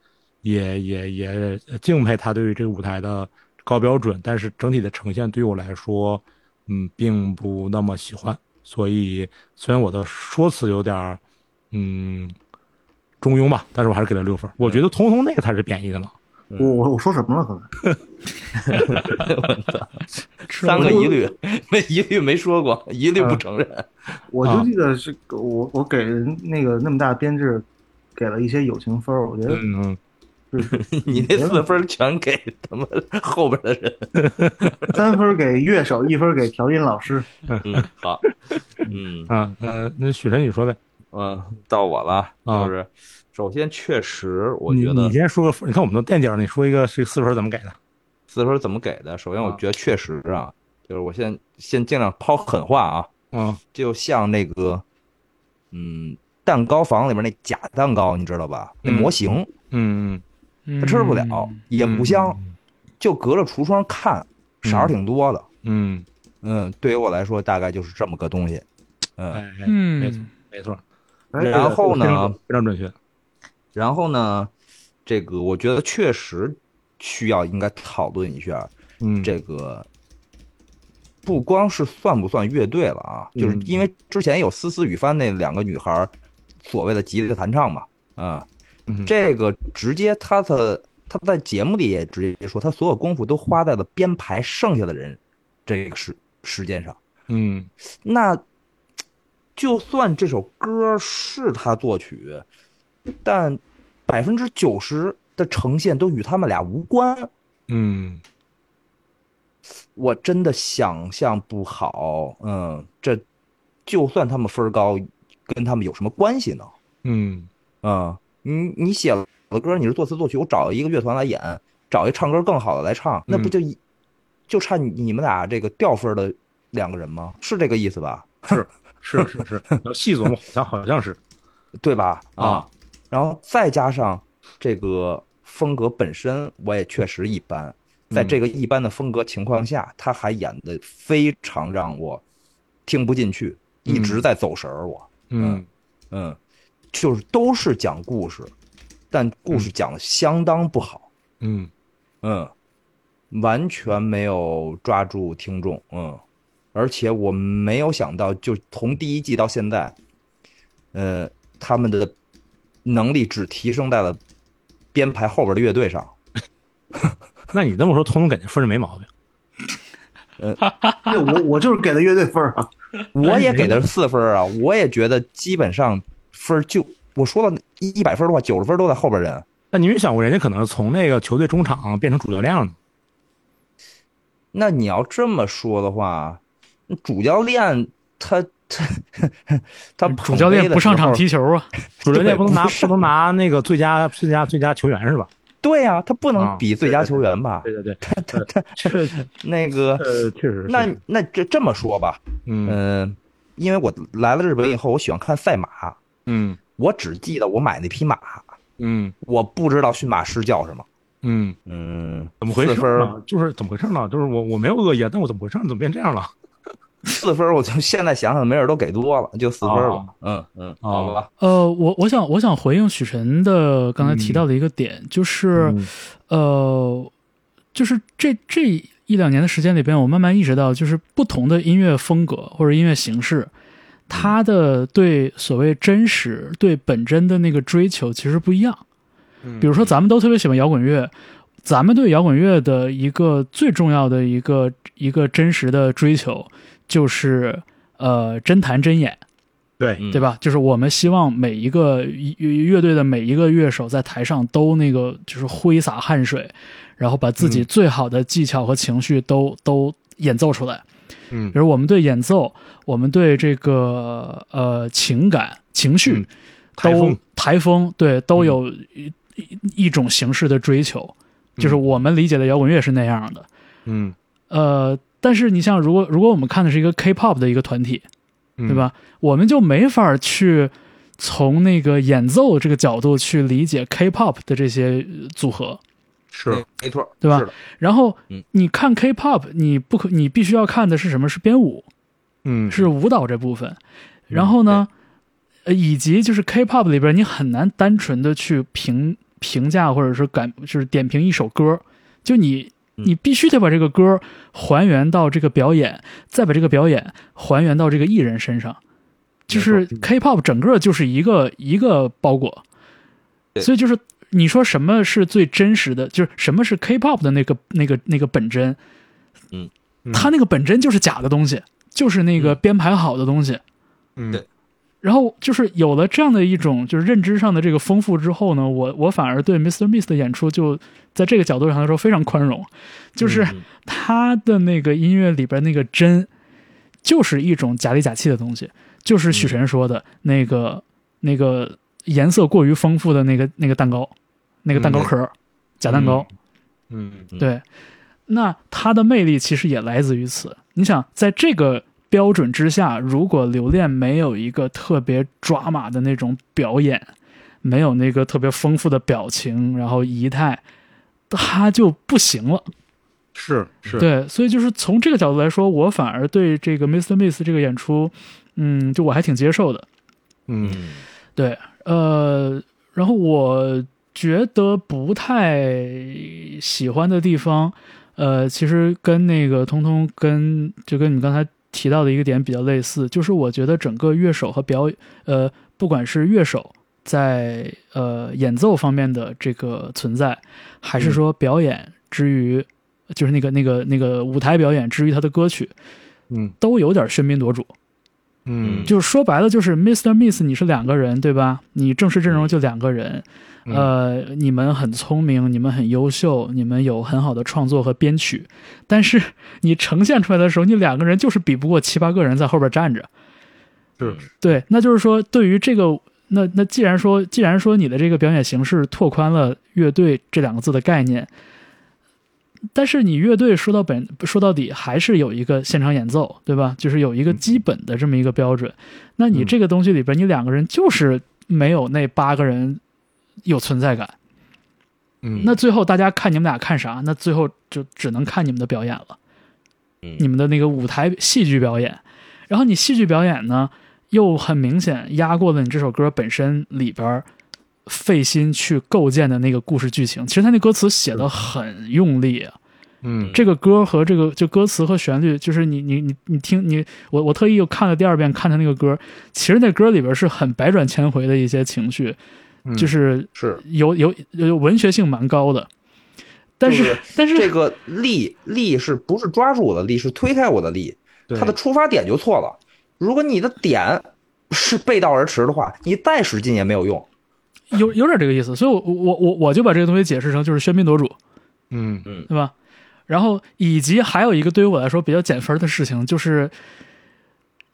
[SPEAKER 2] 也也也敬佩他对于这个舞台的高标准，但是整体的呈现对于我来说，嗯，并不那么喜欢。所以虽然我的说辞有点儿嗯中庸吧，但是我还是给了六分儿。我觉得通通那个才是贬义的呢。
[SPEAKER 4] 我
[SPEAKER 2] 嗯
[SPEAKER 4] 我我说什么了？可能
[SPEAKER 1] 三个疑虑，没一律没说过，一律
[SPEAKER 2] 嗯
[SPEAKER 1] 不承认。
[SPEAKER 4] 我
[SPEAKER 2] 啊
[SPEAKER 4] 就记得是我我给人那个那么大编制，给了一些友情分儿，我觉得
[SPEAKER 2] 嗯嗯，
[SPEAKER 1] 你那四分全给他们 后边的人。
[SPEAKER 4] 三分儿给乐手，一分儿给调音老 师。
[SPEAKER 1] 嗯，好，嗯
[SPEAKER 2] 啊，呃，那许晨你说呗，
[SPEAKER 1] 嗯，到我了，
[SPEAKER 2] 啊
[SPEAKER 1] 就是首先确实，我
[SPEAKER 2] 你
[SPEAKER 1] 觉
[SPEAKER 2] 你
[SPEAKER 1] 得
[SPEAKER 2] 先说个分，你看我们都垫底儿，你说一个是四分儿怎么给的？
[SPEAKER 1] 四分怎么给的？首先，我觉得确实啊，就是我先先尽量抛狠话啊，
[SPEAKER 2] 嗯
[SPEAKER 1] 就像那个，嗯，蛋糕房里面那假蛋糕，你知道吧？那
[SPEAKER 2] 嗯
[SPEAKER 1] 模型
[SPEAKER 2] 嗯
[SPEAKER 1] 它吃不了，也不香，就隔着橱窗看，色儿
[SPEAKER 2] 嗯
[SPEAKER 1] 挺多的。
[SPEAKER 2] 嗯，
[SPEAKER 1] 嗯，对于我来说，大概就是这么个东西。
[SPEAKER 2] 哎
[SPEAKER 1] 嗯，，
[SPEAKER 2] 哎没错
[SPEAKER 3] 嗯，
[SPEAKER 2] 没错，
[SPEAKER 4] 哎
[SPEAKER 1] 然
[SPEAKER 4] 对了
[SPEAKER 1] 后呢
[SPEAKER 2] 非常准非常准确。
[SPEAKER 1] 然后呢，这个我觉得确实需要应该讨论一下
[SPEAKER 2] 嗯，
[SPEAKER 1] 这个。不光是算不算乐队了啊，
[SPEAKER 2] 嗯
[SPEAKER 1] 就是因为之前有思思雨帆那两个女孩儿所谓的吉他弹唱嘛，啊、
[SPEAKER 2] 嗯
[SPEAKER 1] 这个直接他的他在节目里也直接说，他所有功夫都花在了编排剩下的人这个时时间上。
[SPEAKER 2] 嗯
[SPEAKER 1] 那就算这首歌是他作曲，但百分之九十的呈现都与他们俩无关，
[SPEAKER 2] 嗯
[SPEAKER 1] 我真的想象不好。嗯，这就算他们分儿高，跟他们有什么关系呢？
[SPEAKER 2] 嗯
[SPEAKER 1] 啊、嗯，你你写了歌，你是作词作曲，我找一个乐团来演，找一唱歌更好的来唱，那不
[SPEAKER 2] 嗯
[SPEAKER 1] 就一、就差你你们俩这个掉分儿的两个人吗？是这个意思吧？
[SPEAKER 2] 是是 是，要细琢磨，好像好像是
[SPEAKER 1] 对吧？
[SPEAKER 2] 啊，
[SPEAKER 1] 然后再加上这个风格本身，我也确实一般。在这个一般的风格情况下，他还演的非常让我听不进去，一直在走神儿。我，
[SPEAKER 2] 嗯
[SPEAKER 1] 嗯，就是都是讲故事，但故事讲的相当不好，
[SPEAKER 2] 嗯
[SPEAKER 1] 嗯，完全没有抓住听众，嗯，而且我没有想到，就从第一季到现在，呃，他们的能力只提升在了编排后边的乐队上，
[SPEAKER 2] 那你这么说，通通感觉分是没毛病。
[SPEAKER 4] 对我我就是给的乐队分儿啊，
[SPEAKER 1] 我也给的是四分啊，我也觉得基本上分儿就我说了一一百分的话，九十分都在后边人，
[SPEAKER 2] 但你没想过，人家可能从那个球队中场变成主教练了呢。
[SPEAKER 1] 那你要这么说的话，那主教练他他他
[SPEAKER 3] 主教练不上场
[SPEAKER 1] 踢。
[SPEAKER 3] 踢球啊，
[SPEAKER 2] 主教练不能拿
[SPEAKER 1] 不是
[SPEAKER 2] 不能拿那个最佳最佳最佳球员是吧？
[SPEAKER 1] 对呀、他不能
[SPEAKER 2] 啊
[SPEAKER 1] 比最佳球员吧？
[SPEAKER 2] 对对对，确
[SPEAKER 1] 那个，
[SPEAKER 2] 呃确实是。
[SPEAKER 1] 那那这这么说吧，
[SPEAKER 2] 嗯
[SPEAKER 1] 嗯、因为我来了日本以后，我喜欢看赛马，
[SPEAKER 2] 嗯
[SPEAKER 1] 我只记得我买那匹马，
[SPEAKER 2] 嗯
[SPEAKER 1] 我不知道驯马师叫什么。
[SPEAKER 2] 嗯。
[SPEAKER 1] 嗯，
[SPEAKER 2] 怎么回
[SPEAKER 1] 四
[SPEAKER 2] 事
[SPEAKER 1] 分儿？
[SPEAKER 2] 儿呢？就是怎么回事儿呢？就是我我没有恶意啊，但我怎么回事儿？怎么变这样了？
[SPEAKER 1] 四分儿，我就 现在想想，没准都给多了，就四分儿吧
[SPEAKER 2] 哦。
[SPEAKER 1] 嗯嗯，
[SPEAKER 2] 哦
[SPEAKER 1] 好吧。
[SPEAKER 3] 呃，我我想我想回应许晨的刚才提到的一个点，就是、呃，就是这这一两年的时间里边，我慢慢意识到，就是不同的音乐风格或者音乐形式，他的对所谓真实、对本真的那个追求其实不一样。比如说，咱们都特别喜欢摇滚乐，咱们对摇滚乐的一个最重要的一个一个真实的追求，就是呃真弹真演，
[SPEAKER 2] 对
[SPEAKER 1] 嗯
[SPEAKER 3] 对吧？就是我们希望每一个乐乐队的每一个乐手在台上都那个就是挥洒汗水，然后把自己
[SPEAKER 2] 嗯
[SPEAKER 3] 最好的技巧和情绪都、都演奏出来。
[SPEAKER 2] 嗯
[SPEAKER 3] 比如我们对演奏，我们对这个呃情感、情绪，
[SPEAKER 2] 嗯
[SPEAKER 3] 都
[SPEAKER 2] 台风嗯
[SPEAKER 3] 台风对都有一、一一种形式的追求，就是我们理解的摇滚乐是那样的。
[SPEAKER 2] 嗯
[SPEAKER 3] 呃，但是你像如果如果我们看的是一个 K-pop 的一个团体，
[SPEAKER 2] 嗯，
[SPEAKER 3] 对吧？我们就没法去从那个演奏这个角度去理解 K-pop 的这些呃组合。
[SPEAKER 2] 是，
[SPEAKER 1] 没错，
[SPEAKER 3] 对吧
[SPEAKER 1] 是的，
[SPEAKER 3] 然后
[SPEAKER 1] 嗯
[SPEAKER 3] 你看 K-pop，你不可你必须要看的是什么？是编舞，
[SPEAKER 2] 嗯
[SPEAKER 3] 是舞蹈这部分。然后呢，呃，以及就是 K-pop 里边，你很难单纯的去评评价或者是感就是点评一首歌，就你
[SPEAKER 1] 嗯
[SPEAKER 3] 你必须得把这个歌还原到这个表演，再把这个表演还原到这个艺人身上。就是
[SPEAKER 1] 嗯
[SPEAKER 3] K-pop 整个就是一个一个包裹，
[SPEAKER 1] 对
[SPEAKER 3] 所以就是你说什么是最真实的，就是什么是 K-pop 的那个那个那个本真，
[SPEAKER 1] 嗯，
[SPEAKER 3] 它那个本真就是假的东西，就是那个编排好的东西。
[SPEAKER 2] 嗯
[SPEAKER 1] 对
[SPEAKER 3] 然后就是有了这样的一种就是认知上的这个丰富之后呢，我我反而对 Mr. Miss 的演出就在这个角度上来说非常宽容，就是
[SPEAKER 1] 嗯
[SPEAKER 3] 他的那个音乐里边那个真，就是一种假里假气的东西，就是
[SPEAKER 2] 嗯
[SPEAKER 3] 许晨说的那个那个颜色过于丰富的那个那个蛋糕，那个蛋糕壳，假蛋糕，
[SPEAKER 2] 嗯
[SPEAKER 1] 嗯
[SPEAKER 3] 对，那它的魅力其实也来自于此。你想，在这个标准之下，如果《留恋》没有一个特别抓马的那种表演，没有那个特别丰富的表情，然后仪态，它就不行了。
[SPEAKER 2] 是是，
[SPEAKER 3] 对，所以就是从这个角度来说，我反而对这个 Mr. Miss 这个演出，嗯，就我还挺接受的。
[SPEAKER 2] 嗯
[SPEAKER 1] 嗯
[SPEAKER 3] 对，呃，然后我觉得不太喜欢的地方，呃，其实跟那个通通跟就跟你刚才提到的一个点比较类似，就是我觉得整个乐手和表演，呃，不管是乐手在呃演奏方面的这个存在，还是说表演之余，就是那个那个那个舞台表演之余他的歌曲，
[SPEAKER 2] 嗯
[SPEAKER 3] 都有点喧宾夺主。
[SPEAKER 2] 嗯
[SPEAKER 3] 就是说白了，就是 Mr. Miss，你是两个人对吧？你正式阵容就两个人，
[SPEAKER 2] 嗯
[SPEAKER 3] 呃，你们很聪明，你们很优秀，你们有很好的创作和编曲，但是你呈现出来的时候，你两个人就是比不过七八个人在后边站着。
[SPEAKER 2] 是
[SPEAKER 3] 对，那就是说，对于这个，那那既然说，既然说你的这个表演形式拓宽了乐队这两个字的概念，但是你乐队说到本说到底还是有一个现场演奏，对吧？就是有一
[SPEAKER 2] 嗯
[SPEAKER 3] 个基本的这么一个标准。那你这个东西里边，你两个人就是没有那八个人有存在感。
[SPEAKER 2] 嗯
[SPEAKER 3] 那最后大家看你们俩看啥？那最后就只能看你们的表演了，
[SPEAKER 1] 嗯
[SPEAKER 3] 你们的那个舞台戏剧表演。然后你戏剧表演呢，又很明显压过了你这首歌本身里边儿费心去构建的那个故事剧情。其实他那歌词写的很用力啊，
[SPEAKER 2] 嗯
[SPEAKER 3] 这个歌和这个就歌词和旋律，就是你你你你听你我我特意又看了第二遍看他那个歌，其实那歌里边是很百转千回的一些情绪，
[SPEAKER 2] 嗯
[SPEAKER 3] 就是
[SPEAKER 2] 是
[SPEAKER 3] 有有有文学性蛮高的，但是、
[SPEAKER 1] 就是
[SPEAKER 3] 但是
[SPEAKER 1] 这个力力是不是抓住我的力，是推开我的力，
[SPEAKER 2] 对
[SPEAKER 1] 它的出发点就错了。如果你的点是背道而驰的话，你再使劲也没有用。
[SPEAKER 3] 有有点这个意思，所以我我我我就把这个东西解释成就是喧宾夺主，
[SPEAKER 2] 嗯
[SPEAKER 3] 对吧？然后以及还有一个对于我来说比较减分的事情，就是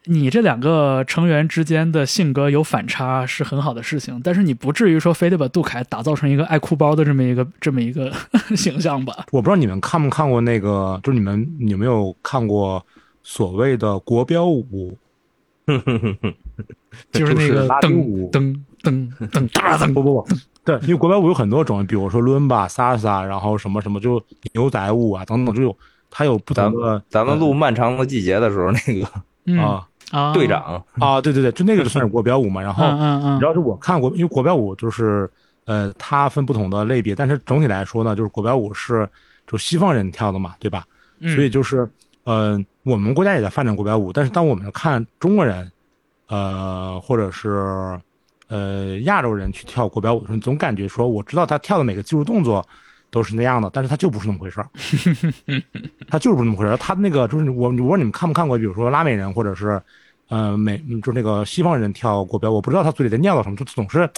[SPEAKER 3] 你这两个成员之间的性格有反差是很好的事情，但是你不至于说非得把杜凯打造成一个爱哭包的这么一个这么一个 形象吧？
[SPEAKER 2] 我不知道你们看没看过那个，就是你们有没有看过所谓的国标舞？
[SPEAKER 3] 就是
[SPEAKER 2] 就
[SPEAKER 3] 那
[SPEAKER 2] 是
[SPEAKER 3] 个
[SPEAKER 2] 拉丁
[SPEAKER 3] 噔
[SPEAKER 2] 舞
[SPEAKER 3] 噔 噔噔哒噔，
[SPEAKER 2] 不不不，对，因为国标舞有很多种，比如说伦巴、萨萨，然后什么什么，就牛仔舞啊等等，就有它有不
[SPEAKER 1] 咱
[SPEAKER 2] 同的
[SPEAKER 1] 咱们录《漫长的季节》的时候，那个
[SPEAKER 3] 嗯
[SPEAKER 2] 啊
[SPEAKER 3] 啊
[SPEAKER 1] 队，长，
[SPEAKER 2] 啊，对对对，就那个就算是国标舞嘛。然后
[SPEAKER 3] 嗯嗯
[SPEAKER 2] 主
[SPEAKER 3] 嗯，
[SPEAKER 2] 要是我看国，因为国标舞就是呃，它分不同的类别，但是总体来说呢，就是国标舞是就西方人跳的嘛，对吧？
[SPEAKER 3] 嗯
[SPEAKER 2] 所以就是呃，我们国家也在发展国标舞，但是当我们看中国人，呃，或者是呃亚洲人去跳国标舞的时候，你总感觉说我知道他跳的每个技术动作都是那样的，但是他就不是那么回事儿，他就是不是那么回事儿。他那个就是我，我不知道你们看没看过，比如说拉美人或者是呃美，就是那个西方人跳国标，我不知道他嘴里在念叨什么，就总是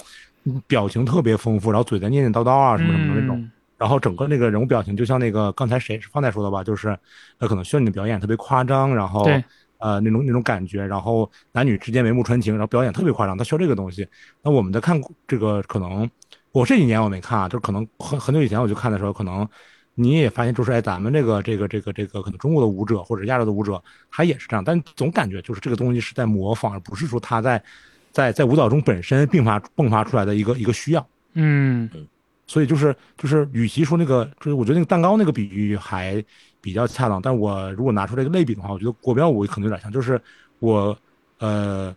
[SPEAKER 2] 嗯表情特别丰富，然后嘴在念念叨叨啊什么什么的那种。
[SPEAKER 3] 嗯
[SPEAKER 2] 然后整个那个人物表情，就像那个刚才谁是方太说的吧，就是呃，可能需要你的表演特别夸张，然后
[SPEAKER 3] 嗯对
[SPEAKER 2] 呃那种那种感觉，然后男女之间眉目传情，然后表演特别夸张，他需要这个东西。那我们在看这个，可能我这几年我没看啊，就是可能很很久以前我就看的时候，可能你也发现，就是哎，咱们这个这个这个这个可能中国的舞者或者亚洲的舞者，他也是这样，但总感觉就是这个东西是在模仿，而不是说他在在在舞蹈中本身并发迸发出来的一个一个需要。
[SPEAKER 3] 嗯
[SPEAKER 2] 所以就是就是，与其说那个，就是我觉得那个蛋糕那个比喻还比较恰当，但我如果拿出这个类比的话，我觉得国标舞可能有点像，就是我呃，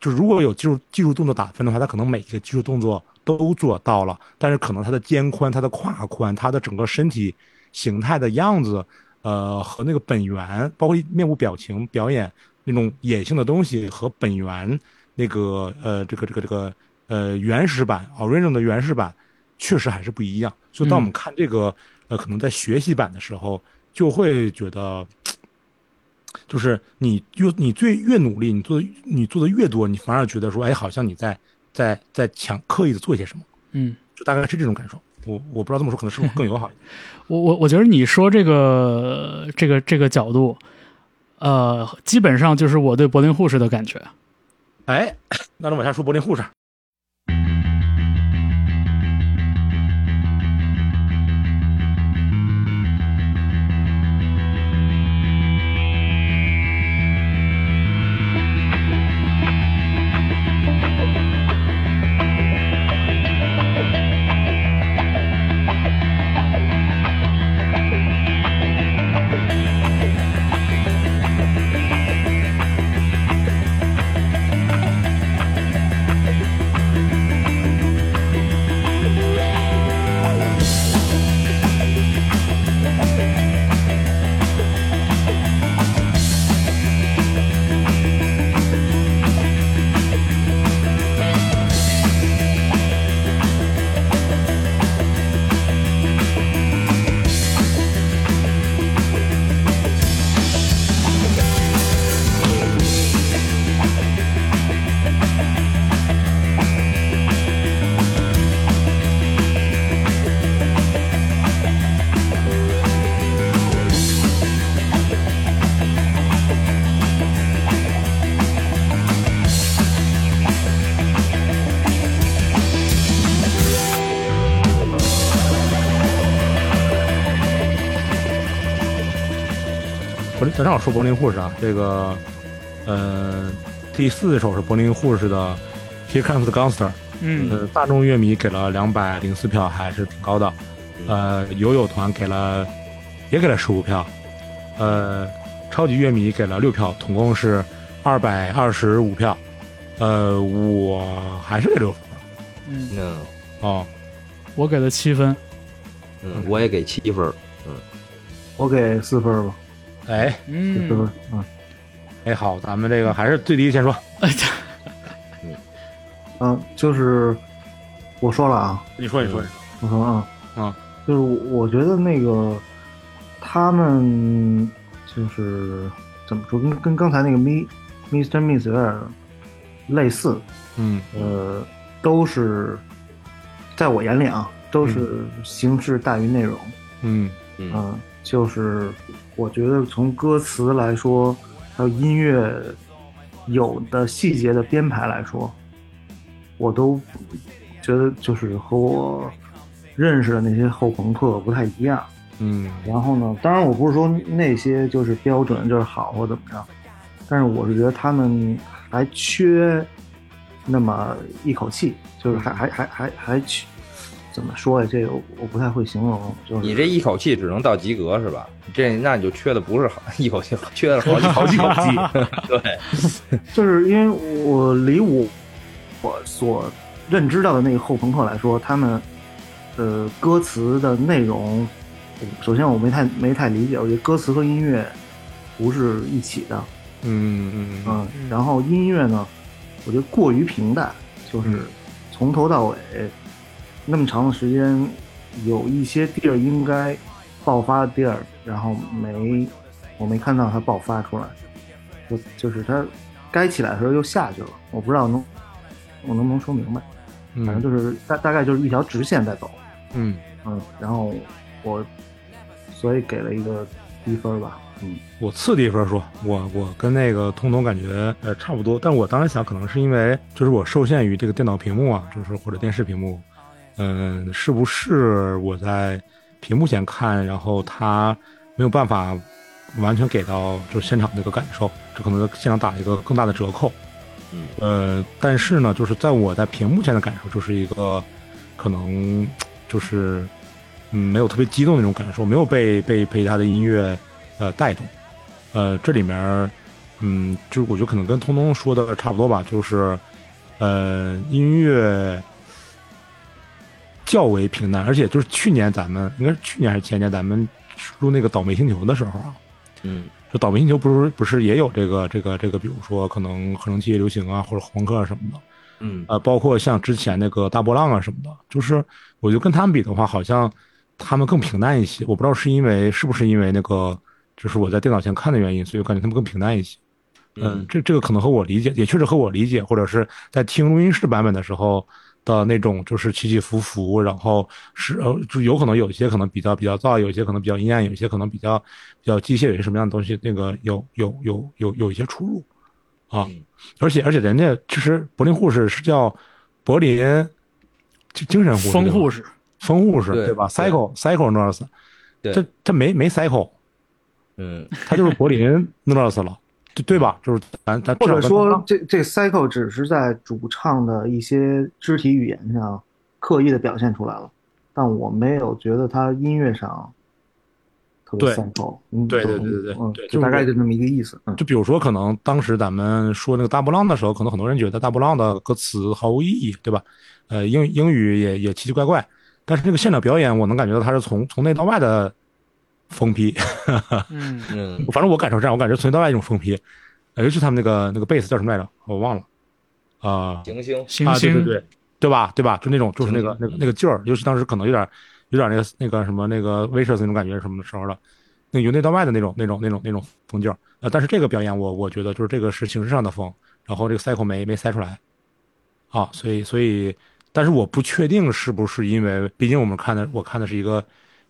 [SPEAKER 2] 就是如果有技术技术动作打分的话，它可能每一个技术动作都做到了，但是可能它的肩宽、它的胯宽、它的整个身体形态的样子，呃，和那个本源，包括面部表情、表演那种野性的东西和本源那个呃这个这个这个呃原始版 original 的原始版。确实还是不一样。所以当我们看这个、呃，可能在学习版的时候，就会觉得，就是你越你最越努力，你做的你做的越多，你反而觉得说，哎，好像你在在在强刻意的做些什么，
[SPEAKER 3] 嗯，
[SPEAKER 2] 就大概是这种感受。我我不知道这么说可能是不是更友好一点。
[SPEAKER 3] 我我我觉得你说这个这个这个角度，呃，基本上就是我对柏林护士的感觉。
[SPEAKER 2] 哎，那咱往下说柏林护士，柏林，咱正好说柏林护士啊，这个呃，第四首是柏林护士的《Here Comes the Gangster》。
[SPEAKER 3] 嗯
[SPEAKER 2] 呃，大众乐迷给了两百零四票，还是挺高的。呃，友友团给了也给了十五票，呃，超级乐迷给了六票，总共是二百二十五票。呃，我还是给六分
[SPEAKER 3] 嗯，
[SPEAKER 1] 嗯
[SPEAKER 2] 哦，
[SPEAKER 3] 我给了七分。
[SPEAKER 1] 嗯，我也给七分儿。
[SPEAKER 4] 我给四分吧，
[SPEAKER 2] 哎
[SPEAKER 4] 四分
[SPEAKER 3] 嗯，
[SPEAKER 4] 啊。
[SPEAKER 2] 哎，好，咱们这个还是最低先说，
[SPEAKER 4] 嗯，就是我说了啊，
[SPEAKER 2] 你说你说，
[SPEAKER 4] 我说啊，
[SPEAKER 2] 嗯，
[SPEAKER 4] 就是我我觉得那个他们就是怎么说，跟跟刚才那个 Mi Mr. Miss 有点类似，
[SPEAKER 2] 嗯
[SPEAKER 4] 呃，都是在我眼里啊，都是形式大于内容，
[SPEAKER 2] 嗯
[SPEAKER 1] 嗯
[SPEAKER 4] 嗯，就是我觉得从歌词来说，还有音乐有的细节的编排来说，我都觉得就是和我认识的那些后朋克不太一样。
[SPEAKER 2] 嗯
[SPEAKER 4] 然后呢，当然我不是说那些就是标准就是好或怎么样，但是我是觉得他们还缺那么一口气，就是还还还还还缺怎么说呀？这个我不太会形容，就是
[SPEAKER 1] 你这一口气只能到及格是吧？这那你就缺的不是好一口气，缺的好几好几口气。 对，
[SPEAKER 4] 就是因为我呃离我我所认知到的那个后朋克来说，他们呃歌词的内容，首先我没太没太理解，我觉得歌词和音乐不是一起的，
[SPEAKER 2] 嗯嗯
[SPEAKER 4] 嗯，然后音乐呢，我觉得过于平淡，就是从头到尾那么长的时间，有一些地儿应该爆发的地儿，然后没我没看到它爆发出来，我就是它该起来的时候又下去了，我不知道能我能不能说明白，
[SPEAKER 2] 嗯
[SPEAKER 4] 反正就是大大概就是一条直线在走，
[SPEAKER 2] 嗯，
[SPEAKER 4] 嗯，然后我所以给了一个低分吧，嗯。
[SPEAKER 2] 我次第一分说，我我跟那个通通感觉呃差不多，但我当时想可能是因为就是我受限于这个电脑屏幕啊，就是或者电视屏幕，嗯、是不是我在屏幕前看，然后它没有办法完全给到就现场那个感受，这可能现场打一个更大的折扣。
[SPEAKER 1] 嗯，
[SPEAKER 2] 呃，但是呢，就是在我在屏幕前的感受就是一个可能就是嗯没有特别激动的那种感受，没有被被被他的音乐呃带动。呃，这里面儿，嗯，就是我觉得可能跟通通说的差不多吧，就是，呃，音乐较为平淡，而且就是去年咱们应该是去年还是前年咱们录那个倒霉星球的时候啊，
[SPEAKER 1] 嗯
[SPEAKER 2] 就倒霉星球不是不是也有这个这个这个，比如说可能合成器流行啊，或者朋克啊什么的，
[SPEAKER 1] 嗯
[SPEAKER 2] 呃，包括像之前那个大波浪啊什么的，就是我觉得跟他们比的话，好像他们更平淡一些。我不知道是因为是不是因为那个，就是我在电脑前看的原因，所以我感觉他们更平淡一些。嗯，这这个可能和我理解，也确实和我理解，或者是在听录音室版本的时候的那种，就是起起伏伏，然后是呃，就有可能有一些可能比较比较燥，有一些可能比较阴暗，有一些可能比较比较机械，有些什么样的东西，那个有有有有有一些出入啊。
[SPEAKER 1] 嗯
[SPEAKER 2] 而且而且人家其实柏林护士是叫柏林精精神护士，
[SPEAKER 3] 疯护
[SPEAKER 2] 士，
[SPEAKER 3] 士，
[SPEAKER 2] 疯护士
[SPEAKER 1] 对
[SPEAKER 2] 对吧
[SPEAKER 1] 对
[SPEAKER 2] ？cycle cycle nurse，
[SPEAKER 1] 对
[SPEAKER 2] 这这没没 cycle，
[SPEAKER 1] 嗯
[SPEAKER 2] 他就是柏林 nurse 了，对对吧？就是咱咱
[SPEAKER 4] 或者
[SPEAKER 2] 至少咱
[SPEAKER 4] 说这这 cycle 只是在主唱的一些肢体语言上刻意的表现出来了，但我没有觉得他音乐上特别
[SPEAKER 2] 对
[SPEAKER 4] cycle。嗯，
[SPEAKER 2] 对对
[SPEAKER 4] 懂
[SPEAKER 2] 对对对
[SPEAKER 4] 嗯
[SPEAKER 2] 对，
[SPEAKER 4] 就
[SPEAKER 2] 就是
[SPEAKER 4] 大概
[SPEAKER 2] 我
[SPEAKER 4] 就这么一个意思。嗯，
[SPEAKER 2] 就比如说，可能当时咱们说那个大波浪的时候，可能很多人觉得大波浪的歌词毫无意义，对吧？呃，英英语也也奇奇怪怪，但是这个现场表演，我能感觉到他是从从内到外的疯批，
[SPEAKER 3] 嗯，
[SPEAKER 1] 嗯
[SPEAKER 2] 反正我感受这样，我感觉从内到外一种疯批，呃尤其他们那个那个贝斯叫什么来着？我忘了，啊、
[SPEAKER 1] 行星
[SPEAKER 3] 行
[SPEAKER 2] 啊，对对
[SPEAKER 3] 星，
[SPEAKER 2] 对，对吧？对吧？就那种就是那个
[SPEAKER 1] 挺
[SPEAKER 2] 那个那个劲儿，尤其当时可能有点有点那个那个什么那个 Vicious 那种感觉什么时候的，那个由内到外的那种那种那种那种风劲儿。呃，但是这个表演我我觉得就是这个是形式上的风，然后这个 cycle 没没塞出来啊，所以所以，但是我不确定是不是因为，毕竟我们看的我看的是一个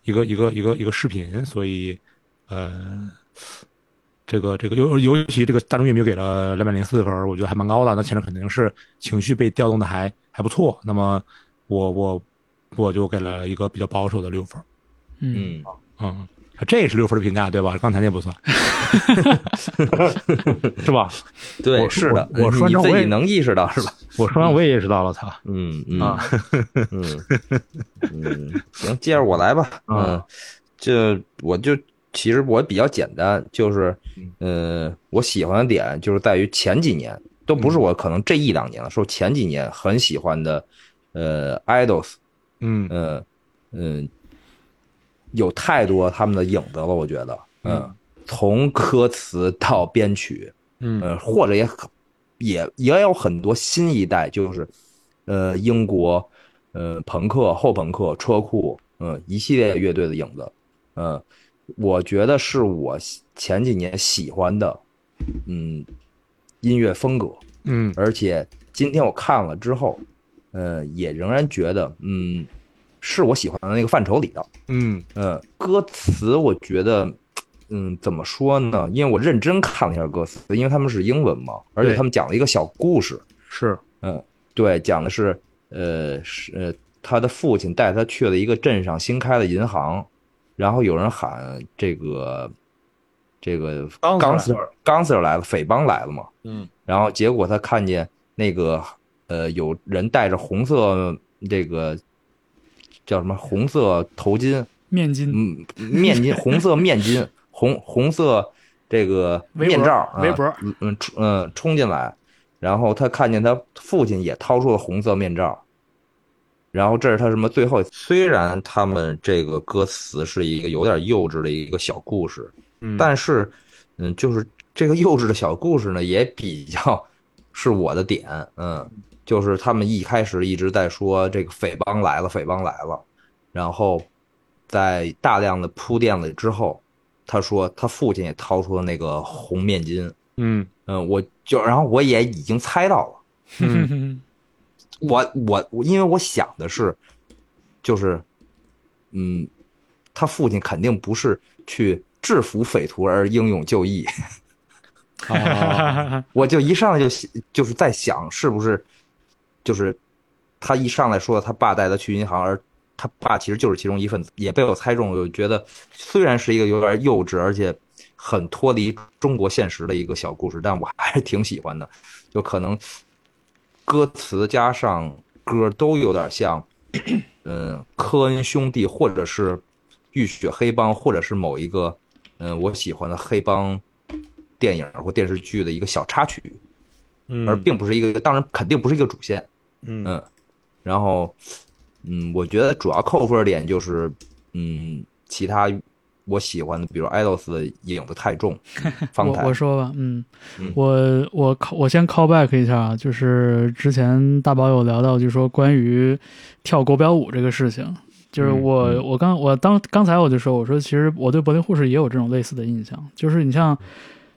[SPEAKER 2] 一个一个一个一个视频，所以呃。这个这个尤尤其这个大众乐迷给了两百零四分儿，我觉得还蛮高的。那前面肯定是情绪被调动的还还不错。那么我我我就给了一个比较保守的六分儿，
[SPEAKER 3] 嗯，
[SPEAKER 1] 嗯
[SPEAKER 2] 嗯，这也是六分儿的评价对吧？刚才那不算， 是吧？
[SPEAKER 1] 对
[SPEAKER 2] 我
[SPEAKER 1] 是的，
[SPEAKER 2] 我我说
[SPEAKER 1] 你
[SPEAKER 2] 那我
[SPEAKER 1] 自
[SPEAKER 2] 也
[SPEAKER 1] 己能意识到是吧？
[SPEAKER 2] 我说完我也意识到了，操，
[SPEAKER 1] 嗯嗯
[SPEAKER 2] 啊
[SPEAKER 1] 嗯嗯，行，接着我来吧。嗯
[SPEAKER 2] 啊，
[SPEAKER 1] 这我就其实我比较简单，就是
[SPEAKER 2] 嗯
[SPEAKER 1] 呃，我喜欢的点就是在于前几年都不是我可能这一两年了，说前几年很喜欢的呃 idols，
[SPEAKER 2] 嗯
[SPEAKER 1] 嗯嗯，有太多他们的影子了，我觉得，嗯
[SPEAKER 2] 嗯，
[SPEAKER 1] 从歌词到编曲，
[SPEAKER 2] 嗯
[SPEAKER 1] 呃，或者也很也也有很多新一代，就是呃英国呃朋克、后朋克、车库，嗯、一系列乐队的影子，嗯、我觉得是我喜前几年喜欢的，嗯，音乐风格，
[SPEAKER 2] 嗯
[SPEAKER 1] 而且今天我看了之后，呃，也仍然觉得，嗯，是我喜欢的那个范畴里的，
[SPEAKER 2] 嗯
[SPEAKER 1] 呃，歌词我觉得，嗯，怎么说呢？因为我认真看了一下歌词，因为他们是英文嘛，而且
[SPEAKER 2] 对
[SPEAKER 1] 他们讲了一个小故事。
[SPEAKER 2] 是
[SPEAKER 1] 嗯，对，讲的是，呃，是呃，他的父亲带他去了一个镇上新开的银行，然后有人喊这个，这个
[SPEAKER 2] Gangster
[SPEAKER 1] gangster gangster 来了，匪帮来了嘛。
[SPEAKER 2] 嗯，
[SPEAKER 1] 然后结果他看见那个，呃，有人戴着红色这个叫什么红色头巾，
[SPEAKER 3] 面筋，
[SPEAKER 1] 嗯，面巾，红色面巾，红红色这个
[SPEAKER 3] 围脖
[SPEAKER 1] 面罩啊，
[SPEAKER 3] 围脖
[SPEAKER 1] 嗯嗯冲嗯冲进来，然后他看见他父亲也掏出了红色面罩，然后这是他什么最后？虽然他们这个歌词是一个有点幼稚的一个小故事，
[SPEAKER 2] 嗯
[SPEAKER 1] 但是嗯，就是这个幼稚的小故事呢，也比较是我的点，嗯，就是他们一开始一直在说这个匪帮来了，匪帮来了，然后在大量的铺垫了之后，他说他父亲也掏出了那个红面巾，
[SPEAKER 2] 嗯
[SPEAKER 1] 嗯，我就然后我也已经猜到了。
[SPEAKER 2] 嗯
[SPEAKER 1] 我我我，因为我想的是，就是，嗯，他父亲肯定不是去制服匪徒而英勇就义，
[SPEAKER 2] 哦
[SPEAKER 1] 我就一上来就想就是在想是不是，就是他一上来说他爸带他去银行，而他爸其实就是其中一份子，也被我猜中了。我觉得虽然是一个有点幼稚，而且很脱离中国现实的一个小故事，但我还是挺喜欢的。就可能歌词加上歌都有点像，嗯，科恩兄弟或者是浴血黑帮，或者是某一个嗯我喜欢的黑帮电影或电视剧的一个小插曲，
[SPEAKER 2] 嗯
[SPEAKER 1] 而并不是一个，当然肯定不是一个主线。
[SPEAKER 2] 嗯
[SPEAKER 1] 嗯，然后，嗯，我觉得主要扣分点就是，嗯，其他我喜欢的，比如 idols 的影子太重，嗯方
[SPEAKER 3] 我
[SPEAKER 1] 太
[SPEAKER 3] 我说吧，嗯，
[SPEAKER 1] 嗯
[SPEAKER 3] 我我 call- 我先 call back 一下啊，就是之前大宝有聊到，就说关于跳国标舞这个事情，就是
[SPEAKER 2] 嗯
[SPEAKER 3] 我、
[SPEAKER 1] 嗯
[SPEAKER 3] 我刚我当刚才我就说，我说其实我对柏林护士也有这种类似的印象，就是你像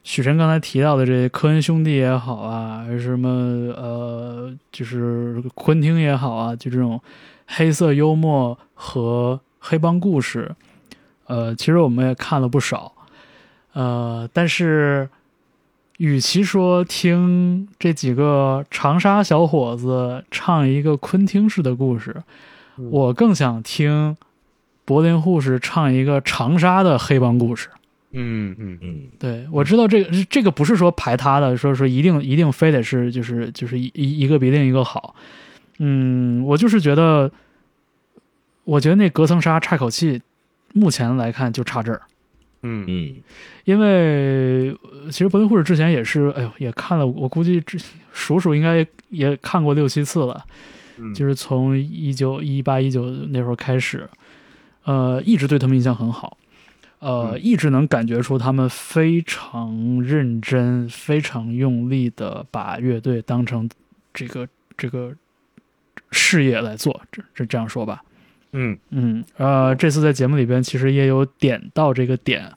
[SPEAKER 3] 许晨刚才提到的这科恩兄弟也好啊，还是什么呃，就是昆汀也好啊，就这种黑色幽默和黑帮故事，呃，其实我们也看了不少。呃，但是与其说听这几个长沙小伙子唱一个昆汀式的故事，我更想听柏林护士唱一个长沙的黑帮故事。
[SPEAKER 2] 嗯嗯
[SPEAKER 1] 嗯
[SPEAKER 3] 对，我知道这个这个不是说排他的，说说一定一定非得是就是就是一一一个比另一个好。嗯，我就是觉得，我觉得那隔层纱差口气，目前来看就差这儿。
[SPEAKER 2] 嗯
[SPEAKER 1] 嗯
[SPEAKER 3] 因为呃其实柏林护士之前也是，哎呦，也看了，我估计这数数应该也看过六七次了，
[SPEAKER 2] 嗯
[SPEAKER 3] 就是从一九一八一九那时候开始，呃，一直对他们印象很好，呃，
[SPEAKER 2] 嗯
[SPEAKER 3] 一直能感觉出他们非常认真、非常用力的把乐队当成这个这个事业来做，这这这样说吧，
[SPEAKER 2] 嗯
[SPEAKER 3] 嗯，呃，这次在节目里边其实也有点到这个点，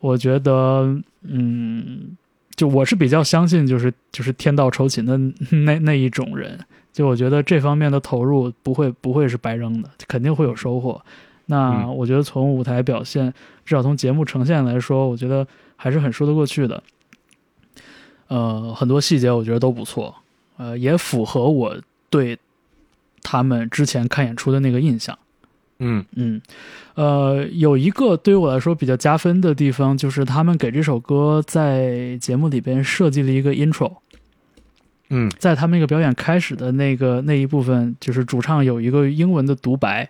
[SPEAKER 3] 我觉得，嗯，就我是比较相信，就是就是天道酬勤的那那一种人，就我觉得这方面的投入不会不会是白扔的，肯定会有收获。那
[SPEAKER 2] 嗯
[SPEAKER 3] 我觉得从舞台表现，至少从节目呈现来说，我觉得还是很说得过去的。呃，很多细节我觉得都不错，呃，也符合我对他们之前看演出的那个印象。
[SPEAKER 2] 嗯
[SPEAKER 3] 嗯，呃，有一个对于我来说比较加分的地方，就是他们给这首歌在节目里边设计了一个 intro，
[SPEAKER 2] 嗯
[SPEAKER 3] 在他们那个表演开始的那个那一部分，就是主唱有一个英文的独白，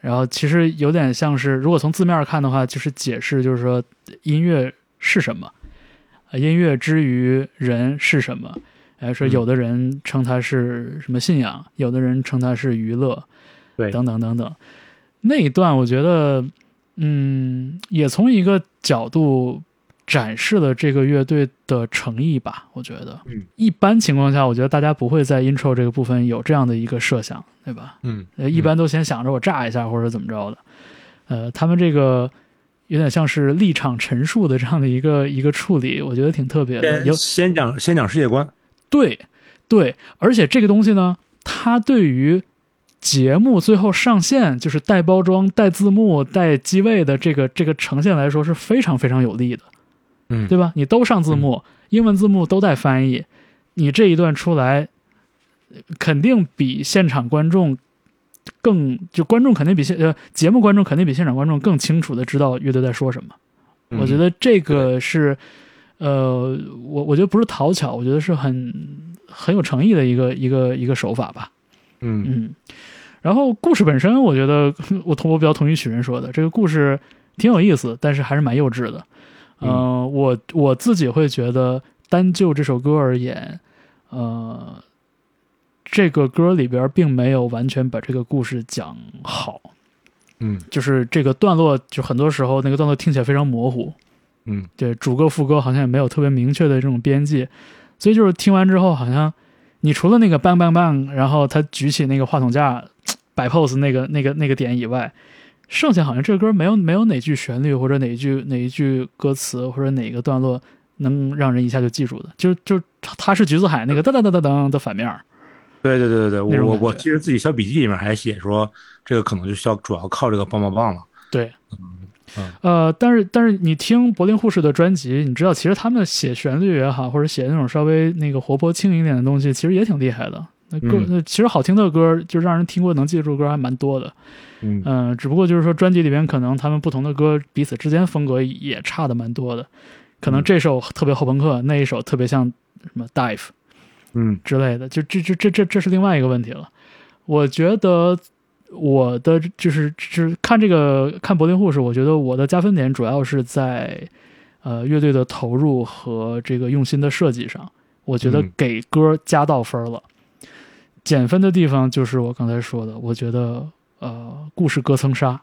[SPEAKER 3] 然后其实有点像是，如果从字面看的话，就是解释，就是说音乐是什么，呃音乐之于人是什么。哎，说
[SPEAKER 2] 嗯
[SPEAKER 3] 有的人称它是什么信仰，有的人称它是娱乐，
[SPEAKER 2] 对
[SPEAKER 3] 等等等等。那一段我觉得，嗯，也从一个角度展示了这个乐队的诚意吧。我觉得，
[SPEAKER 2] 嗯，
[SPEAKER 3] 一般情况下，我觉得大家不会在 intro 这个部分有这样的一个设想，对吧？
[SPEAKER 2] 嗯
[SPEAKER 3] 呃，一般都先想着我炸一下或者怎么着的。呃，他们这个有点像是立场陈述的这样的一个一个处理，我觉得挺特别的。有
[SPEAKER 2] 先先讲先讲世界观，
[SPEAKER 3] 对对，而且这个东西呢，它对于节目最后上线，就是带包装、带字幕、带机位的这个这个呈现来说是非常非常有利的，
[SPEAKER 2] 嗯
[SPEAKER 3] 对吧？你都上字幕，英文字幕都带翻译，你这一段出来，呃肯定比现场观众。更就观众肯定比现呃节目观众肯定比现场观众更清楚的知道乐队在说什么，
[SPEAKER 2] 嗯
[SPEAKER 3] 我觉得这个是，呃，我我觉得不是讨巧，我觉得是很很有诚意的一个一个一个手法吧。
[SPEAKER 2] 嗯
[SPEAKER 3] 嗯，然后故事本身，我觉得我同我比较同意许人说的，这个故事挺有意思，但是还是蛮幼稚的。呃，
[SPEAKER 2] 嗯
[SPEAKER 3] 我我自己会觉得，单就这首歌而言，呃，这个歌里边并没有完全把这个故事讲好，
[SPEAKER 2] 嗯
[SPEAKER 3] 就是这个段落，就很多时候那个段落听起来非常模糊，
[SPEAKER 2] 嗯
[SPEAKER 3] 对，主歌副歌好像也没有特别明确的这种边界，所以就是听完之后，好像你除了那个 bang bang bang，然后他举起那个话筒架摆 pose 那个那个那个点以外，剩下好像这歌没有没有哪句旋律或者哪一句哪一句歌词或者哪个段落能让人一下就记住的，就就它它是橘子海那个噔噔噔噔噔的反面儿。
[SPEAKER 2] 对对对对对，
[SPEAKER 3] 那种
[SPEAKER 2] 我我
[SPEAKER 3] 感
[SPEAKER 2] 我
[SPEAKER 3] 觉
[SPEAKER 2] 记得自己小笔记里面还写说，这个可能就需要主要靠这个棒棒棒了。
[SPEAKER 3] 对，
[SPEAKER 2] 嗯
[SPEAKER 3] 呃，但是但是你听柏林护士的专辑，你知道其实他们写旋律也好，或者写那种稍微那个活泼轻盈一点的东西，其实也挺厉害的。那歌、
[SPEAKER 2] 嗯
[SPEAKER 3] 那其实好听的歌，就让人听过能记得住的歌还蛮多的。
[SPEAKER 2] 嗯
[SPEAKER 3] 嗯、只不过就是说专辑里边可能他们不同的歌彼此之间风格也差的蛮多的，可能
[SPEAKER 2] 嗯
[SPEAKER 3] 这首特别后朋克，那一首特别像什么 Dive。
[SPEAKER 2] 嗯
[SPEAKER 3] 之类的，就这这这这这是另外一个问题了。我觉得我的就是就是看这个看柏林护士，我觉得我的加分点主要是在呃乐队的投入和这个用心的设计上，我觉得
[SPEAKER 2] 嗯
[SPEAKER 3] 给歌加到分了。减分的地方就是我刚才说的，我觉得呃故事隔层纱，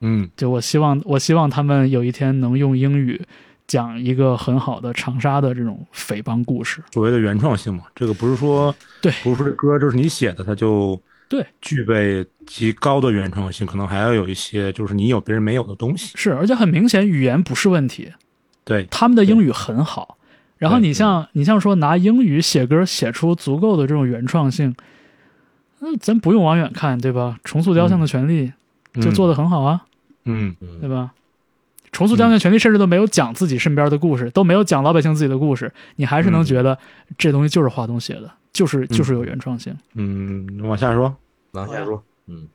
[SPEAKER 2] 嗯
[SPEAKER 3] 就我希望，我希望他们有一天能用英语讲一个很好的长沙的这种匪帮故事。
[SPEAKER 2] 所谓的原创性嘛，这个不是说
[SPEAKER 3] 对
[SPEAKER 2] 不是说这歌就是你写的，它就
[SPEAKER 3] 对
[SPEAKER 2] 具备极高的原创性，可能还要有一些就是你有别人没有的东西。
[SPEAKER 3] 是，而且很明显，语言不是问题，
[SPEAKER 2] 对，
[SPEAKER 3] 他们的英语很好。然后
[SPEAKER 2] 对
[SPEAKER 3] 你像你像说拿英语写歌写出足够的这种原创性，那、咱不用往远看，对吧？重塑雕像的权利就做
[SPEAKER 2] 的
[SPEAKER 3] 得很好啊，
[SPEAKER 2] 嗯
[SPEAKER 3] 对吧？重塑雕像的权利甚至都没有讲自己身边的故事，都没有讲老百姓自己的故事，你还是能
[SPEAKER 2] 嗯
[SPEAKER 3] 觉得这东西就是华东写的，就是就是有原创性。
[SPEAKER 2] 嗯，往下说，
[SPEAKER 1] 往下说，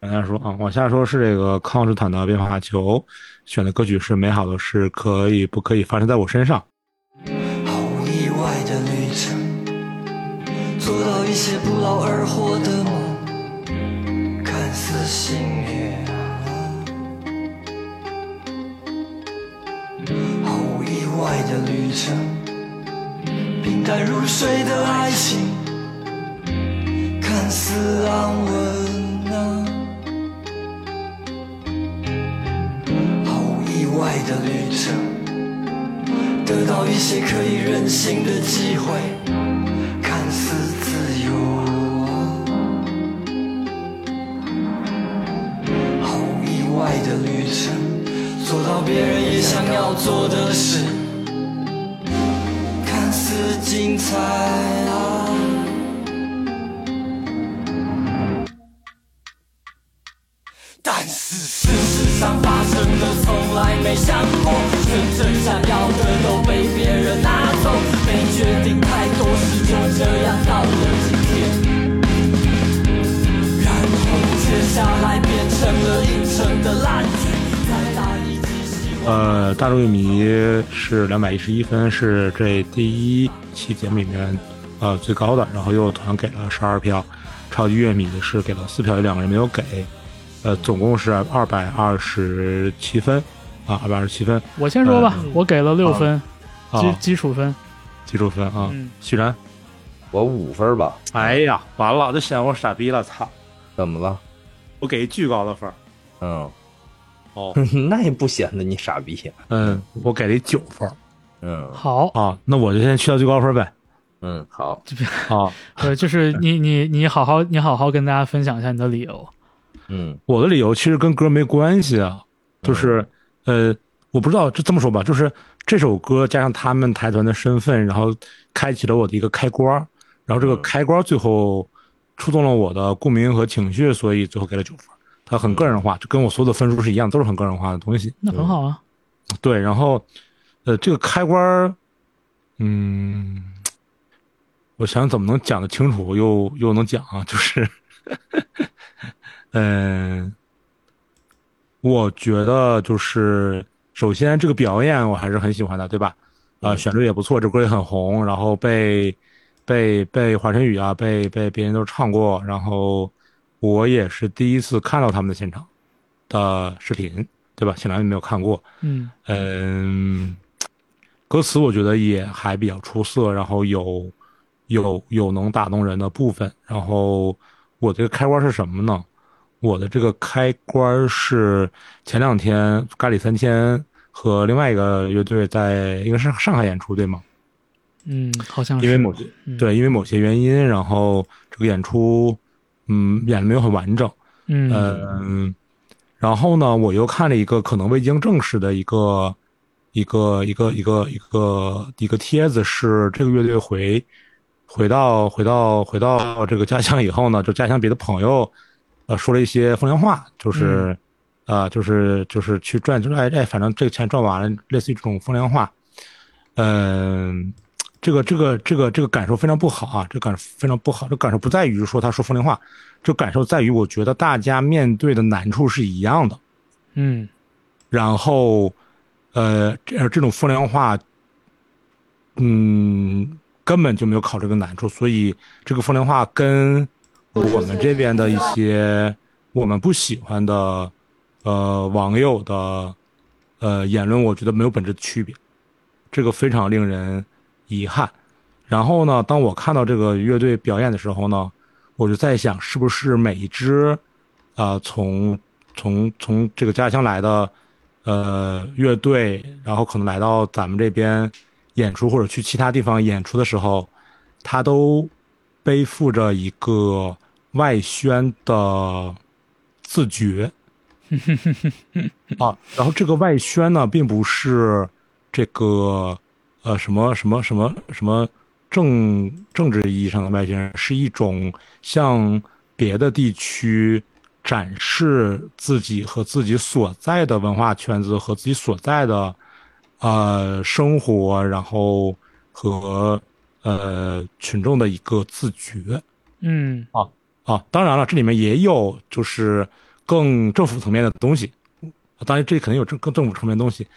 [SPEAKER 2] 往下说啊，往下说是这个康斯坦的变化球选的歌曲是《美好的事可以不可以发生在我身上》。
[SPEAKER 7] 毫无意外的旅程，做到一些不劳而获的梦，看似幸运。啊毫无意外的旅程，平淡如水的爱情，看似安稳啊。毫无意外的旅程。得到一些可以任性的机会，看似自由。啊毫无意外的旅程，做到别人也想要做的事，看似精彩啊！但是事实上发生的从来没想过，真正想要的都被别人拿走，没决定太多事就这样到了今天，然后接下来变成了阴沉的烂剧，再打一剂希望。
[SPEAKER 2] 呃，大众玉迷是两百一十一分，是这第一期节目里面呃最高的，然后又有团给了十二票，超级乐迷是给了四票，有两个人没有给，呃，总共是二百二十七分啊，二百二十七分
[SPEAKER 3] 我先说吧，
[SPEAKER 2] 嗯
[SPEAKER 3] 我给了六
[SPEAKER 2] 好
[SPEAKER 3] 分，
[SPEAKER 2] 啊，
[SPEAKER 3] 基基础分。
[SPEAKER 2] 基础分啊
[SPEAKER 3] 嗯，
[SPEAKER 2] 旭然，
[SPEAKER 1] 我五分吧，
[SPEAKER 2] 哎呀，完了，就显我傻逼了，操，
[SPEAKER 1] 怎么了？
[SPEAKER 2] 我给巨高的分儿
[SPEAKER 1] 嗯，
[SPEAKER 2] 哦，
[SPEAKER 1] 那也不显得你傻逼呀、
[SPEAKER 2] 嗯，我给了九分儿
[SPEAKER 1] 嗯
[SPEAKER 3] 好，
[SPEAKER 2] 啊，那我就先去掉最高分儿呗，
[SPEAKER 1] 嗯，好，
[SPEAKER 2] 啊，
[SPEAKER 3] 呃，就是你你你好好你好好跟大家分享一下你的理由。
[SPEAKER 1] 嗯
[SPEAKER 2] 我的理由其实跟歌没关系啊，就是呃，我不知道这这么说吧，就是这首歌加上他们台团的身份，然后开启了我的一个开关儿，然后这个
[SPEAKER 1] 嗯
[SPEAKER 2] 开关儿最后触动了我的共鸣和情绪，所以最后给了九分儿。它很个人化，就跟我所有的分数是一样，都是很个人化的东西。
[SPEAKER 3] 那很好啊，
[SPEAKER 2] 对，然后呃，这个开关儿，嗯，我想怎么能讲得清楚，又又能讲啊，就是， 嗯、我觉得就是首先这个表演我还是很喜欢的，对吧？啊、
[SPEAKER 1] 嗯
[SPEAKER 2] 旋律也不错，这歌也很红，然后被被被华晨宇啊，被被别人都唱过，然后我也是第一次看到他们的现场的视频，对吧？现场也没有看过，
[SPEAKER 3] 嗯
[SPEAKER 2] 嗯，歌词我觉得也还比较出色，然后有有有能打动人的部分。然后我这个开关是什么呢？我的这个开关是前两天咖喱三千和另外一个乐队在应该是上海演出对吗？
[SPEAKER 3] 嗯，好像是
[SPEAKER 2] 因为某些
[SPEAKER 3] 嗯
[SPEAKER 2] 对，因为某些原因，然后这个演出，嗯，演的没有很完整，
[SPEAKER 3] 嗯
[SPEAKER 2] 嗯，然后呢，我又看了一个可能未经证实的一个一个一个一个一个一个帖子，是这个乐队回回到回到回到这个家乡以后呢，就家乡别的朋友，呃，说了一些风凉话，就是，呃，就是就是去赚，就是哎哎，反正这个钱赚完了，类似于这种风凉话，嗯。这个这个这个这个感受非常不好啊，这个感受非常不好。这个感受不在于说他说风凉话，这感受在于，我觉得大家面对的难处是一样的。
[SPEAKER 3] 嗯
[SPEAKER 2] 然后，呃，这这种风凉话，嗯，根本就没有考虑这个难处，所以这个风凉话跟我们这边的一些我们不喜欢的呃网友的呃言论，我觉得没有本质的区别，这个非常令人遗憾。然后呢，当我看到这个乐队表演的时候呢，我就在想，是不是每一支，啊、从从从这个家乡来的，呃，乐队，然后可能来到咱们这边演出，或者去其他地方演出的时候，他都背负着一个外宣的自觉，啊，然后这个外宣呢，并不是这个呃什么什么什么什么政政治意义上的外宣，是一种向别的地区展示自己和自己所在的文化圈子和自己所在的呃生活，然后和呃群众的一个自觉。
[SPEAKER 3] 嗯
[SPEAKER 2] 啊，当然了，这里面也有就是更政府层面的东西，当然这肯定有政更政府层面的东西。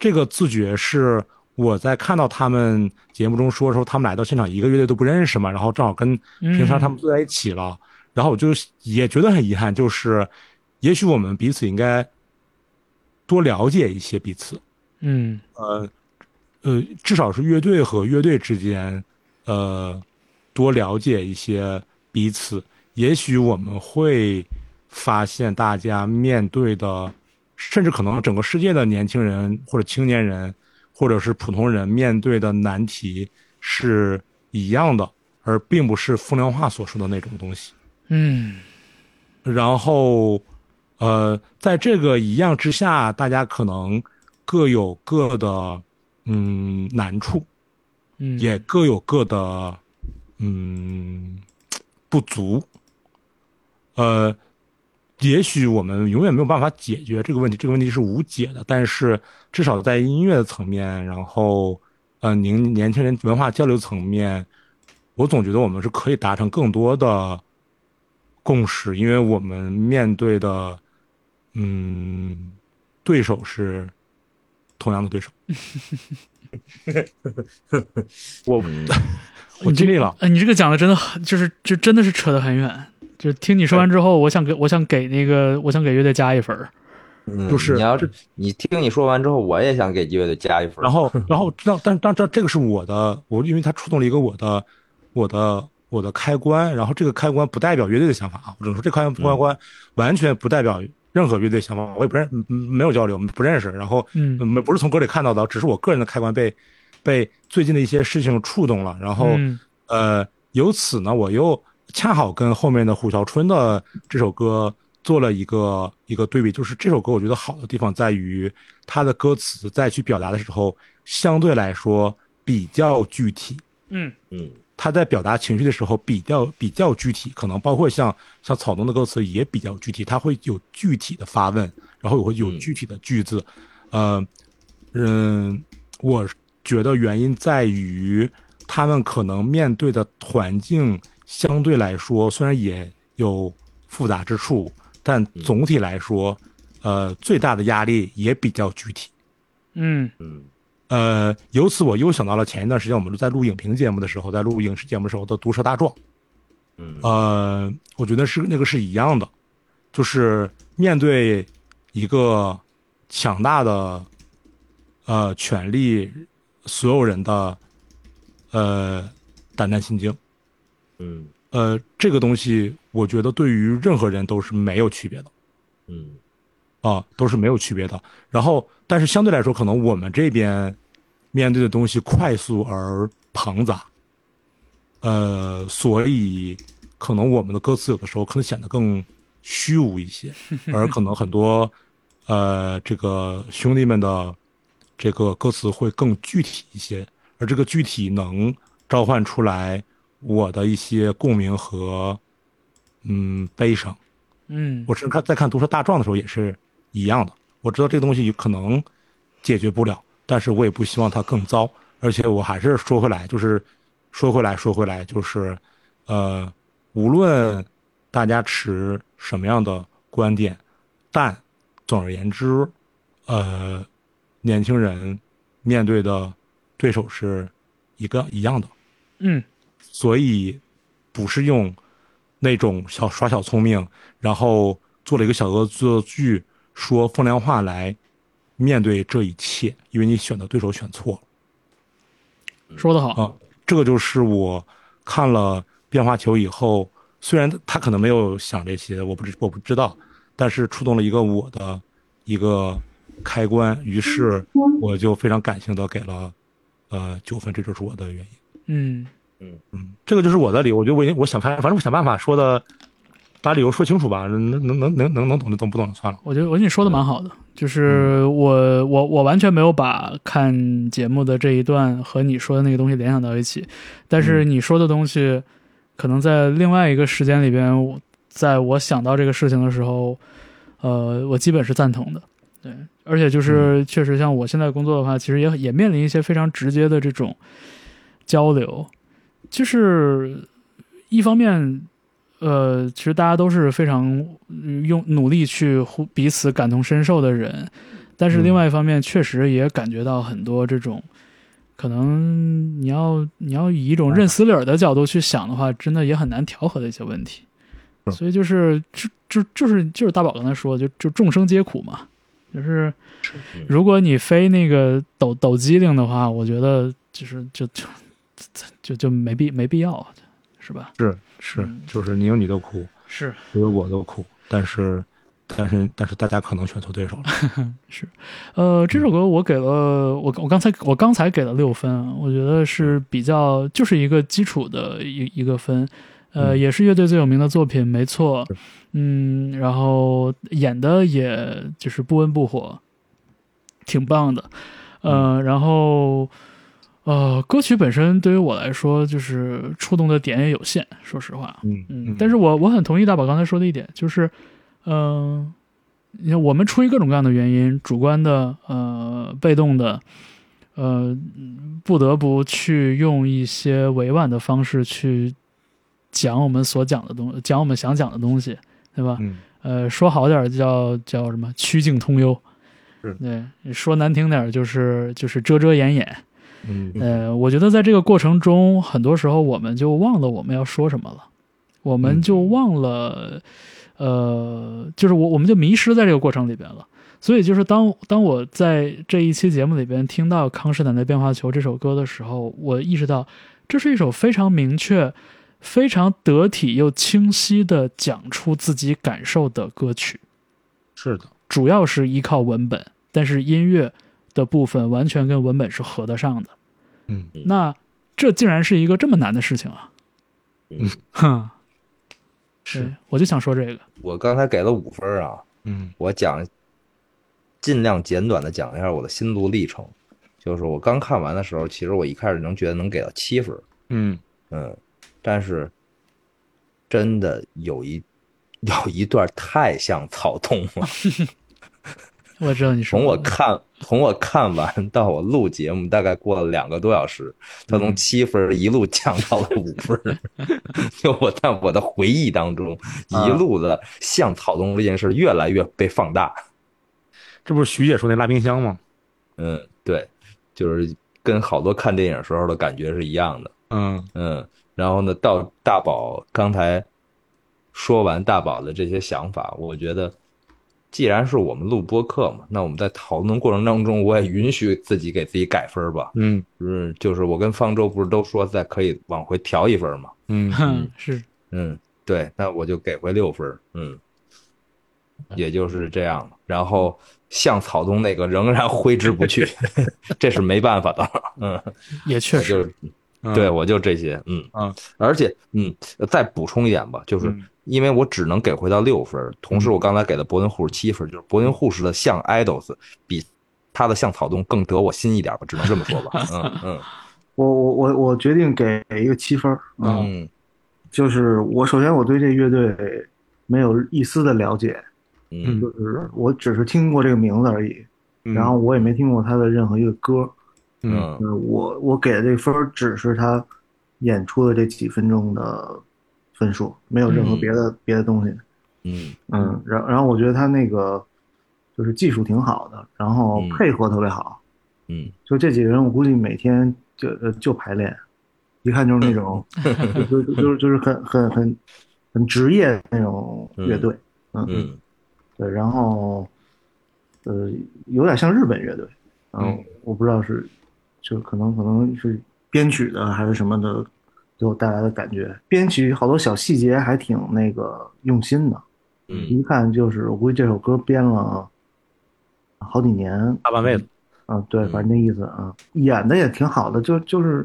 [SPEAKER 2] 这个自觉是我在看到他们节目中说说他们来到现场一个乐队都不认识嘛，然后正好跟平常他们坐在一起了，然后我就也觉得很遗憾，就是也许我们彼此应该多了解一些彼此，
[SPEAKER 3] 嗯
[SPEAKER 2] 呃呃，至少是乐队和乐队之间，呃，多了解一些彼此，也许我们会发现大家面对的，甚至可能整个世界的年轻人或者青年人，或者是普通人面对的难题是一样的，而并不是风凉话所说的那种东西。
[SPEAKER 3] 嗯
[SPEAKER 2] 然后，呃，在这个一样之下，大家可能各有各的嗯难处，
[SPEAKER 3] 嗯
[SPEAKER 2] 也各有各的嗯不足。呃，也许我们永远没有办法解决这个问题，这个问题是无解的。但是至少在音乐的层面，然后呃，您年轻人文化交流层面，我总觉得我们是可以达成更多的共识，因为我们面对的嗯对手是同样的对手。我 我尽力了。
[SPEAKER 3] 哎，你这个讲的真的很，就是就真的是扯得很远。就听你说完之后，我想给我想给那个我想给乐队加一分儿。
[SPEAKER 1] 嗯
[SPEAKER 2] 就是
[SPEAKER 1] 你要你听你说完之后，我也想给乐队加一分。
[SPEAKER 2] 然后，然后，知道，但是，但这这个是我的，我因为它触动了一个我的，我的，我的开关。然后这个开关不代表乐队的想法啊，我只能说这
[SPEAKER 3] 嗯
[SPEAKER 2] 开关开关完全不代表任何乐队想法，我也不认，嗯没有交流，不认识。然后，
[SPEAKER 3] 嗯
[SPEAKER 2] 没不是从歌里看到的，只是我个人的开关被被最近的一些事情触动了。然后，
[SPEAKER 3] 嗯
[SPEAKER 2] 呃，由此呢，我又恰好跟后面的虎啸春的这首歌做了一个一个对比，就是这首歌我觉得好的地方在于它的歌词在去表达的时候，相对来说比较具体。
[SPEAKER 3] 嗯
[SPEAKER 1] 嗯，
[SPEAKER 2] 他在表达情绪的时候比较比较具体，可能包括像像草东的歌词也比较具体，他会有具体的发问，然后也会有
[SPEAKER 1] 嗯
[SPEAKER 2] 具体的句子，呃，嗯，我觉得原因在于他们可能面对的环境相对来说虽然也有复杂之处，但总体来说，呃，最大的压力也比较具体。
[SPEAKER 3] 嗯
[SPEAKER 1] 嗯
[SPEAKER 2] 呃，由此我又想到了前一段时间我们在录影评节目的时候，在录影视节目的时候的《毒舌大壮》。
[SPEAKER 1] 嗯
[SPEAKER 2] 呃，我觉得是那个是一样的，就是面对一个强大的呃权力，所有人的呃胆战心惊。
[SPEAKER 1] 嗯
[SPEAKER 2] 呃，这个东西我觉得对于任何人都是没有区别的。
[SPEAKER 1] 嗯
[SPEAKER 2] 啊，都是没有区别的。然后，但是相对来说，可能我们这边面对的东西快速而庞杂，呃，所以可能我们的歌词有的时候可能显得更虚无一些，而可能很多呃这个兄弟们的这个歌词会更具体一些，而这个具体能召唤出来我的一些共鸣和嗯悲伤。
[SPEAKER 3] 嗯，
[SPEAKER 2] 我是看在看《毒舌大壮》的时候也是一样的。我知道这个东西可能解决不了，但是我也不希望它更糟。而且我还是说回来，就是说回来说回来，就是呃，无论大家持什么样的观点，但总而言之，呃，年轻人面对的对手是一个一样的。
[SPEAKER 3] 嗯，
[SPEAKER 2] 所以不是用那种小耍小聪明，然后做了一个小恶作剧，说风凉话来面对这一切，因为你选的对手选错了
[SPEAKER 3] 说得好，
[SPEAKER 2] 啊。这个就是我看了《变化球》以后，虽然他可能没有想这些，我不知我不知道，但是触动了一个我的一个开关，于是我就非常感性的给了呃九分，这就是我的原因。
[SPEAKER 3] 嗯
[SPEAKER 2] 嗯，这个就是我的理由。我觉得我已经我想反反正我想办法说的，把理由说清楚吧。能能能能能能懂就懂，不懂就算了。
[SPEAKER 3] 我觉得我觉得你说的蛮好的，就是我我我完全没有把看节目的这一段和你说的那个东西联想到一起，但是你说的东西，可能在另外一个时间里边，我在我想到这个事情的时候，呃，我基本是赞同的，对，而且就是确实像我现在工作的话，其实也也面临一些非常直接的这种交流，就是一方面呃，其实大家都是非常嗯用努力去互彼此感同身受的人，但是另外一方面，确实也感觉到很多这种，可能你要你要以一种认死理儿的角度去想的话，真的也很难调和的一些问题。
[SPEAKER 2] 是
[SPEAKER 3] 所以就是就就就是就是大宝刚才说，的，就就众生皆苦嘛，就是如果你非那个抖抖机灵的话，我觉得就是就就就就没必没必要，是吧？
[SPEAKER 2] 是是，就是你有你的苦，
[SPEAKER 3] 是。
[SPEAKER 2] 我有我的苦，但是但是但是大家可能选错对手了。
[SPEAKER 3] 呃，这首歌我给了我我刚才我刚才给了六分啊，我觉得是比较就是一个基础的一一个分，呃，
[SPEAKER 2] 嗯
[SPEAKER 3] 也是乐队最有名的作品，没错，嗯，然后演的也就是不温不火，挺棒的，
[SPEAKER 2] 嗯
[SPEAKER 3] 呃，然后呃，歌曲本身对于我来说就是触动的点也有限，说实话，
[SPEAKER 2] 嗯
[SPEAKER 3] 嗯，但是我我很同意大宝刚才说的一点，就是，嗯、你看我们出于各种各样的原因，主观的、呃，被动的，呃，不得不去用一些委婉的方式去讲我们所讲的东，讲我们想讲的东西，对吧？
[SPEAKER 2] 嗯
[SPEAKER 3] 呃，说好点儿叫叫什么曲径通幽
[SPEAKER 2] 是，
[SPEAKER 3] 对，说难听点儿就是就是遮遮掩掩，
[SPEAKER 2] 嗯嗯
[SPEAKER 3] 呃，我觉得在这个过程中，很多时候我们就忘了我们要说什么了，我
[SPEAKER 2] 嗯
[SPEAKER 3] 们就忘了，呃，就是我我们就迷失在这个过程里边了。所以就是当当我在这一期节目里边听到康斯坦的《变化球》这首歌的时候，我意识到这是一首非常明确、非常得体又清晰的讲出自己感受的歌曲。
[SPEAKER 2] 是的，
[SPEAKER 3] 主要是依靠文本，但是音乐的部分完全跟文本是合得上的。
[SPEAKER 2] 嗯，
[SPEAKER 3] 那这竟然是一个这么难的事情啊！
[SPEAKER 1] 嗯，
[SPEAKER 3] 哼，
[SPEAKER 2] 是
[SPEAKER 3] 对，我就想说这个，
[SPEAKER 1] 我刚才给了五分啊，
[SPEAKER 2] 嗯
[SPEAKER 1] 我讲尽量简短的讲一下我的心路历程。就是我刚看完的时候，其实我一开始能觉得能给到七分，
[SPEAKER 2] 嗯
[SPEAKER 1] 嗯，但是真的有一有一段太像草东了。
[SPEAKER 3] 我知道你说
[SPEAKER 1] 从我
[SPEAKER 3] 的
[SPEAKER 1] 看从我看完到我录节目，大概过了两个多小时，他从七分一路降到了五分儿， 就我在我的回忆当中，一路的向草东这件事越来越被放大。
[SPEAKER 2] 这不是徐姐说那拉冰箱吗？
[SPEAKER 1] 嗯，对，就是跟好多看电影时候的感觉是一样的。
[SPEAKER 2] 嗯
[SPEAKER 1] 嗯，然后呢，到大宝刚才说完大宝的这些想法，我觉得既然是我们录播客嘛，那我们在讨论过程当中，我也允许自己给自己改分儿吧。
[SPEAKER 2] 嗯
[SPEAKER 1] 嗯，就是我跟方舟不是都说再可以往回调一分儿嘛？
[SPEAKER 2] 嗯
[SPEAKER 3] 哼，是
[SPEAKER 1] 嗯，对，那我就给回六分儿。嗯，也就是这样了。然后向草东 那个仍然挥之不去，这是没办法的。嗯，
[SPEAKER 3] 也确
[SPEAKER 1] 就
[SPEAKER 3] 实，
[SPEAKER 1] 是
[SPEAKER 2] 嗯
[SPEAKER 1] 对，我就这些，嗯
[SPEAKER 2] 啊，
[SPEAKER 1] 而且嗯，再补充一点吧，就是
[SPEAKER 2] 嗯
[SPEAKER 1] 因为我只能给回到六分儿，同时我刚才给的伯恩护士七分儿，就是伯恩护士的像 idols 比他的像草东更得我心一点吧，只能这么说吧，嗯嗯
[SPEAKER 4] 我我我我决定给一个七分儿，啊
[SPEAKER 2] 嗯
[SPEAKER 1] 嗯
[SPEAKER 4] 就是我首先我对这乐队没有一丝的了解，
[SPEAKER 1] 嗯
[SPEAKER 4] 就是我只是听过这个名字而已，
[SPEAKER 2] 嗯
[SPEAKER 4] 然后我也没听过他的任何一个歌。
[SPEAKER 2] 嗯
[SPEAKER 1] 嗯
[SPEAKER 4] 呃，我我给的这分儿只是他演出的这几分钟的分数，没有任何别的、别的东西。
[SPEAKER 1] 嗯
[SPEAKER 4] 嗯，然然后我觉得他那个就是技术挺好的，然后
[SPEAKER 1] 嗯
[SPEAKER 4] 配合特别好。
[SPEAKER 1] 嗯
[SPEAKER 4] 就这几个人，我估计每天就呃就排练，一看就是那种就就就是就是很很很很职业的那种乐队。嗯
[SPEAKER 1] 嗯
[SPEAKER 4] 对，然后，呃，有点像日本乐队，然后
[SPEAKER 2] 嗯
[SPEAKER 4] 我不知道是，就可能可能是编曲的还是什么的，给我带来的感觉，编曲好多小细节还挺那个用心的，
[SPEAKER 1] 嗯
[SPEAKER 4] 一看就是我估计这首歌编了好几年，
[SPEAKER 2] 大半辈子，
[SPEAKER 4] 啊，对，
[SPEAKER 1] 嗯
[SPEAKER 4] 反正那意思啊，演的也挺好的，就就是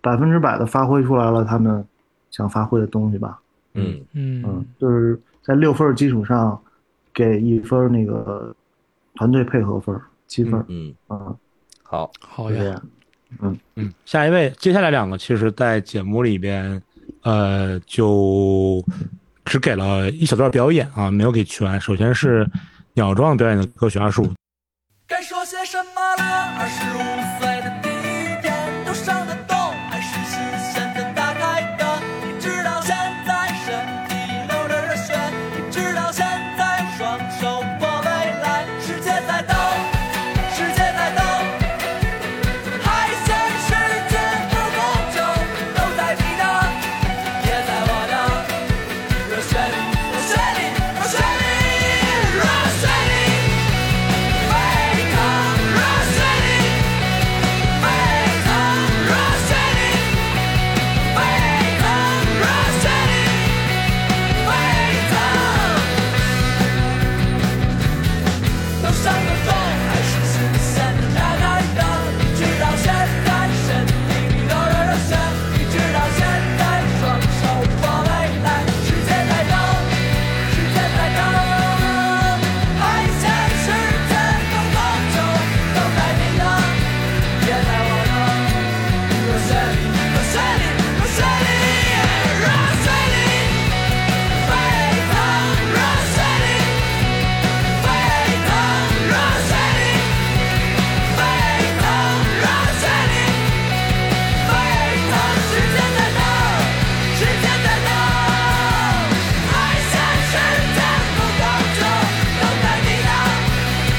[SPEAKER 4] 百分之百的发挥出来了他们想发挥的东西吧，
[SPEAKER 1] 嗯
[SPEAKER 4] 嗯
[SPEAKER 3] 嗯，
[SPEAKER 4] 就是在六分儿基础上给一分儿那个团队配合分儿，七分儿，
[SPEAKER 1] 嗯，
[SPEAKER 4] 嗯，
[SPEAKER 1] 好，
[SPEAKER 3] 好
[SPEAKER 4] 就这
[SPEAKER 3] 呀，
[SPEAKER 4] 样。
[SPEAKER 2] 嗯，下一位，接下来两个其实，在节目里边，呃，就只给了一小段表演啊，没有给全。首先是鸟壮表演的歌曲《二十五》，
[SPEAKER 7] 该说些什么了？二十五岁的第一天都上得动，还是新鲜的打开的。你知道现在身体流着热血，你知道现在双手握未来，世界在等，世界在等，海鲜世界不够久，都在你的，也在我的热血里，热血里，热血里，热血里。Wake up, Rock City! Wake up, Rock City! Wake up, Rock City! Wake up! 都上得动，还是新鲜的大开的。你知道现在身体流着热血，你知道现在双手握未来，世界在等，世界在等，海鲜世界都多久都在你的，也在我的热血里，热血里，热血里，热血里，沸腾热血里。沸腾热血里，沸腾热血里，沸腾时间在等，时间在等，海鲜世界不够久，等待你的，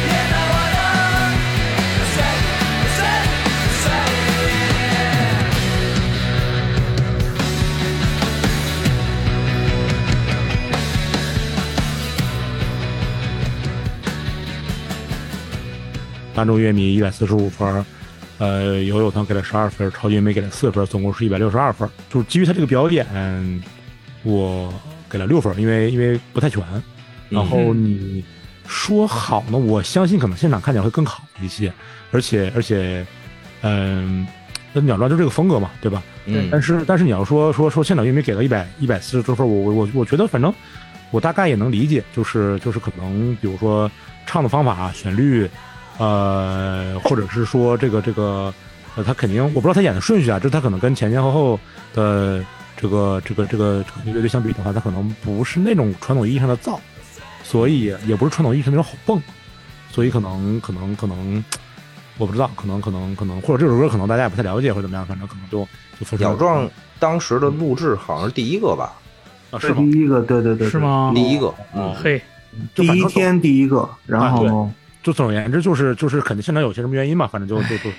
[SPEAKER 7] 也在我的热血里，热血里，热血里。
[SPEAKER 2] 大众乐迷一百四十五分儿，呃，友友团给了十二分儿，超级没给了四分儿，总共是一百六十二分儿。就是基于他这个表演，我给了六分儿，因为因为不太全。然后你说好呢，我相信可能现场看起来会更好一些，而且而且，嗯，那鸟壮就这个风格嘛，对吧？
[SPEAKER 1] 嗯
[SPEAKER 2] 但是但是你要说说说现场乐迷给了一百一百四十多分，我我我我觉得反正我大概也能理解，就是就是可能比如说唱的方法、旋律，呃，或者是说这个这个，呃，他肯定我不知道他演的顺序啊，就是他可能跟前前后后的这个这个这个这个乐队相比的话，他可能不是那种传统意义上的燥，所以也不是传统意义上那种好蹦，所以可能可能可能。我不知道，可能可能可能，或者这首歌可能大家也不太了解，或者怎么样，反正可能就就分数
[SPEAKER 1] 鸟壮当时的录制好像是第一个吧，
[SPEAKER 2] 啊，
[SPEAKER 4] 这
[SPEAKER 2] 是吗
[SPEAKER 4] 第？一个，对对对，
[SPEAKER 3] 是
[SPEAKER 4] 对？
[SPEAKER 3] 吗？
[SPEAKER 1] 第一个，嗯
[SPEAKER 3] 哦嘿，
[SPEAKER 4] 第一天第一个，然
[SPEAKER 2] 啊对
[SPEAKER 4] 后
[SPEAKER 2] 就总而言之，就是就是肯定现场有些什么原因嘛，反正就就就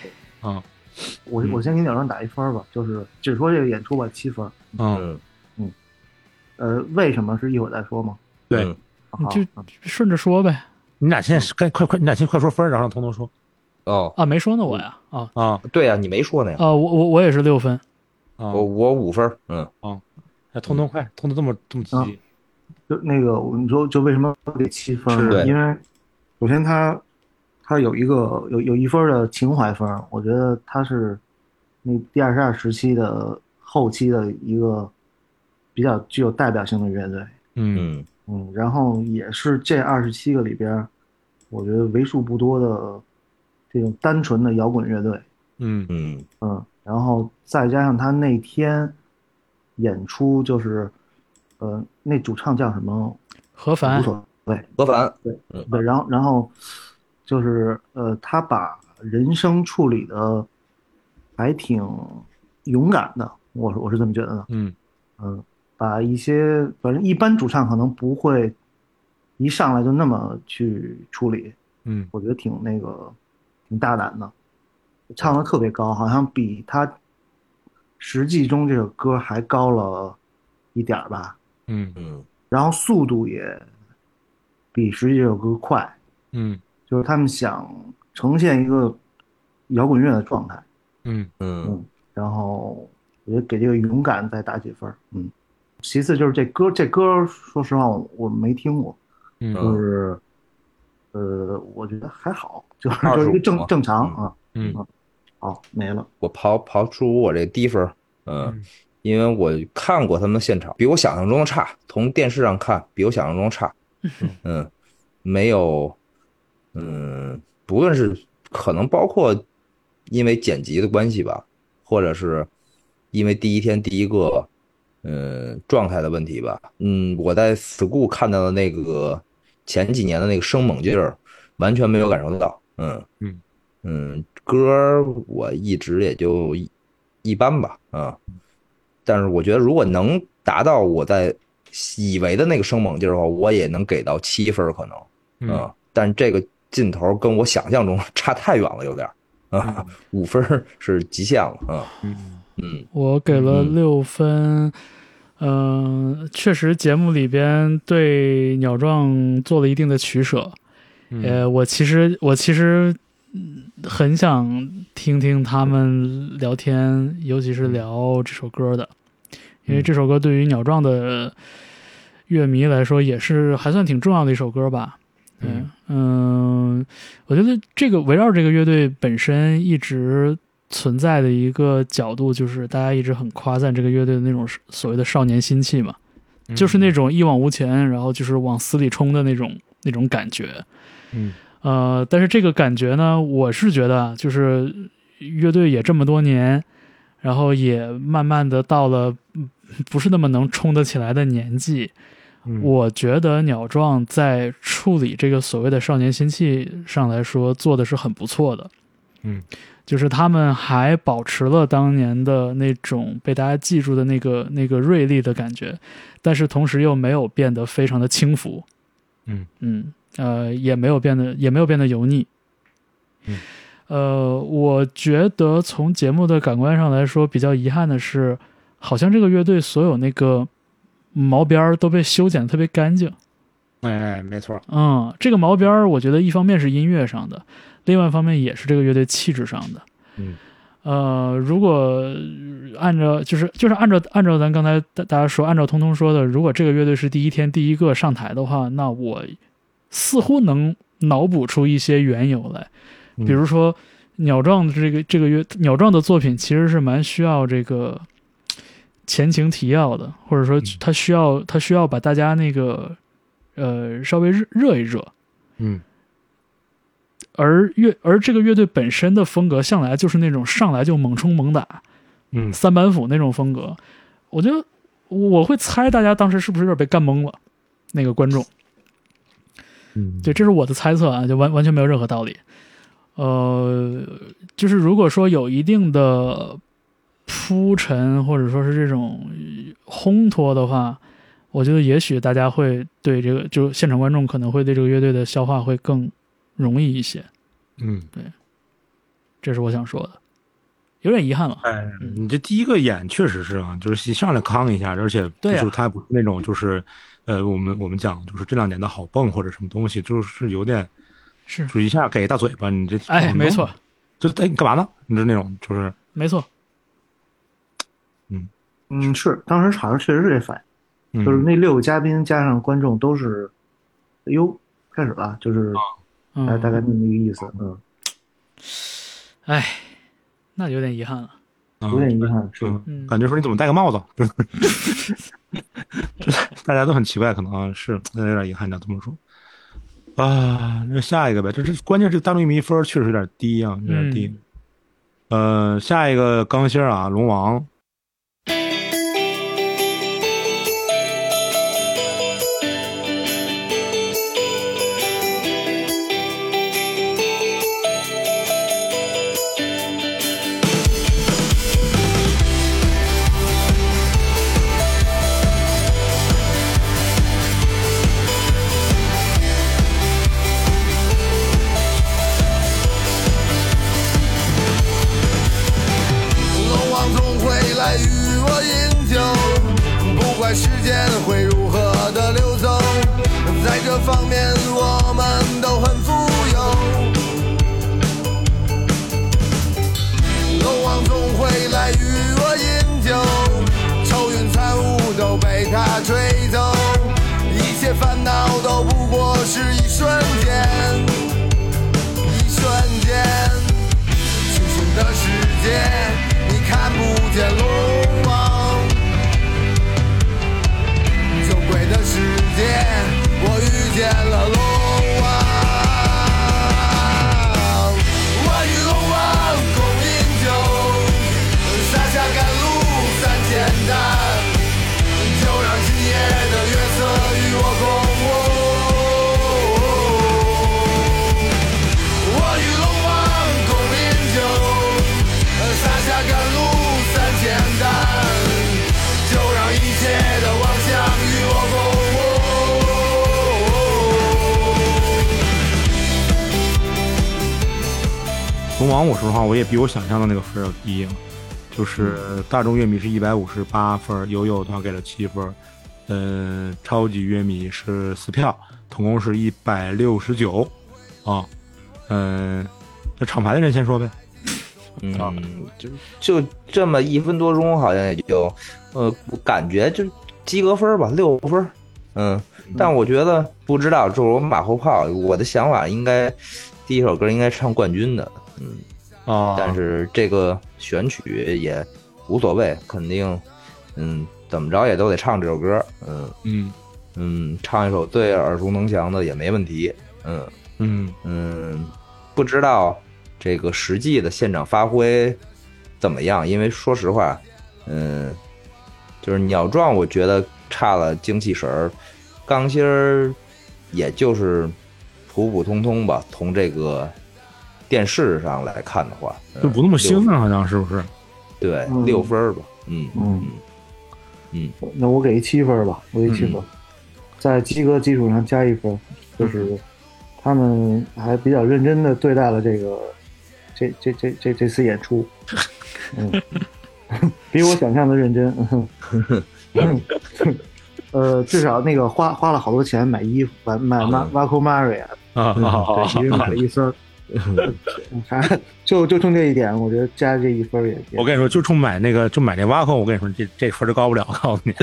[SPEAKER 2] 啊
[SPEAKER 4] 我我先给鸟人打一分儿吧，就是只说这个演出吧，七分儿。
[SPEAKER 2] 嗯，
[SPEAKER 1] 嗯，
[SPEAKER 4] 呃，为什么是一会儿再说吗？
[SPEAKER 2] 对
[SPEAKER 1] 嗯
[SPEAKER 4] 好，
[SPEAKER 3] 就
[SPEAKER 4] 嗯
[SPEAKER 3] 顺着说呗。
[SPEAKER 2] 你俩现在是该快快，你俩先快说分儿，然后让彤彤说
[SPEAKER 1] 哦，
[SPEAKER 3] 啊，没说呢我呀，啊
[SPEAKER 2] 啊
[SPEAKER 1] 对呀，你没说呢，
[SPEAKER 3] 啊，我我我也是六分，
[SPEAKER 2] 啊！
[SPEAKER 1] 我我五分儿，嗯
[SPEAKER 2] 哎，彤彤快，彤彤这么这么积
[SPEAKER 3] 嗯
[SPEAKER 2] 极，
[SPEAKER 4] 就那个，我你说就为什么给七分
[SPEAKER 1] 是
[SPEAKER 4] 儿
[SPEAKER 1] 对
[SPEAKER 4] 呢？因为首先他他有一个有有一分儿的情怀分儿，我觉得他是那第二十二时期的后期的一个比较具有代表性的乐队，
[SPEAKER 2] 嗯
[SPEAKER 1] 嗯
[SPEAKER 4] 嗯，然后也是这二十七个里边儿，我觉得为数不多的这种单纯的摇滚乐队，
[SPEAKER 2] 嗯
[SPEAKER 1] 嗯
[SPEAKER 4] 嗯，然后再加上他那天演出就是，呃，那主唱叫什么
[SPEAKER 3] 何
[SPEAKER 4] 无
[SPEAKER 3] 凡，
[SPEAKER 4] 所谓，
[SPEAKER 1] 何凡，
[SPEAKER 4] 对，然后然后就是呃，他把人生处理的还挺勇敢的，我是我是这么觉得的。
[SPEAKER 2] 嗯
[SPEAKER 4] 嗯，把一些反正一般主唱可能不会一上来就那么去处理，
[SPEAKER 2] 嗯
[SPEAKER 4] 我觉得挺那个挺大胆的，唱的特别高，好像比他实际中这首歌还高了一点儿吧，
[SPEAKER 2] 嗯
[SPEAKER 1] 嗯
[SPEAKER 4] 然后速度也比实际这首歌快，
[SPEAKER 2] 嗯
[SPEAKER 4] 就是他们想呈现一个摇滚乐的状态，
[SPEAKER 2] 嗯
[SPEAKER 1] 嗯
[SPEAKER 4] 嗯，然后我觉得给这个勇敢再打几分儿，嗯。其次就是这歌，这歌说实话我我没听过，
[SPEAKER 2] 嗯
[SPEAKER 4] 就是，呃，我觉得还好，就是
[SPEAKER 1] 25
[SPEAKER 4] 就是一个正
[SPEAKER 1] 嘛
[SPEAKER 4] 正常
[SPEAKER 1] 嗯
[SPEAKER 4] 啊，
[SPEAKER 2] 嗯
[SPEAKER 4] 好没了，
[SPEAKER 1] 我刨刨出我这低分儿，嗯
[SPEAKER 2] 嗯，
[SPEAKER 1] 因为我看过他们现场，比我想象中的差，从电视上看比我想象中差，嗯，没有，嗯，不论是可能包括因为剪辑的关系吧，或者是因为第一天第一个，嗯，状态的问题吧，嗯，我在 school 看到的那个前几年的那个生猛劲儿，完全没有感受到，嗯。嗯，歌儿我一直也就一一般吧，啊，但是我觉得如果能达到我在以为的那个生猛劲儿的话，我也能给到七分儿可能，
[SPEAKER 2] 嗯
[SPEAKER 1] 啊，但这个劲头儿跟我想象中 差太远了，有点儿啊，五分儿是极限了，啊，
[SPEAKER 2] 嗯
[SPEAKER 1] 嗯
[SPEAKER 3] 我给了
[SPEAKER 1] 嗯
[SPEAKER 3] 六分。嗯、确实节目里边对鸟壮做了一定的取舍。呃，我其实我其实嗯很想听听他们聊天，尤其是聊这首歌的，因为这首歌对于鸟壮的乐迷来说也是还算挺重要的一首歌吧。对
[SPEAKER 2] 嗯
[SPEAKER 3] 嗯，我觉得这个围绕这个乐队本身一直存在的一个角度，就是大家一直很夸赞这个乐队的那种所谓的少年心气嘛，
[SPEAKER 2] 嗯
[SPEAKER 3] 就是那种一往无前，然后就是往死里冲的那种那种感觉。
[SPEAKER 2] 嗯
[SPEAKER 3] 呃，但是这个感觉呢，我是觉得啊就是乐队也这么多年，然后也慢慢的到了嗯不是那么能冲得起来的年纪。
[SPEAKER 2] 嗯
[SPEAKER 3] 我觉得鸟壮在处理这个所谓的少年心气上来说，做的是很不错的。
[SPEAKER 2] 嗯，
[SPEAKER 3] 就是他们还保持了当年的那种被大家记住的那个那个锐利的感觉，但是同时又没有变得非常的轻浮。
[SPEAKER 2] 嗯
[SPEAKER 3] 嗯，呃，也没有变得也没有变得油腻。
[SPEAKER 2] 嗯，
[SPEAKER 3] 呃，我觉得从节目的感官上来说，比较遗憾的是，好像这个乐队所有那个毛边儿都被修剪得特别干净。
[SPEAKER 2] 哎没错
[SPEAKER 3] 嗯，这个毛边儿，我觉得一方面是音乐上的，另外一方面也是这个乐队气质上的。
[SPEAKER 2] 嗯，
[SPEAKER 3] 呃，如果按照就是就是按照按照咱刚才大大家说，按照通通说的，如果这个乐队是第一天第一个上台的话，那我似乎能脑补出一些缘由来，比如说鸟壮的这个这个乐鸟壮的作品其实是蛮需要这个前情提要的，或者说
[SPEAKER 2] 嗯
[SPEAKER 3] 他需要他需要把大家那个呃稍微热热一热，
[SPEAKER 2] 嗯
[SPEAKER 3] 而乐而这个乐队本身的风格向来就是那种上来就猛冲猛打
[SPEAKER 2] 嗯
[SPEAKER 3] 三板斧那种风格，我觉得我会猜大家当时是不是有点被干懵了，那个观众。
[SPEAKER 2] 嗯
[SPEAKER 3] 对，这是我的猜测啊，就完完全没有任何道理。呃，就是如果说有一定的铺陈，或者说是这种呃烘托的话，我觉得也许大家会对这个，就现场观众可能会对这个乐队的消化会更容易一些。
[SPEAKER 2] 嗯。
[SPEAKER 3] 这是我想说的，有点遗憾了。
[SPEAKER 2] 哎，
[SPEAKER 3] 嗯
[SPEAKER 2] 你这第一个演确实是啊，就是上来康一下，而且就
[SPEAKER 3] 对啊
[SPEAKER 2] 是他不是那种就是，呃，我们我们讲就是这两年的好蹦或者什么东西，就是有点
[SPEAKER 3] 是
[SPEAKER 2] 就，是一下给一大嘴巴，你这
[SPEAKER 3] 哎，没错，，
[SPEAKER 2] 就哎你干嘛呢？你就那种就是
[SPEAKER 3] 没错，
[SPEAKER 4] 嗯，是，当时好像确实是这反
[SPEAKER 2] 嗯
[SPEAKER 4] 应，就是那六个嘉宾加上观众都是，哎呦，开始了，就是
[SPEAKER 3] 嗯
[SPEAKER 4] 大，大概那么一个意思，嗯，
[SPEAKER 3] 哎，那有点遗憾了。
[SPEAKER 4] 有点遗憾，是
[SPEAKER 2] 嗯
[SPEAKER 3] 嗯
[SPEAKER 2] 感觉说你怎么戴个帽子？ 就是就是大家都很奇怪，可能啊是有点遗憾，你要这么说啊。那下一个呗，这这关键是大众影迷分儿确实有点低啊，有点
[SPEAKER 3] 嗯
[SPEAKER 2] 低。呃，下一个钢芯儿啊，龙王，
[SPEAKER 5] 龙王总会来与我饮酒，不管时间会如何的流走，在这方面我们都很富有。龙王总会来与我饮酒，愁云惨雾都被他吹走，一切烦恼都不过是一瞬间，一瞬间。清醒的世界，你看不见龙王。酒鬼的世界，我遇见了龙王。我与龙王共饮酒，洒下甘露三千担，就让今夜的月色与我共舞。我与龙王共饮酒，洒下甘露三千担，就让一切的妄想与我共舞。
[SPEAKER 2] 龙王，我说实话，我也比我想象的那个分儿要低啊，就是大众乐迷是一百五十八分儿，友友的话给了七分儿，嗯，超级乐迷是四票，总共是一百六十九，啊，嗯，那厂牌的人先说呗，
[SPEAKER 1] 嗯，就就这么一分多钟，好像也就，呃，我感觉就及格分儿吧，六分儿。嗯，但我觉得不知道，就是我马后炮，我的想法应该第一首歌应该唱冠军的，嗯，
[SPEAKER 2] 啊，
[SPEAKER 1] 但是这个选曲也无所谓，肯定，嗯，怎么着也都得唱这首歌，嗯
[SPEAKER 2] 嗯
[SPEAKER 1] 嗯，唱一首最耳熟能详的也没问题，嗯。
[SPEAKER 2] 嗯
[SPEAKER 1] 嗯，不知道这个实际的现场发挥怎么样，因为说实话，嗯，就是鸟壮，我觉得差了精气神儿，钢芯儿也就是普普通通吧。从这个电视上来看的话，嗯
[SPEAKER 2] 就不那么啊兴奋，好像是不是？
[SPEAKER 1] 对，
[SPEAKER 4] 嗯
[SPEAKER 1] 六分儿吧，嗯
[SPEAKER 4] 嗯
[SPEAKER 1] 嗯
[SPEAKER 4] 那我给一七分吧，我给七分，在及格基础上加一分，就是他们还比较认真的对待了这个这这这这这次演出，嗯， 比我想象的认真，嗯呃，至少那个花花了好多钱买衣服，买买买 Vaco Maria，
[SPEAKER 2] 啊啊啊啊
[SPEAKER 4] 嗯对，一人买了一身儿，还就就冲这一点，我觉得加这一分儿也也
[SPEAKER 2] 我跟你说，就冲买那个，就买那挖矿，我跟你说，这这分儿都高不了，我 告诉你。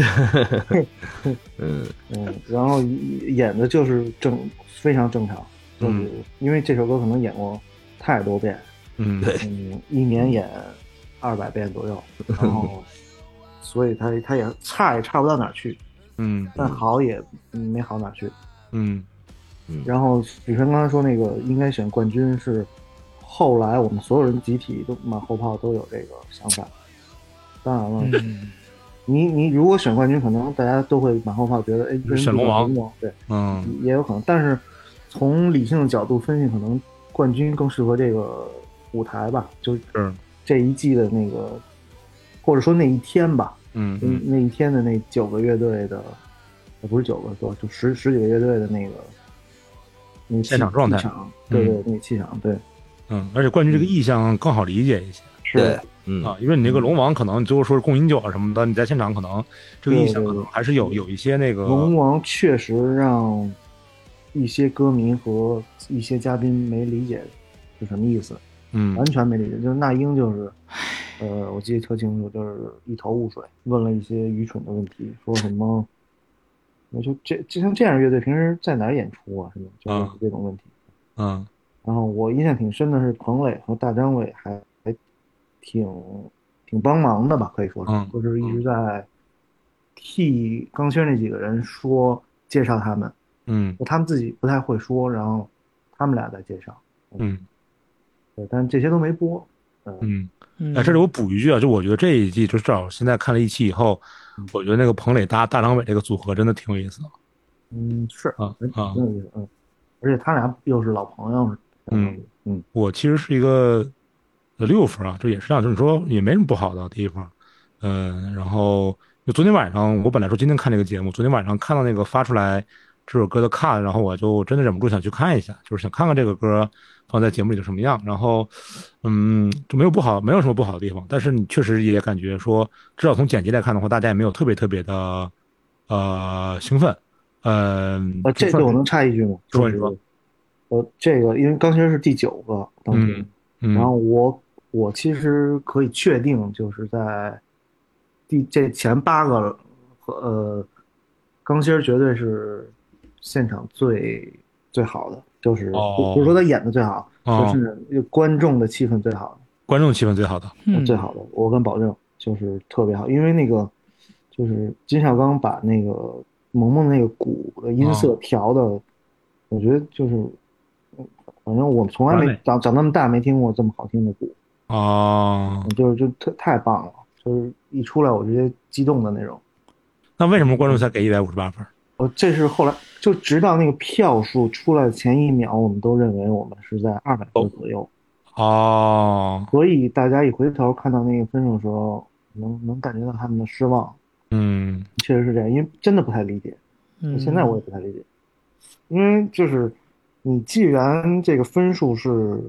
[SPEAKER 1] 嗯
[SPEAKER 4] 嗯，然后演的就是正非常正常，就是、因为这首歌可能演过太多遍，
[SPEAKER 2] 嗯，
[SPEAKER 4] 嗯，一年演二百遍左右，
[SPEAKER 2] 嗯
[SPEAKER 4] 然后所以他他也差也差不到哪儿去，
[SPEAKER 2] 嗯
[SPEAKER 4] 但好也没好哪儿去。
[SPEAKER 2] 嗯
[SPEAKER 4] 然后许晨刚才说那个应该选冠军是，后来我们所有人集体都马后炮都有这个想法。当然了，
[SPEAKER 3] 嗯
[SPEAKER 4] 你你如果选冠军，可能大家都会马后炮觉得，哎，为什
[SPEAKER 2] 选
[SPEAKER 4] 么不
[SPEAKER 2] 龙王
[SPEAKER 4] 选龙王对。
[SPEAKER 2] 嗯
[SPEAKER 4] 也有可能，但是从理性的角度分析，可能冠军更适合这个舞台吧，就是
[SPEAKER 2] 是
[SPEAKER 4] 这一季的那个，或者说那一天吧，
[SPEAKER 2] 嗯
[SPEAKER 4] 那
[SPEAKER 2] 嗯
[SPEAKER 4] 那一天的那九个乐队的，呃不是九个，多就十十几个乐队的那个那气
[SPEAKER 2] 现场状态
[SPEAKER 4] 气场对对，那气场对，
[SPEAKER 2] 嗯，而且冠军这个意向更好理解一些
[SPEAKER 1] 对
[SPEAKER 4] 是，
[SPEAKER 1] 嗯
[SPEAKER 2] 啊，因为你那个龙王可能你最后说是共饮酒啊什么的，你在现场可能这个意向
[SPEAKER 4] 对对
[SPEAKER 2] 可能还是有有一些那个
[SPEAKER 4] 龙王确实让一些歌迷和一些嘉宾没理解是什么意思。
[SPEAKER 2] 嗯
[SPEAKER 4] 完全没理解。就是那英就是，呃，我记得特清楚，就是一头雾水，问了一些愚蠢的问题，说什么，我就这就像这样的乐队平时在哪儿演出啊？是吧？就是这种问题。
[SPEAKER 2] 嗯
[SPEAKER 4] 然后我印象挺深的是，彭磊和大张伟还还挺挺帮忙的吧，可以说是
[SPEAKER 2] 嗯，
[SPEAKER 4] 就是一直在替刚轩那几个人说介绍他们，
[SPEAKER 2] 嗯
[SPEAKER 4] 他们自己不太会说，然后他们俩在介绍，
[SPEAKER 2] 嗯
[SPEAKER 4] 对，但这些都没播，呃
[SPEAKER 2] 嗯。
[SPEAKER 3] 嗯
[SPEAKER 2] 哎，这里我补一句啊，就我觉得这一季，就至少现在看了一期以后，我觉得那个彭磊搭大张伟这个组合真的挺有意思的。
[SPEAKER 4] 嗯，是
[SPEAKER 2] 啊
[SPEAKER 4] 嗯
[SPEAKER 2] 啊
[SPEAKER 4] 挺有意思，嗯，而且他俩又是老朋友，
[SPEAKER 2] 嗯
[SPEAKER 4] 嗯
[SPEAKER 2] 我其实是一个呃六分啊，这也是这样，就是说也没什么不好的地方。嗯，然后就昨天晚上，我本来说今天看这个节目，昨天晚上看到那个发出来这首歌的 cut，然后我就真的忍不住想去看一下，就是想看看这个歌放在节目里是什么样。然后，嗯，就没有不好，没有什么不好的地方，但是你确实也感觉说，至少从剪辑来看的话，大家也没有特别特别的呃兴奋。嗯，
[SPEAKER 4] 呃，这
[SPEAKER 2] 就算
[SPEAKER 4] 个
[SPEAKER 2] 是
[SPEAKER 4] 我能插一句吗？
[SPEAKER 2] 说
[SPEAKER 4] 就是
[SPEAKER 2] 你说
[SPEAKER 4] 呃，这个因为刚轩是第九个当时，
[SPEAKER 2] 嗯嗯，
[SPEAKER 4] 然后我我其实可以确定，就是在第这前八个，呃，钢芯儿绝对是现场最最好的，就是
[SPEAKER 2] 哦
[SPEAKER 4] 不不是说他演的最好，
[SPEAKER 2] 哦
[SPEAKER 4] 就是观众的气氛最好
[SPEAKER 2] 观众气氛最好的，
[SPEAKER 3] 嗯
[SPEAKER 4] 最哦好的，我敢保证就是特别好，因为那个就是金小刚把那个萌萌那个鼓的音色
[SPEAKER 2] 哦
[SPEAKER 4] 调的，我觉得就是，嗯反正我从来
[SPEAKER 2] 完
[SPEAKER 4] 没
[SPEAKER 2] 美
[SPEAKER 4] 长长那么大没听过这么好听的鼓。
[SPEAKER 2] 哦，
[SPEAKER 4] 就是就特太棒了，就是一出来我直接激动的那种。
[SPEAKER 2] 那为什么观众才给一百五十八分？
[SPEAKER 4] 我这是后来就直到那个票数出来的前一秒，我们都认为我们是在二百分左右，
[SPEAKER 2] 哦，
[SPEAKER 4] 所以大家一回头看到那个分数的时候，能能感觉到他们的失望，
[SPEAKER 2] 嗯
[SPEAKER 4] 确实是这样，因为真的不太理解，
[SPEAKER 3] 嗯
[SPEAKER 4] 现在我也不太理解，因为就是你既然这个分数是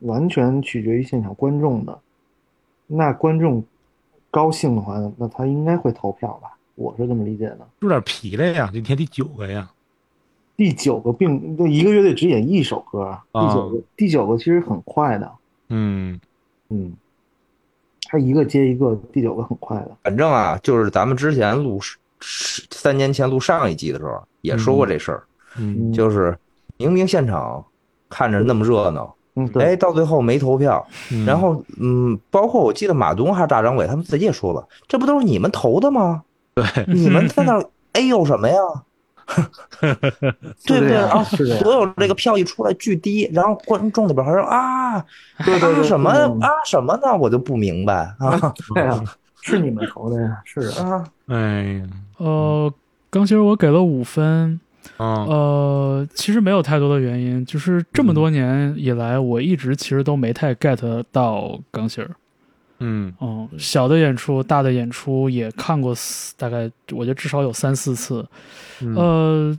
[SPEAKER 4] 完全取决于现场观众的，那观众高兴的话，那他应该会投票吧？我是这么理解的。
[SPEAKER 2] 有点疲累呀，今天第九个呀，
[SPEAKER 4] 第九个并就一个乐队只演一首歌啊，
[SPEAKER 2] 啊
[SPEAKER 4] 第九个第九个其实很快的，
[SPEAKER 2] 嗯
[SPEAKER 4] 嗯，他一个接一个，第九个很快的，
[SPEAKER 1] 反正啊，就是咱们之前录三年前录上一季的时候也说过这事儿，
[SPEAKER 2] 嗯
[SPEAKER 4] 嗯，
[SPEAKER 1] 就是明明现场看着那么热闹，
[SPEAKER 4] 嗯对，
[SPEAKER 1] 哎，到最后没投票，
[SPEAKER 2] 嗯，
[SPEAKER 1] 然后嗯，包括我记得马东还是大张伟他们自己也说了，这不都是你们投的吗？
[SPEAKER 2] 对，
[SPEAKER 1] 你们在 那儿哎呦什么呀？对不对
[SPEAKER 4] 是这样
[SPEAKER 1] 啊？
[SPEAKER 4] 是这样
[SPEAKER 1] 所有这个票一出来巨低，然后观众里边还说啊
[SPEAKER 4] 对对
[SPEAKER 1] 啊
[SPEAKER 4] 对，
[SPEAKER 1] 什么
[SPEAKER 4] 是你们
[SPEAKER 1] 啊什么呢？我就不明白 啊
[SPEAKER 4] 对啊，是你们投的呀，是啊，
[SPEAKER 1] 啊！
[SPEAKER 2] 哎呀，
[SPEAKER 3] 呃，刚其实我给了五分，
[SPEAKER 2] 啊，
[SPEAKER 3] 呃，其实没有太多的原因，就是这么多年以来，我一直其实都没太 get 到钢琴儿。
[SPEAKER 2] 嗯
[SPEAKER 3] 嗯，小的演出、大的演出也看过四，大概我觉得至少有三四次。
[SPEAKER 2] 嗯
[SPEAKER 3] 呃，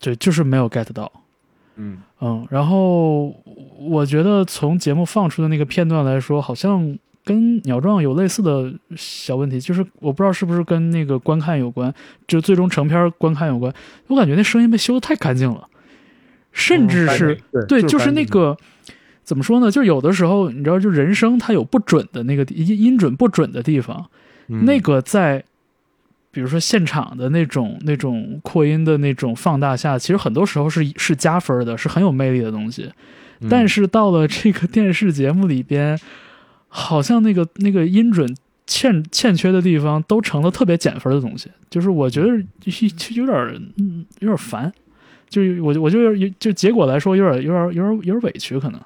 [SPEAKER 3] 对，就是没有 get 到。
[SPEAKER 2] 嗯
[SPEAKER 3] 嗯，然后我觉得从节目放出的那个片段来说，好像跟鸟壮有类似的小问题，就是我不知道是不是跟那个观看有关，就最终成片儿观看有关。我感觉那声音被修得太干净了，甚至是、
[SPEAKER 2] 嗯
[SPEAKER 3] 对，
[SPEAKER 2] 就是
[SPEAKER 3] 那个怎么说呢？就有的时候你知道，就人声它有不准的那个地音音准不准的地方，
[SPEAKER 2] 嗯
[SPEAKER 3] 那个在比如说现场的那种那种扩音的那种放大下，其实很多时候是是加分的，是很有魅力的东西。但是到了这个电视节目里边，好像那个那个音准欠欠缺的地方都成了特别减分的东西，就是我觉得就有点儿嗯有点儿烦。就是我，我就有有就结果来说，有点有点有点有点委屈，可能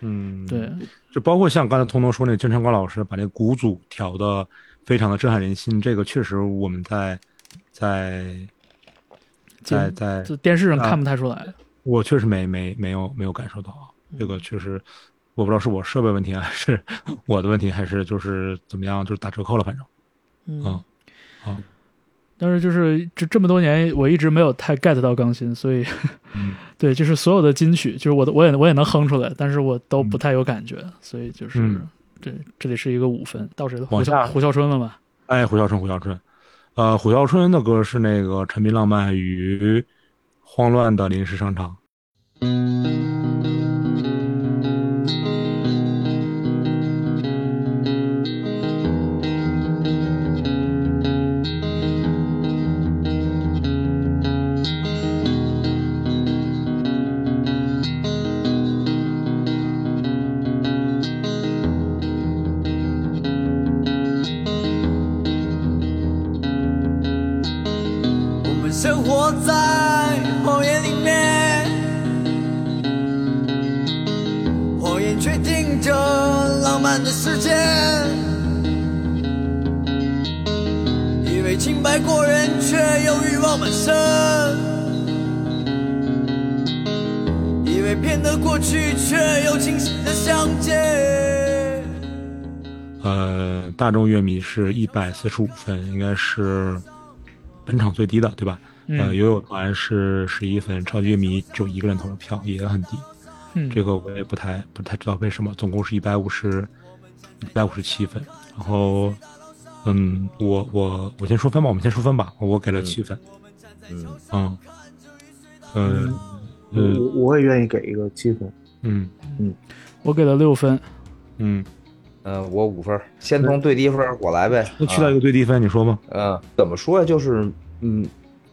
[SPEAKER 2] 嗯，
[SPEAKER 3] 对，
[SPEAKER 2] 就包括像刚才彤彤说那个金昌光老师把那鼓组调的非常的震撼人心，这个确实我们在在在
[SPEAKER 3] 就
[SPEAKER 2] 在
[SPEAKER 3] 就电视上
[SPEAKER 2] 啊
[SPEAKER 3] 看不太出来。
[SPEAKER 2] 我确实没没没有没有感受到啊，这个确实，我不知道是我设备问题还是我的问题，还是就是怎么样，就是打折扣了，反正，
[SPEAKER 3] 嗯
[SPEAKER 2] 嗯，好
[SPEAKER 3] 但是就是这这么多年，我一直没有太 get 到钢琴，所以
[SPEAKER 2] 嗯
[SPEAKER 3] 对，就是所有的金曲，就是我都我也我也能哼出来，但是我都不太有感觉，所以就是、
[SPEAKER 2] 嗯
[SPEAKER 3] 对，这里是一个五分，到谁了？胡
[SPEAKER 2] 往
[SPEAKER 3] 孝
[SPEAKER 2] 下
[SPEAKER 3] 胡孝春了吧？
[SPEAKER 2] 哎，虎啸春，虎啸春，呃，虎啸春的歌是那个《沉迷浪漫与慌乱的临时商场》，
[SPEAKER 7] 生活在谎言里面，谎言决定着浪漫的世界，以为清白过人，却又欲望满身，以为骗得过去，却又清醒的相见。
[SPEAKER 2] 呃，大众乐迷是一百四十五分，应该是本场最低的，对吧？呃，
[SPEAKER 3] 嗯
[SPEAKER 2] 游泳团是十一分，超级乐迷只有一个人投了票，也很低。
[SPEAKER 3] 嗯，
[SPEAKER 2] 这个我也不太不太知道为什么，总共是一百五十一百五十七分。然后，嗯，我我我先说分吧，我们先说分吧，我给了七分。
[SPEAKER 1] 嗯，
[SPEAKER 2] 嗯，嗯，
[SPEAKER 4] 我
[SPEAKER 2] 呃，
[SPEAKER 4] 我也愿意给一个七分。
[SPEAKER 2] 嗯
[SPEAKER 3] 我给了六分，
[SPEAKER 2] 嗯，
[SPEAKER 1] 呃，我五分儿，先从最低分儿我来呗。
[SPEAKER 2] 那去到
[SPEAKER 1] 啊
[SPEAKER 2] 一个最低分，你说吧。
[SPEAKER 1] 嗯，怎么说呀？就是嗯，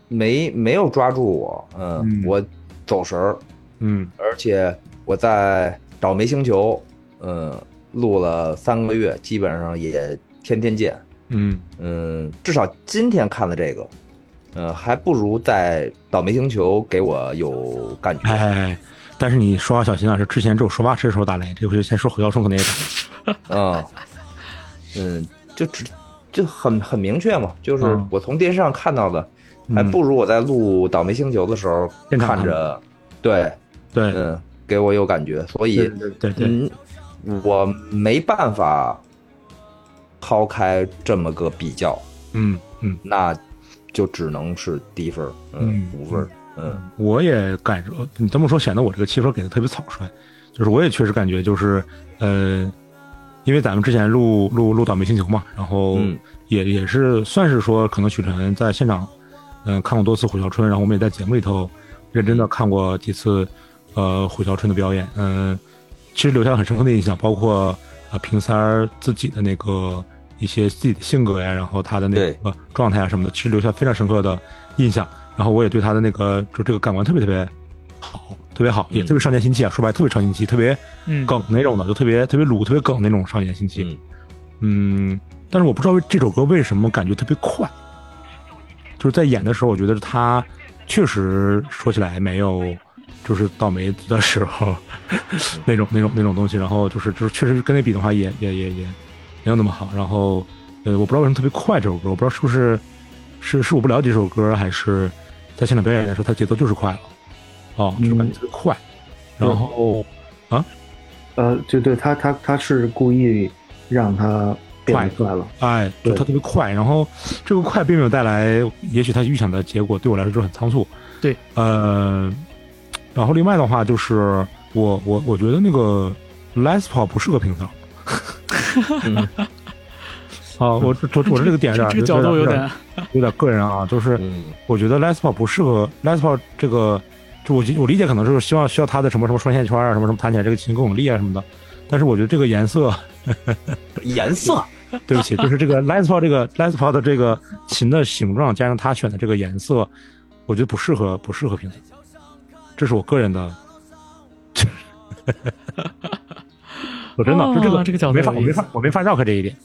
[SPEAKER 1] 没没有抓住我，
[SPEAKER 2] 嗯
[SPEAKER 1] 嗯，我走神儿，
[SPEAKER 2] 嗯
[SPEAKER 1] 而且我在倒霉星球，嗯，录了三个月，基本上也天天见，
[SPEAKER 2] 嗯
[SPEAKER 1] 嗯，至少今天看的这个，嗯，还不如在倒霉星球给我有感觉。
[SPEAKER 2] 哎哎，哎但是你说话小心啊！是之前只有说话吃的时候打雷，这回先说侯孝顺和那个。
[SPEAKER 1] 嗯， 嗯，就只就很很明确嘛，就是
[SPEAKER 2] 嗯
[SPEAKER 1] 我从电视上看到的，还
[SPEAKER 2] 嗯
[SPEAKER 1] 不如我在录《倒霉星球》的时候
[SPEAKER 2] 现场
[SPEAKER 1] 看
[SPEAKER 2] 看
[SPEAKER 1] 着，对，
[SPEAKER 2] 对
[SPEAKER 1] 嗯，给我有感觉，所以，
[SPEAKER 4] 对
[SPEAKER 2] 对对，
[SPEAKER 1] 嗯，我没办法抛开这么个比较，
[SPEAKER 2] 嗯嗯，
[SPEAKER 1] 那就只能是低分儿，嗯
[SPEAKER 2] 嗯，
[SPEAKER 1] 五分儿，嗯
[SPEAKER 2] 我也感受，你这么说显得我这个七分给的特别草率，就是我也确实感觉就是，呃，因为咱们之前录录录倒霉星球嘛，然后
[SPEAKER 1] 嗯
[SPEAKER 2] 也、也是算是说，可能许晨在现场，嗯、看过多次虎啸春，然后我们也在节目里头认真的看过几次，呃，虎啸春的表演，嗯、其实留下了很深刻的印象，包括呃平三儿自己的那个一些自己的性格呀，然后他的那
[SPEAKER 1] 对
[SPEAKER 2] 个状态啊什么的，其实留下非常深刻的印象。然后我也对他的那个就这个感官特别特别好，特别好，也
[SPEAKER 1] 嗯
[SPEAKER 2] 特别少年心气啊，说白了特别少年心气，特别
[SPEAKER 3] 嗯，
[SPEAKER 2] 梗那种的，就特别特别鲁、特别梗那种少年心气。
[SPEAKER 1] 嗯
[SPEAKER 2] 嗯，但是我不知道这首歌为什么感觉特别快，就是在演的时候，我觉得他确实说起来没有，就是倒霉的时候 那种那种那种东西，然后就是就是确实跟那比的话也，也也也没有那么好。然后呃，我不知道为什么特别快这首歌，我不知道是不是是是我不了解这首歌，还是在现场表演的时候它节奏就是快了，哦，就是感觉特别快。然后
[SPEAKER 4] 呃，就对他他他是故意让他变得快了。
[SPEAKER 2] 哎，就
[SPEAKER 4] 对
[SPEAKER 2] 它特别快，然后这个快并没有带来，也许他预想的结果对我来说就很仓促。
[SPEAKER 3] 对，
[SPEAKER 2] 呃，然后另外的话就是我我我觉得那个 Lespo 不是个平头。
[SPEAKER 1] 嗯
[SPEAKER 2] 啊，我我我这个点有点
[SPEAKER 3] 这个角度有点，
[SPEAKER 2] 有点个人啊，就是
[SPEAKER 1] 嗯
[SPEAKER 2] 我觉得 Lespo 不适合 Lespo 这个，就我我理解可能就是希望需要他的什么什么双线圈啊，什么什么弹起来这个琴更有力啊什么的，但是我觉得这个颜色，嗯
[SPEAKER 1] 颜色，
[SPEAKER 2] 对不 起，就是这个 Lespo 这个 Lespo 的这个琴的形状加上他选的这个颜色，我觉得不适合不适合平台，这是我个人的。 我真的，就这个、
[SPEAKER 3] 哦这个角度
[SPEAKER 2] 没法，
[SPEAKER 3] 有
[SPEAKER 2] 我
[SPEAKER 3] 意思
[SPEAKER 2] 没法，我没法绕开这一点。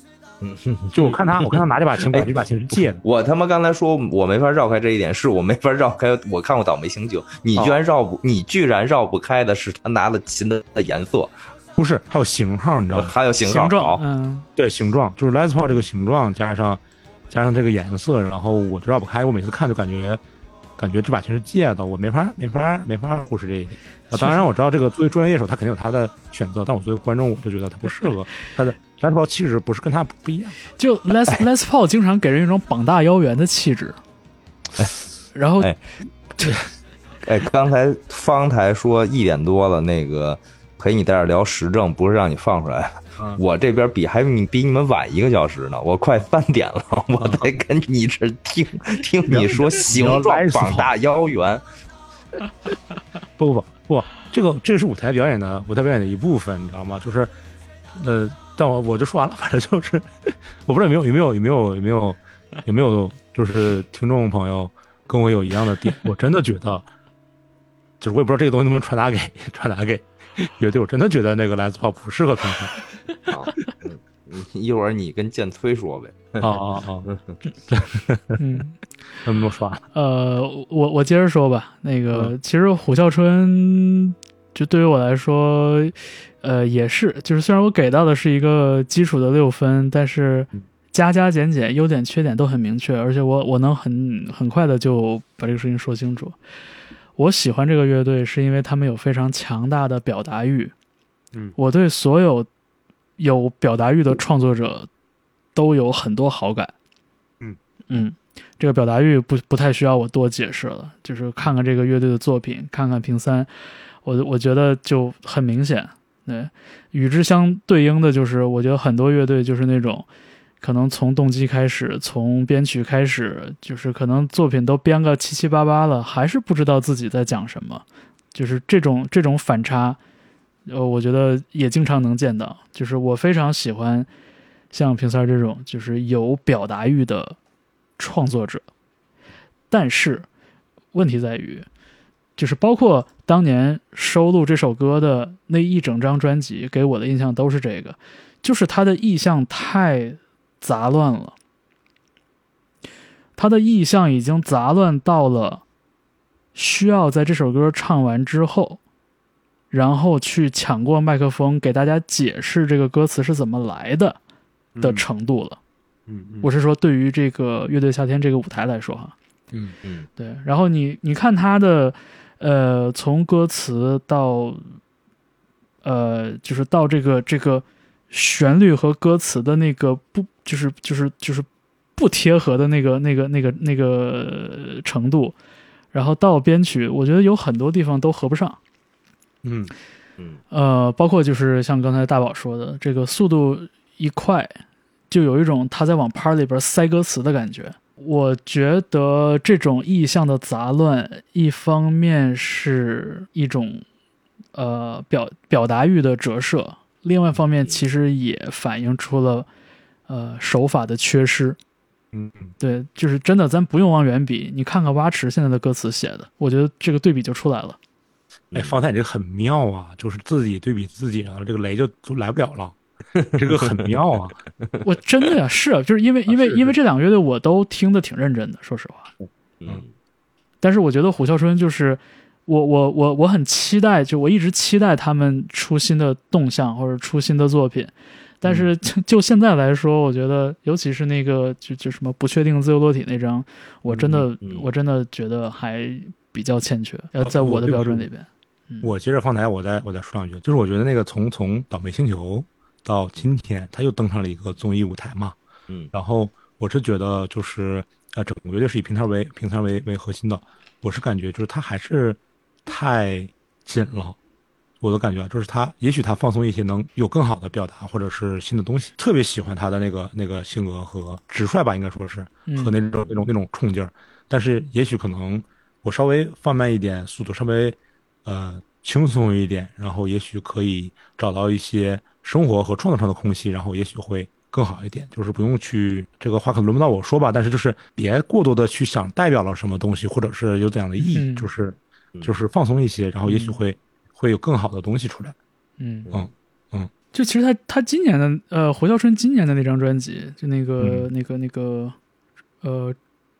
[SPEAKER 1] 嗯。
[SPEAKER 2] 就我看他，我看他拿这把
[SPEAKER 3] 哎
[SPEAKER 2] 琴管，这把琴是借的。
[SPEAKER 1] 我他妈刚才说我没法绕开这一点，是我没法绕开。 我看过《倒霉星球》，你居然绕不，
[SPEAKER 2] 哦
[SPEAKER 1] 你居然绕不开的是他拿的琴的颜色，
[SPEAKER 2] 哦不是，还有型号，你知道吗？
[SPEAKER 1] 还有形
[SPEAKER 3] 形状，
[SPEAKER 1] 好
[SPEAKER 3] 嗯
[SPEAKER 2] 对，形状就是 Lespo 这个形状加上加上这个颜色，然后我就绕不开。我每次看就感觉感觉这把琴是借的，我没法没法没法忽视这一点。啊，当然我知道这个作为专业乐手，他肯定有他的选择，但我作为观众，我就觉得他不适合他的 Lespo 气质不是跟他不不一样。
[SPEAKER 3] 就 Les Les Paul 经常给人一种膀大腰圆的气质，然后
[SPEAKER 1] 哎哎，刚才方才说一点多了，那个陪你在这儿聊时政，不是让你放出来
[SPEAKER 2] 嗯。
[SPEAKER 1] 我这边比还你比你们晚一个小时呢，我快三点 了，我在跟你这儿听听你说形
[SPEAKER 2] 来
[SPEAKER 1] 状
[SPEAKER 2] 一次
[SPEAKER 1] 膀大腰圆，
[SPEAKER 2] 不不不不，这个这是舞台表演的舞台表演的一部分，你知道吗？就是呃，但我我就说完了，反正就是我不知道有没有有没有有没有有没有有没有就是听众朋友跟我有一样的点，我真的觉得，就是我也不知道这个东西能不能传达给传达给乐队，我真的觉得那个来自 p 不适合平衡。
[SPEAKER 1] 啊，嗯一会儿你跟建崔说呗。
[SPEAKER 2] 哦哦哦，
[SPEAKER 3] 嗯，
[SPEAKER 2] 那么说完了，
[SPEAKER 3] 呃，我我接着说吧。那
[SPEAKER 2] 嗯
[SPEAKER 3] 个，其实虎啸春就对于我来说，呃，也是，就是虽然我给到的是一个基础的六分，但是
[SPEAKER 2] 嗯
[SPEAKER 3] 加加减减，优点缺点都很明确，而且我我能很很快的就把这个事情说清楚。我喜欢这个乐队是因为他们有非常强大的表达欲。
[SPEAKER 2] 嗯
[SPEAKER 3] 我对所有有表达欲的创作者都有很多好感。
[SPEAKER 2] 嗯
[SPEAKER 3] 嗯，这个表达欲不不太需要我多解释了，就是看看这个乐队的作品，看看平三，我我觉得就很明显。对，与之相对应的就是，我觉得很多乐队就是那种，可能从动机开始，从编曲开始，就是可能作品都编个七七八八了，还是不知道自己在讲什么，就是这种这种反差，呃，我觉得也经常能见到。就是我非常喜欢像平三儿这种，就是有表达欲的创作者，但是问题在于，就是包括当年收录这首歌的那一整张专辑，给我的印象都是这个，就是他的意象太杂乱了，他的意象已经杂乱到了需要在这首歌唱完之后，然后去抢过麦克风给大家解释这个歌词是怎么来的的程度了。
[SPEAKER 2] 嗯嗯，
[SPEAKER 3] 我是说，对于这个乐队夏天这个舞台来说，哈，
[SPEAKER 2] 嗯
[SPEAKER 1] 嗯，
[SPEAKER 3] 对，然后你你看他的，呃，从歌词到，呃，就是到这个这个旋律和歌词的那个不，就是就是就是不贴合的那个那个那个那个呃程度，然后到编曲，我觉得有很多地方都合不上。
[SPEAKER 2] 嗯
[SPEAKER 3] 呃，包括就是像刚才大宝说的，这个速度一快，就有一种他在往拍里边塞歌词的感觉。我觉得这种意象的杂乱，一方面是一种呃表表达欲的折射，另外一方面其实也反映出了呃手法的缺失。
[SPEAKER 2] 嗯
[SPEAKER 3] 对，就是真的，咱不用往远比，你看看蛙池现在的歌词写的，我觉得这个对比就出来了。
[SPEAKER 2] 哎，方太你这个很妙啊，就是自己对比自己啊，这个雷就就来不了了，这个很妙啊。
[SPEAKER 3] 我真的呀，是啊就是因为因为
[SPEAKER 2] 是
[SPEAKER 3] 因为这两个乐队我都听得挺认真的，说实话。
[SPEAKER 1] 嗯
[SPEAKER 3] 但是我觉得虎啸春就是我我我我很期待，就我一直期待他们出新的动向或者出新的作品。但是就就现在来说，我觉得尤其是那个就就什么不确定自由落体那张，我真的、
[SPEAKER 1] 嗯嗯
[SPEAKER 3] 我真的觉得还比较欠缺，要在
[SPEAKER 2] 哦
[SPEAKER 3] 我
[SPEAKER 2] 我
[SPEAKER 3] 的
[SPEAKER 2] 对
[SPEAKER 3] 标
[SPEAKER 2] 我
[SPEAKER 3] 准
[SPEAKER 2] 对
[SPEAKER 3] 里边。
[SPEAKER 2] 我接着方才，我再我再说两句，就是我觉得那个从从倒霉星球到今天，他又登上了一个综艺舞台嘛，
[SPEAKER 1] 嗯
[SPEAKER 2] 然后我是觉得就是呃，整个乐队是以平摊为平摊为为核心的，我是感觉就是他还是太紧了，我的感觉啊就是他也许他放松一些能有更好的表达或者是新的东西，特别喜欢他的那个那个性格和直率吧，应该说是
[SPEAKER 3] 嗯
[SPEAKER 2] 和那种那种那种冲劲儿，但是也许可能我稍微放慢一点速度，稍微呃轻松一点，然后也许可以找到一些生活和创作上的空隙，然后也许会更好一点。就是不用去这个话可能轮不到我说吧，但是就是别过多的去想代表了什么东西，或者是有怎样的意义，
[SPEAKER 3] 嗯
[SPEAKER 2] 就是
[SPEAKER 1] 嗯
[SPEAKER 2] 就是放松一些，然后也许
[SPEAKER 3] 嗯
[SPEAKER 2] 会、会有更好的东西出来。
[SPEAKER 3] 嗯
[SPEAKER 2] 嗯嗯，
[SPEAKER 3] 就其实他他今年的呃胡啸春今年的那张专辑，就那个、
[SPEAKER 2] 嗯
[SPEAKER 3] 那个那个呃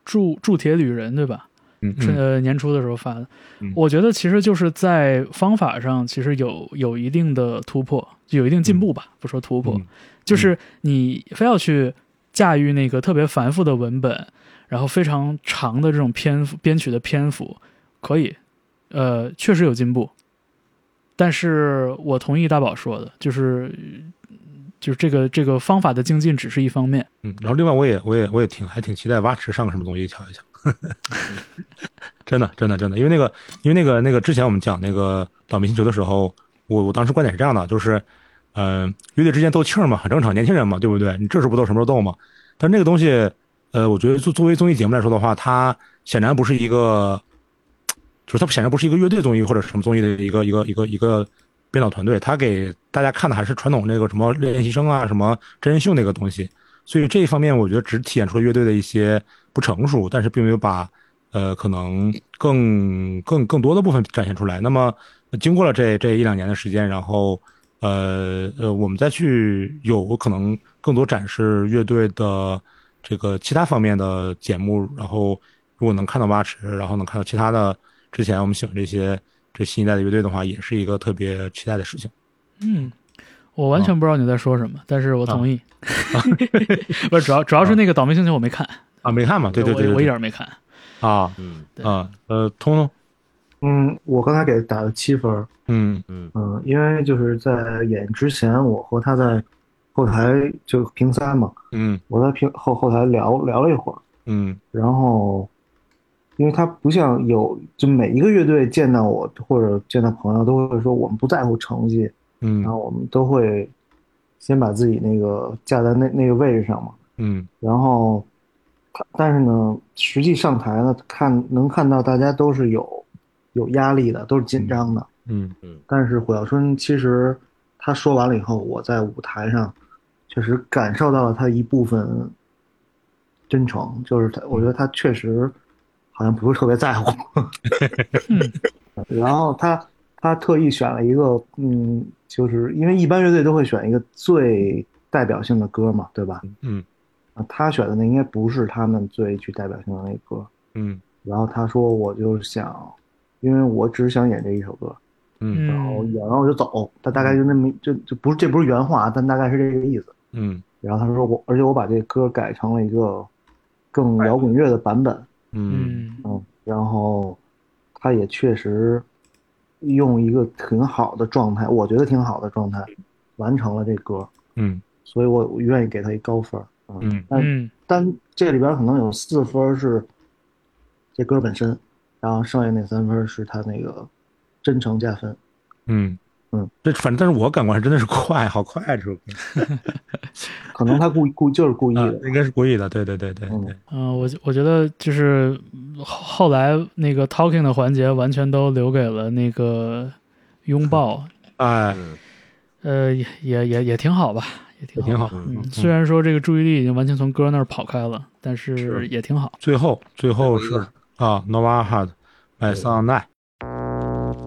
[SPEAKER 3] 铸铸铁旅人对吧？
[SPEAKER 2] 嗯
[SPEAKER 3] 春
[SPEAKER 2] 嗯
[SPEAKER 3] 呃年初的时候发的
[SPEAKER 2] 嗯，
[SPEAKER 3] 我觉得其实就是在方法上，其实有有一定的突破，就有一定进步吧，不说突破
[SPEAKER 2] 嗯，
[SPEAKER 3] 就是你非要去驾驭那个特别繁复的文本，然后非常长的这种篇幅编曲的篇幅，可以，呃，确实有进步，但是我同意大宝说的，就是就是这个这个方法的精进只是一方面，
[SPEAKER 2] 嗯，然后另外我也我也我也挺还挺期待蛙池上个什么东西瞧一 瞧，真的真的真的，因为那个因为那个那个之前我们讲那个倒霉星球的时候，我我当时观点是这样的，就是，嗯、乐队之间斗气儿嘛，很正常，年轻人嘛，对不对？你这时候不斗，什么时候斗嘛？但这个东西，呃，我觉得作作为综艺节目来说的话，它显然不是一个，就是它显然不是一个乐队综艺或者什么综艺的一个一个一个一个编导团队，他给大家看的还是传统那个什么练习生啊，什么真人秀那个东西。所以这一方面，我觉得只体现出了乐队的一些不成熟，但是并没有把呃可能更更更多的部分展现出来。那么经过了这这一两年的时间，然后呃呃，我们再去有可能更多展示乐队的这个其他方面的节目，然后如果能看到蛙池，然后能看到其他的之前我们喜欢这些这新一代的乐队的话，也是一个特别期待的事情。
[SPEAKER 3] 嗯，我完全不知道你在说什
[SPEAKER 2] 啊
[SPEAKER 3] 么，但是我同意。 不是，主要主要是那个倒霉星球我没看，
[SPEAKER 2] 啊，没看嘛？对对对
[SPEAKER 3] 我
[SPEAKER 2] 对
[SPEAKER 3] 我
[SPEAKER 2] 对
[SPEAKER 3] 一点儿没看。
[SPEAKER 2] 啊
[SPEAKER 1] 嗯
[SPEAKER 2] 啊呃，通通，
[SPEAKER 4] 嗯，我刚才给打了七分儿，
[SPEAKER 2] 嗯
[SPEAKER 1] 嗯
[SPEAKER 4] 嗯，因为就是在演之前，我和他在后台就平三嘛，
[SPEAKER 2] 嗯
[SPEAKER 4] 我在平后后台聊聊了一会儿，
[SPEAKER 2] 嗯
[SPEAKER 4] 然后，因为他不像有就每一个乐队见到我或者见到朋友都会说我们不在乎成绩，
[SPEAKER 2] 嗯
[SPEAKER 4] 然后我们都会先把自己那个架在那那个位置上嘛，
[SPEAKER 2] 嗯
[SPEAKER 4] 然后，他但是呢，实际上台呢，看能看到大家都是有有压力的，都是紧张的。
[SPEAKER 2] 嗯
[SPEAKER 4] 但是火药春其实他说完了以后，我在舞台上确实感受到了他一部分真诚，就是他，我觉得他确实好像不是特别在乎。然后他他特意选了一个，嗯，就是因为一般乐队都会选一个最代表性的歌嘛，对吧？
[SPEAKER 2] 嗯
[SPEAKER 4] 啊，他选的那应该不是他们最具代表性的那歌。
[SPEAKER 2] 嗯
[SPEAKER 4] 然后他说，我就是想，因为我只想演这一首歌，
[SPEAKER 2] 嗯
[SPEAKER 4] 然后
[SPEAKER 3] 嗯
[SPEAKER 4] 演完我就走。他大概就那么，就就不是这不是原话，啊但大概是这个意思。
[SPEAKER 2] 嗯
[SPEAKER 4] 然后他说我，而且我把这个歌改成了一个更摇滚乐的版本，
[SPEAKER 2] 嗯
[SPEAKER 3] 嗯
[SPEAKER 4] 嗯，然后他也确实用一个挺好的状态，我觉得挺好的状态完成了这歌，
[SPEAKER 2] 嗯
[SPEAKER 4] 所以我我愿意给他一高分儿。
[SPEAKER 2] 嗯
[SPEAKER 3] 嗯
[SPEAKER 4] 但这里边可能有四分是这歌本身，然后剩下那三分是他那个真诚加分。
[SPEAKER 2] 嗯
[SPEAKER 4] 嗯，
[SPEAKER 2] 这反正但是我感官是真的是快，好快啊这首歌
[SPEAKER 4] 可能他故意故意就是故意
[SPEAKER 2] 啊
[SPEAKER 4] 的，，
[SPEAKER 2] 应该是故意的，对对对对对，
[SPEAKER 3] 嗯，我我觉得就是后后来那个 talking 的环节完全都留给了那个拥抱，
[SPEAKER 2] 哎，
[SPEAKER 1] 嗯
[SPEAKER 3] 呃，也也也也挺好吧，也挺
[SPEAKER 2] 也
[SPEAKER 3] 好。
[SPEAKER 2] 挺好。
[SPEAKER 3] 嗯，
[SPEAKER 2] 嗯
[SPEAKER 3] 虽然说这个注意力已经完全从歌那儿跑开了，但是
[SPEAKER 2] 是
[SPEAKER 3] 也挺好。
[SPEAKER 2] 最后最后
[SPEAKER 1] 最
[SPEAKER 2] 是
[SPEAKER 1] 后一个
[SPEAKER 2] 啊，Nova Hard by
[SPEAKER 1] 对
[SPEAKER 2] Sun Night。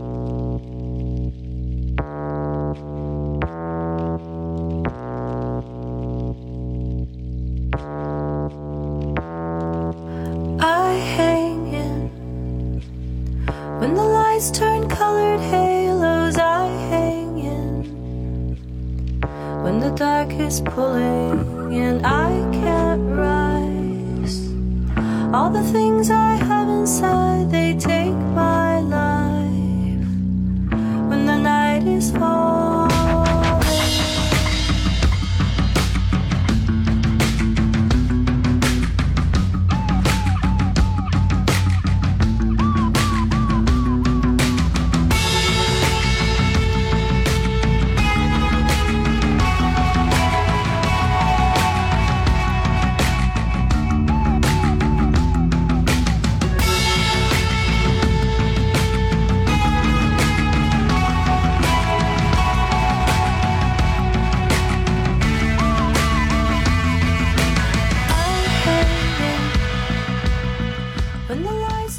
[SPEAKER 6] I hang in when the lights turn colored halos. I hang in when the dark is pulling and I can't rise. All the things I have inside they take my life when the night is falling.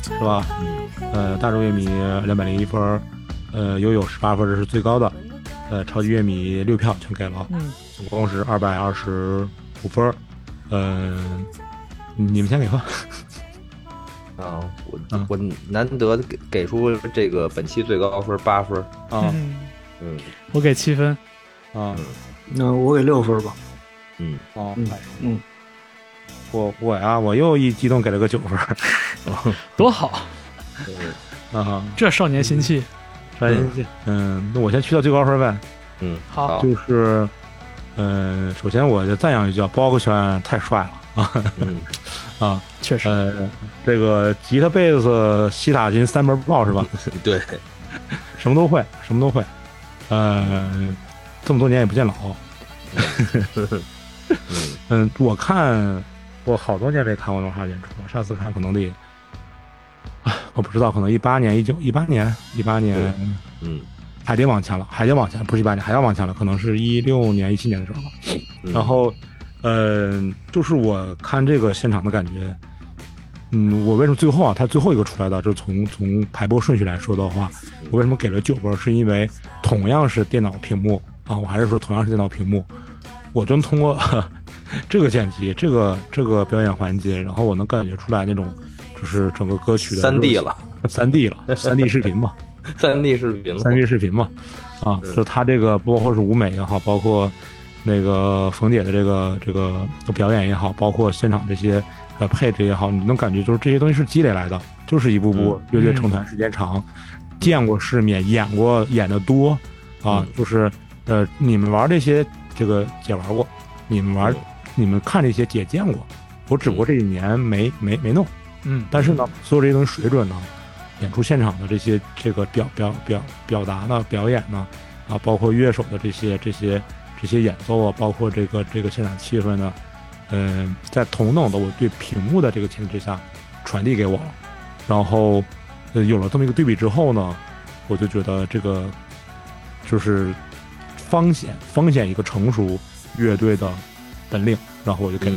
[SPEAKER 2] 是吧？呃，大众乐迷两百零一分儿，呃，悠悠十八分，这是最高的。呃，超级乐迷六票全给了，
[SPEAKER 3] 嗯，
[SPEAKER 2] 总共是二百二十五分儿。嗯、你们先给吧。
[SPEAKER 1] 啊，我
[SPEAKER 2] 嗯
[SPEAKER 1] 我难得给给出这个本期最高分八分，
[SPEAKER 2] 啊
[SPEAKER 1] 嗯
[SPEAKER 3] 我给七分。
[SPEAKER 2] 啊
[SPEAKER 4] 那我给六分吧。
[SPEAKER 1] 嗯，
[SPEAKER 2] 啊！
[SPEAKER 4] 嗯嗯，
[SPEAKER 2] 我我呀，我又一激动给了个九分儿
[SPEAKER 3] 多好，
[SPEAKER 2] 啊！
[SPEAKER 3] 这少年心气。
[SPEAKER 2] 嗯嗯，那我先去掉最高分儿呗。
[SPEAKER 1] 嗯，
[SPEAKER 3] 好
[SPEAKER 1] 好，
[SPEAKER 2] 就是，嗯、首先我就赞扬一句，啊包个圈太帅了啊！
[SPEAKER 1] 嗯
[SPEAKER 2] 啊，
[SPEAKER 3] 确实，
[SPEAKER 2] 呃，这个吉他、贝斯、西塔琴三门炮是吧？
[SPEAKER 1] 对，
[SPEAKER 2] 什么都会，什么都会。呃，这么多年也不见老。
[SPEAKER 1] 嗯
[SPEAKER 2] 嗯，我看我好多年没看过龙哈演出了，上次看可能得，啊，我不知道，可能一八年、一九、一八年、一八年，
[SPEAKER 1] 嗯
[SPEAKER 2] 海淀往前了，海淀往前，不是一八年，海淀往前了，可能是一六年、一七年的时候吧。
[SPEAKER 1] 嗯，
[SPEAKER 2] 然后，呃，就是我看这个现场的感觉，嗯，我为什么最后啊，他最后一个出来的，就是从从排播顺序来说的话，我为什么给了九分儿，是因为同样是电脑屏幕，啊，我还是说同样是电脑屏幕，我真通过 呵这个剪辑、这个这个表演环节，然后我能感觉出来那种就是整个歌曲的
[SPEAKER 1] 三 D 了，
[SPEAKER 2] 三 D 了，三 D 视频嘛，
[SPEAKER 1] 三 D 视频了，
[SPEAKER 2] 三 D 视频嘛，啊，
[SPEAKER 1] 是
[SPEAKER 2] 就他这个包括是舞美也好，包括那个冯姐的这个这个表演也好，包括现场这些呃配置也好，你能感觉就是这些东西是积累来的，就是一步
[SPEAKER 1] 嗯
[SPEAKER 2] 步乐队成团时间长，见过世面，演过演的多啊，
[SPEAKER 1] 嗯
[SPEAKER 2] 就是呃你们玩这些这个姐玩过，你们玩、
[SPEAKER 1] 嗯
[SPEAKER 2] 你们看这些姐见过，我只不过这几年没没没弄，
[SPEAKER 8] 嗯，
[SPEAKER 2] 但是呢，所有这些东西水准呢，演出现场的这些这个表表表表达呢，表演呢，啊，包括乐手的这些这些这些演奏啊，包括这个这个现场气氛呢，嗯、在同等的我对屏幕的这个前提之下传递给我了，然后呃有了这么一个对比之后呢，我就觉得这个就是方显方显一个成熟乐队的本领，然后我就给了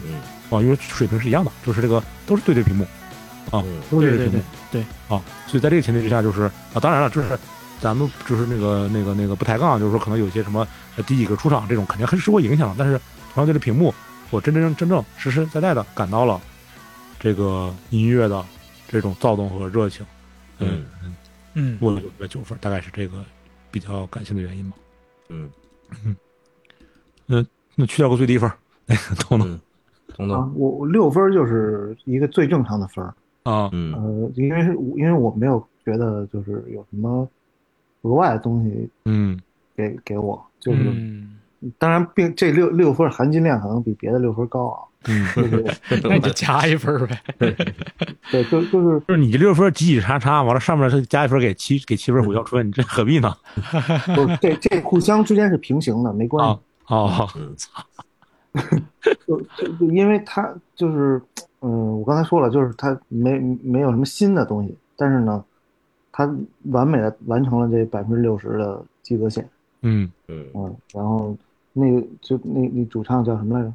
[SPEAKER 8] 嗯
[SPEAKER 1] 嗯
[SPEAKER 2] 啊，因为水平是一样的，就是这个都是对对屏幕，啊
[SPEAKER 1] 嗯，
[SPEAKER 2] 都是对
[SPEAKER 3] 对
[SPEAKER 2] 屏幕，
[SPEAKER 3] 对
[SPEAKER 2] 啊，所以在这个前提之下，就是啊，当然了，就是咱们就是那个那个那个不抬杠，就是说可能有些什么呃第几个出场这种肯定很受我影响，但是同样对这屏幕，我真真真正实实在在的感到了这个音乐的这种躁动和热情，
[SPEAKER 1] 嗯，
[SPEAKER 8] 嗯，
[SPEAKER 2] 我有个九分，大概是这个比较感性的原因吧，
[SPEAKER 1] 嗯
[SPEAKER 2] 嗯，那那去掉个最低分儿，哎那个彤彤
[SPEAKER 1] 嗯，彤
[SPEAKER 4] 啊
[SPEAKER 1] 彤，，
[SPEAKER 4] 我我六分儿就是一个最正常的分儿，
[SPEAKER 2] 啊，
[SPEAKER 1] 嗯
[SPEAKER 4] 呃，因为是因为我没有觉得就是有什么额外的东西
[SPEAKER 2] 嗯
[SPEAKER 4] 给给我，就是、
[SPEAKER 8] 嗯，
[SPEAKER 4] 当然并这六六分儿含金量可能比别的六分儿高啊，
[SPEAKER 2] 嗯。
[SPEAKER 4] 就是
[SPEAKER 8] 那你就加一分儿呗。
[SPEAKER 4] 对，就就是
[SPEAKER 2] 就是你这六分挤挤叉叉，完了上面是加一分给七给七分回校车，你这何必呢？
[SPEAKER 4] 不是这这互相之间是平行的，没关系。
[SPEAKER 2] 啊哦，
[SPEAKER 1] 嗯
[SPEAKER 4] 就就就因为他就是，嗯，我刚才说了，就是他没没有什么新的东西，但是呢，他完美的完成了这百分之六十的及格线，
[SPEAKER 2] 嗯，
[SPEAKER 1] 嗯，
[SPEAKER 4] 嗯，然后那个就那那主唱叫什么来着？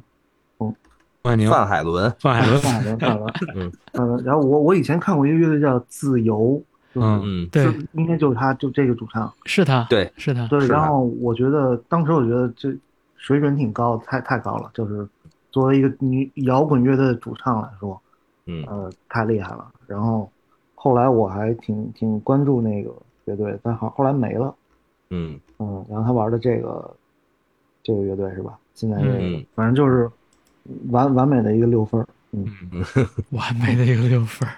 [SPEAKER 2] 范宁
[SPEAKER 1] 范海伦，
[SPEAKER 2] 范海伦，
[SPEAKER 4] 范文范文，
[SPEAKER 1] 嗯
[SPEAKER 4] 嗯，然后我我以前看过一个乐队叫自由，就是
[SPEAKER 2] 嗯
[SPEAKER 1] 嗯
[SPEAKER 3] 对，
[SPEAKER 4] 是应该就是他就这个主唱，
[SPEAKER 3] 是他，
[SPEAKER 1] 对，
[SPEAKER 3] 是他，
[SPEAKER 4] 对，
[SPEAKER 1] 是
[SPEAKER 4] 然
[SPEAKER 1] 的
[SPEAKER 4] 后我觉得当时我觉得这水准挺高，太太高了，就是作为一个女摇滚乐队的主唱来说，
[SPEAKER 1] 嗯
[SPEAKER 4] 呃，太厉害了。然后后来我还挺挺关注那个乐队，但好后来没了，
[SPEAKER 1] 嗯
[SPEAKER 4] 嗯，然后他玩的这个这个乐队是吧？现在这个，
[SPEAKER 1] 嗯
[SPEAKER 4] 反正就是完完美的一个六分儿，嗯，
[SPEAKER 3] 完美的一个六分儿。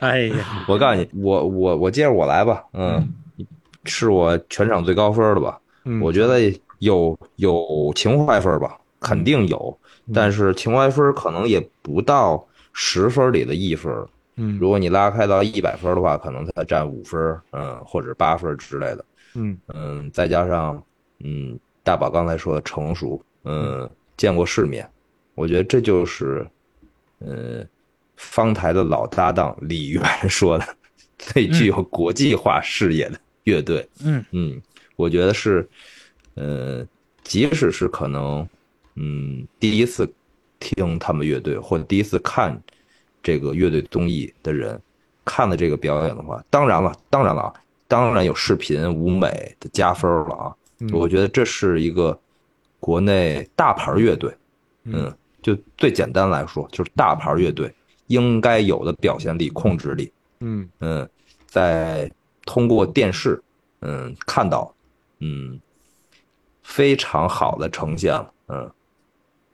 [SPEAKER 2] 哎呀，
[SPEAKER 1] 我告诉你，我我我接着我来吧，嗯，是我全场最高分的吧？我觉得有有情怀分吧，肯定有，但是情怀分可能也不到十分里的一分。
[SPEAKER 2] 嗯
[SPEAKER 1] 如果你拉开到一百分的话，可能才占五分，嗯，或者八分之类的，
[SPEAKER 2] 嗯
[SPEAKER 1] 嗯，再加上嗯，大宝刚才说的成熟，嗯，见过世面，我觉得这就是，嗯，方台的老搭档李源说的 最具有国际化视野的乐队，
[SPEAKER 8] 嗯
[SPEAKER 1] 嗯，我觉得是，呃，即使是可能，嗯，第一次听他们乐队或者第一次看这个乐队综艺的人，看了这个表演的话，当然了，当然了啊，当然有视频舞美的加分了啊，我觉得这是一个国内大牌乐队，
[SPEAKER 2] 嗯
[SPEAKER 1] 嗯，就最简单来说，就是大牌乐队应该有的表现力、控制力，
[SPEAKER 2] 嗯
[SPEAKER 1] 嗯，在通过电视，嗯，看到，嗯，非常好的呈现了，嗯，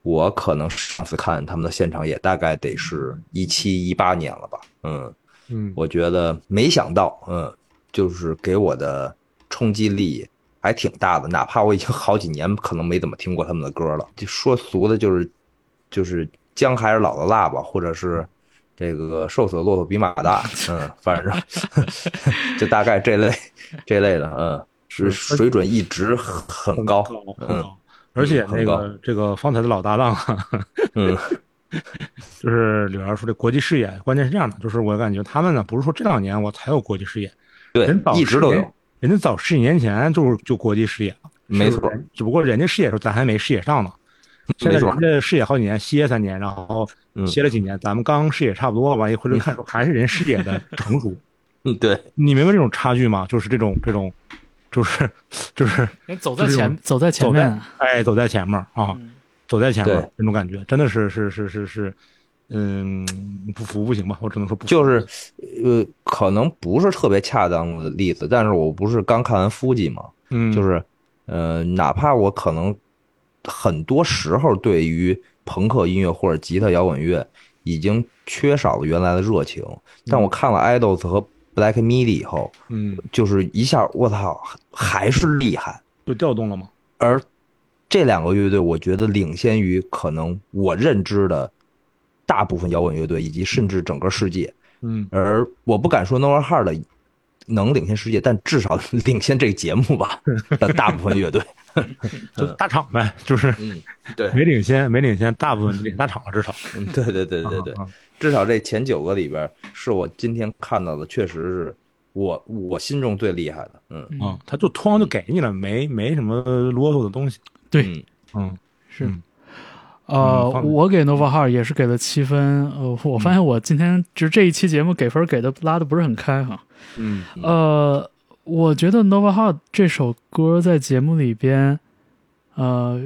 [SPEAKER 1] 我可能上次看他们的现场也大概得是一七一八年了吧，嗯，
[SPEAKER 2] 嗯
[SPEAKER 1] 我觉得没想到，嗯，就是给我的冲击力还挺大的，哪怕我已经好几年可能没怎么听过他们的歌了。就说俗的，就是就是姜还是老的辣吧，或者是这个瘦死的骆驼比马大， 嗯，反正 就大概这类这类的，嗯，是水准一直很很高，
[SPEAKER 2] 很高，哦而且那个这个方才的老搭档，啊
[SPEAKER 1] 嗯
[SPEAKER 2] 就是柳岩说的国际视野，关键是这样的，就是我感觉他们呢，不是说这两年我才有国际视野，
[SPEAKER 1] 对
[SPEAKER 2] 人，早
[SPEAKER 1] 一直都
[SPEAKER 2] 10
[SPEAKER 1] 有
[SPEAKER 2] 年，人家早十几年前就是就国际视野了，
[SPEAKER 1] 没错，
[SPEAKER 2] 只不过人家视野时候咱还没视野上呢。现在
[SPEAKER 1] 没错
[SPEAKER 2] 人家视野好几年，歇三年，然后
[SPEAKER 1] 嗯
[SPEAKER 2] 歇了几年，咱们刚视野差不多，完一回头看说还是人视野的成熟，
[SPEAKER 1] 嗯，对，
[SPEAKER 2] 你明白这种差距吗？就是这种这种就是就是
[SPEAKER 8] 人走在
[SPEAKER 2] 就是
[SPEAKER 8] 前，走在前
[SPEAKER 2] 走
[SPEAKER 8] 面
[SPEAKER 2] 在
[SPEAKER 8] 啊，
[SPEAKER 2] 哎走在前面啊，走在前面
[SPEAKER 1] 对
[SPEAKER 2] 那种感觉，真的是是是是是，嗯，不服不行吧，我只能说不服
[SPEAKER 1] 就是呃，可能不是特别恰当的例子，但是我不是刚看完《夫妻》嘛，
[SPEAKER 2] 嗯
[SPEAKER 1] 就是呃，哪怕我可能很多时候对于朋克音乐或者吉他摇滚乐已经缺少了原来的热情，但我看了 Idols 和 Black Midi 以后，
[SPEAKER 2] 嗯，
[SPEAKER 1] 就是一下我操，还是厉害。
[SPEAKER 2] 就调动了嘛，
[SPEAKER 1] 而这两个乐队，我觉得领先于可能我认知的大部分摇滚乐队，以及甚至整个世界。
[SPEAKER 2] 嗯
[SPEAKER 1] 而我不敢说 Nowhere Hard 能领先世界，但至少 领先这个节目 吧的大部分乐队。
[SPEAKER 2] 就大厂呗，就是
[SPEAKER 1] 嗯，对嗯
[SPEAKER 2] 没领先没领先，大部分领大厂了至少，
[SPEAKER 1] 对对对对对
[SPEAKER 2] 啊，啊
[SPEAKER 1] 至少这前九个里边，是我今天看到的，确实是我我心中最厉害的。嗯，
[SPEAKER 8] 嗯
[SPEAKER 2] 啊，他就哐就给你了，没没什么啰嗦的东西，
[SPEAKER 8] 对
[SPEAKER 1] 嗯
[SPEAKER 2] 嗯，
[SPEAKER 8] 是
[SPEAKER 2] 嗯
[SPEAKER 3] 呃
[SPEAKER 2] 嗯，放嗯
[SPEAKER 3] 我给 Nova Heart 也是给了七分。呃，我发现我今天就是这一期节目给分给的拉的不是很开哈。
[SPEAKER 2] 嗯
[SPEAKER 3] 呃，我觉得 Nova Heart 这首歌在节目里边，呃，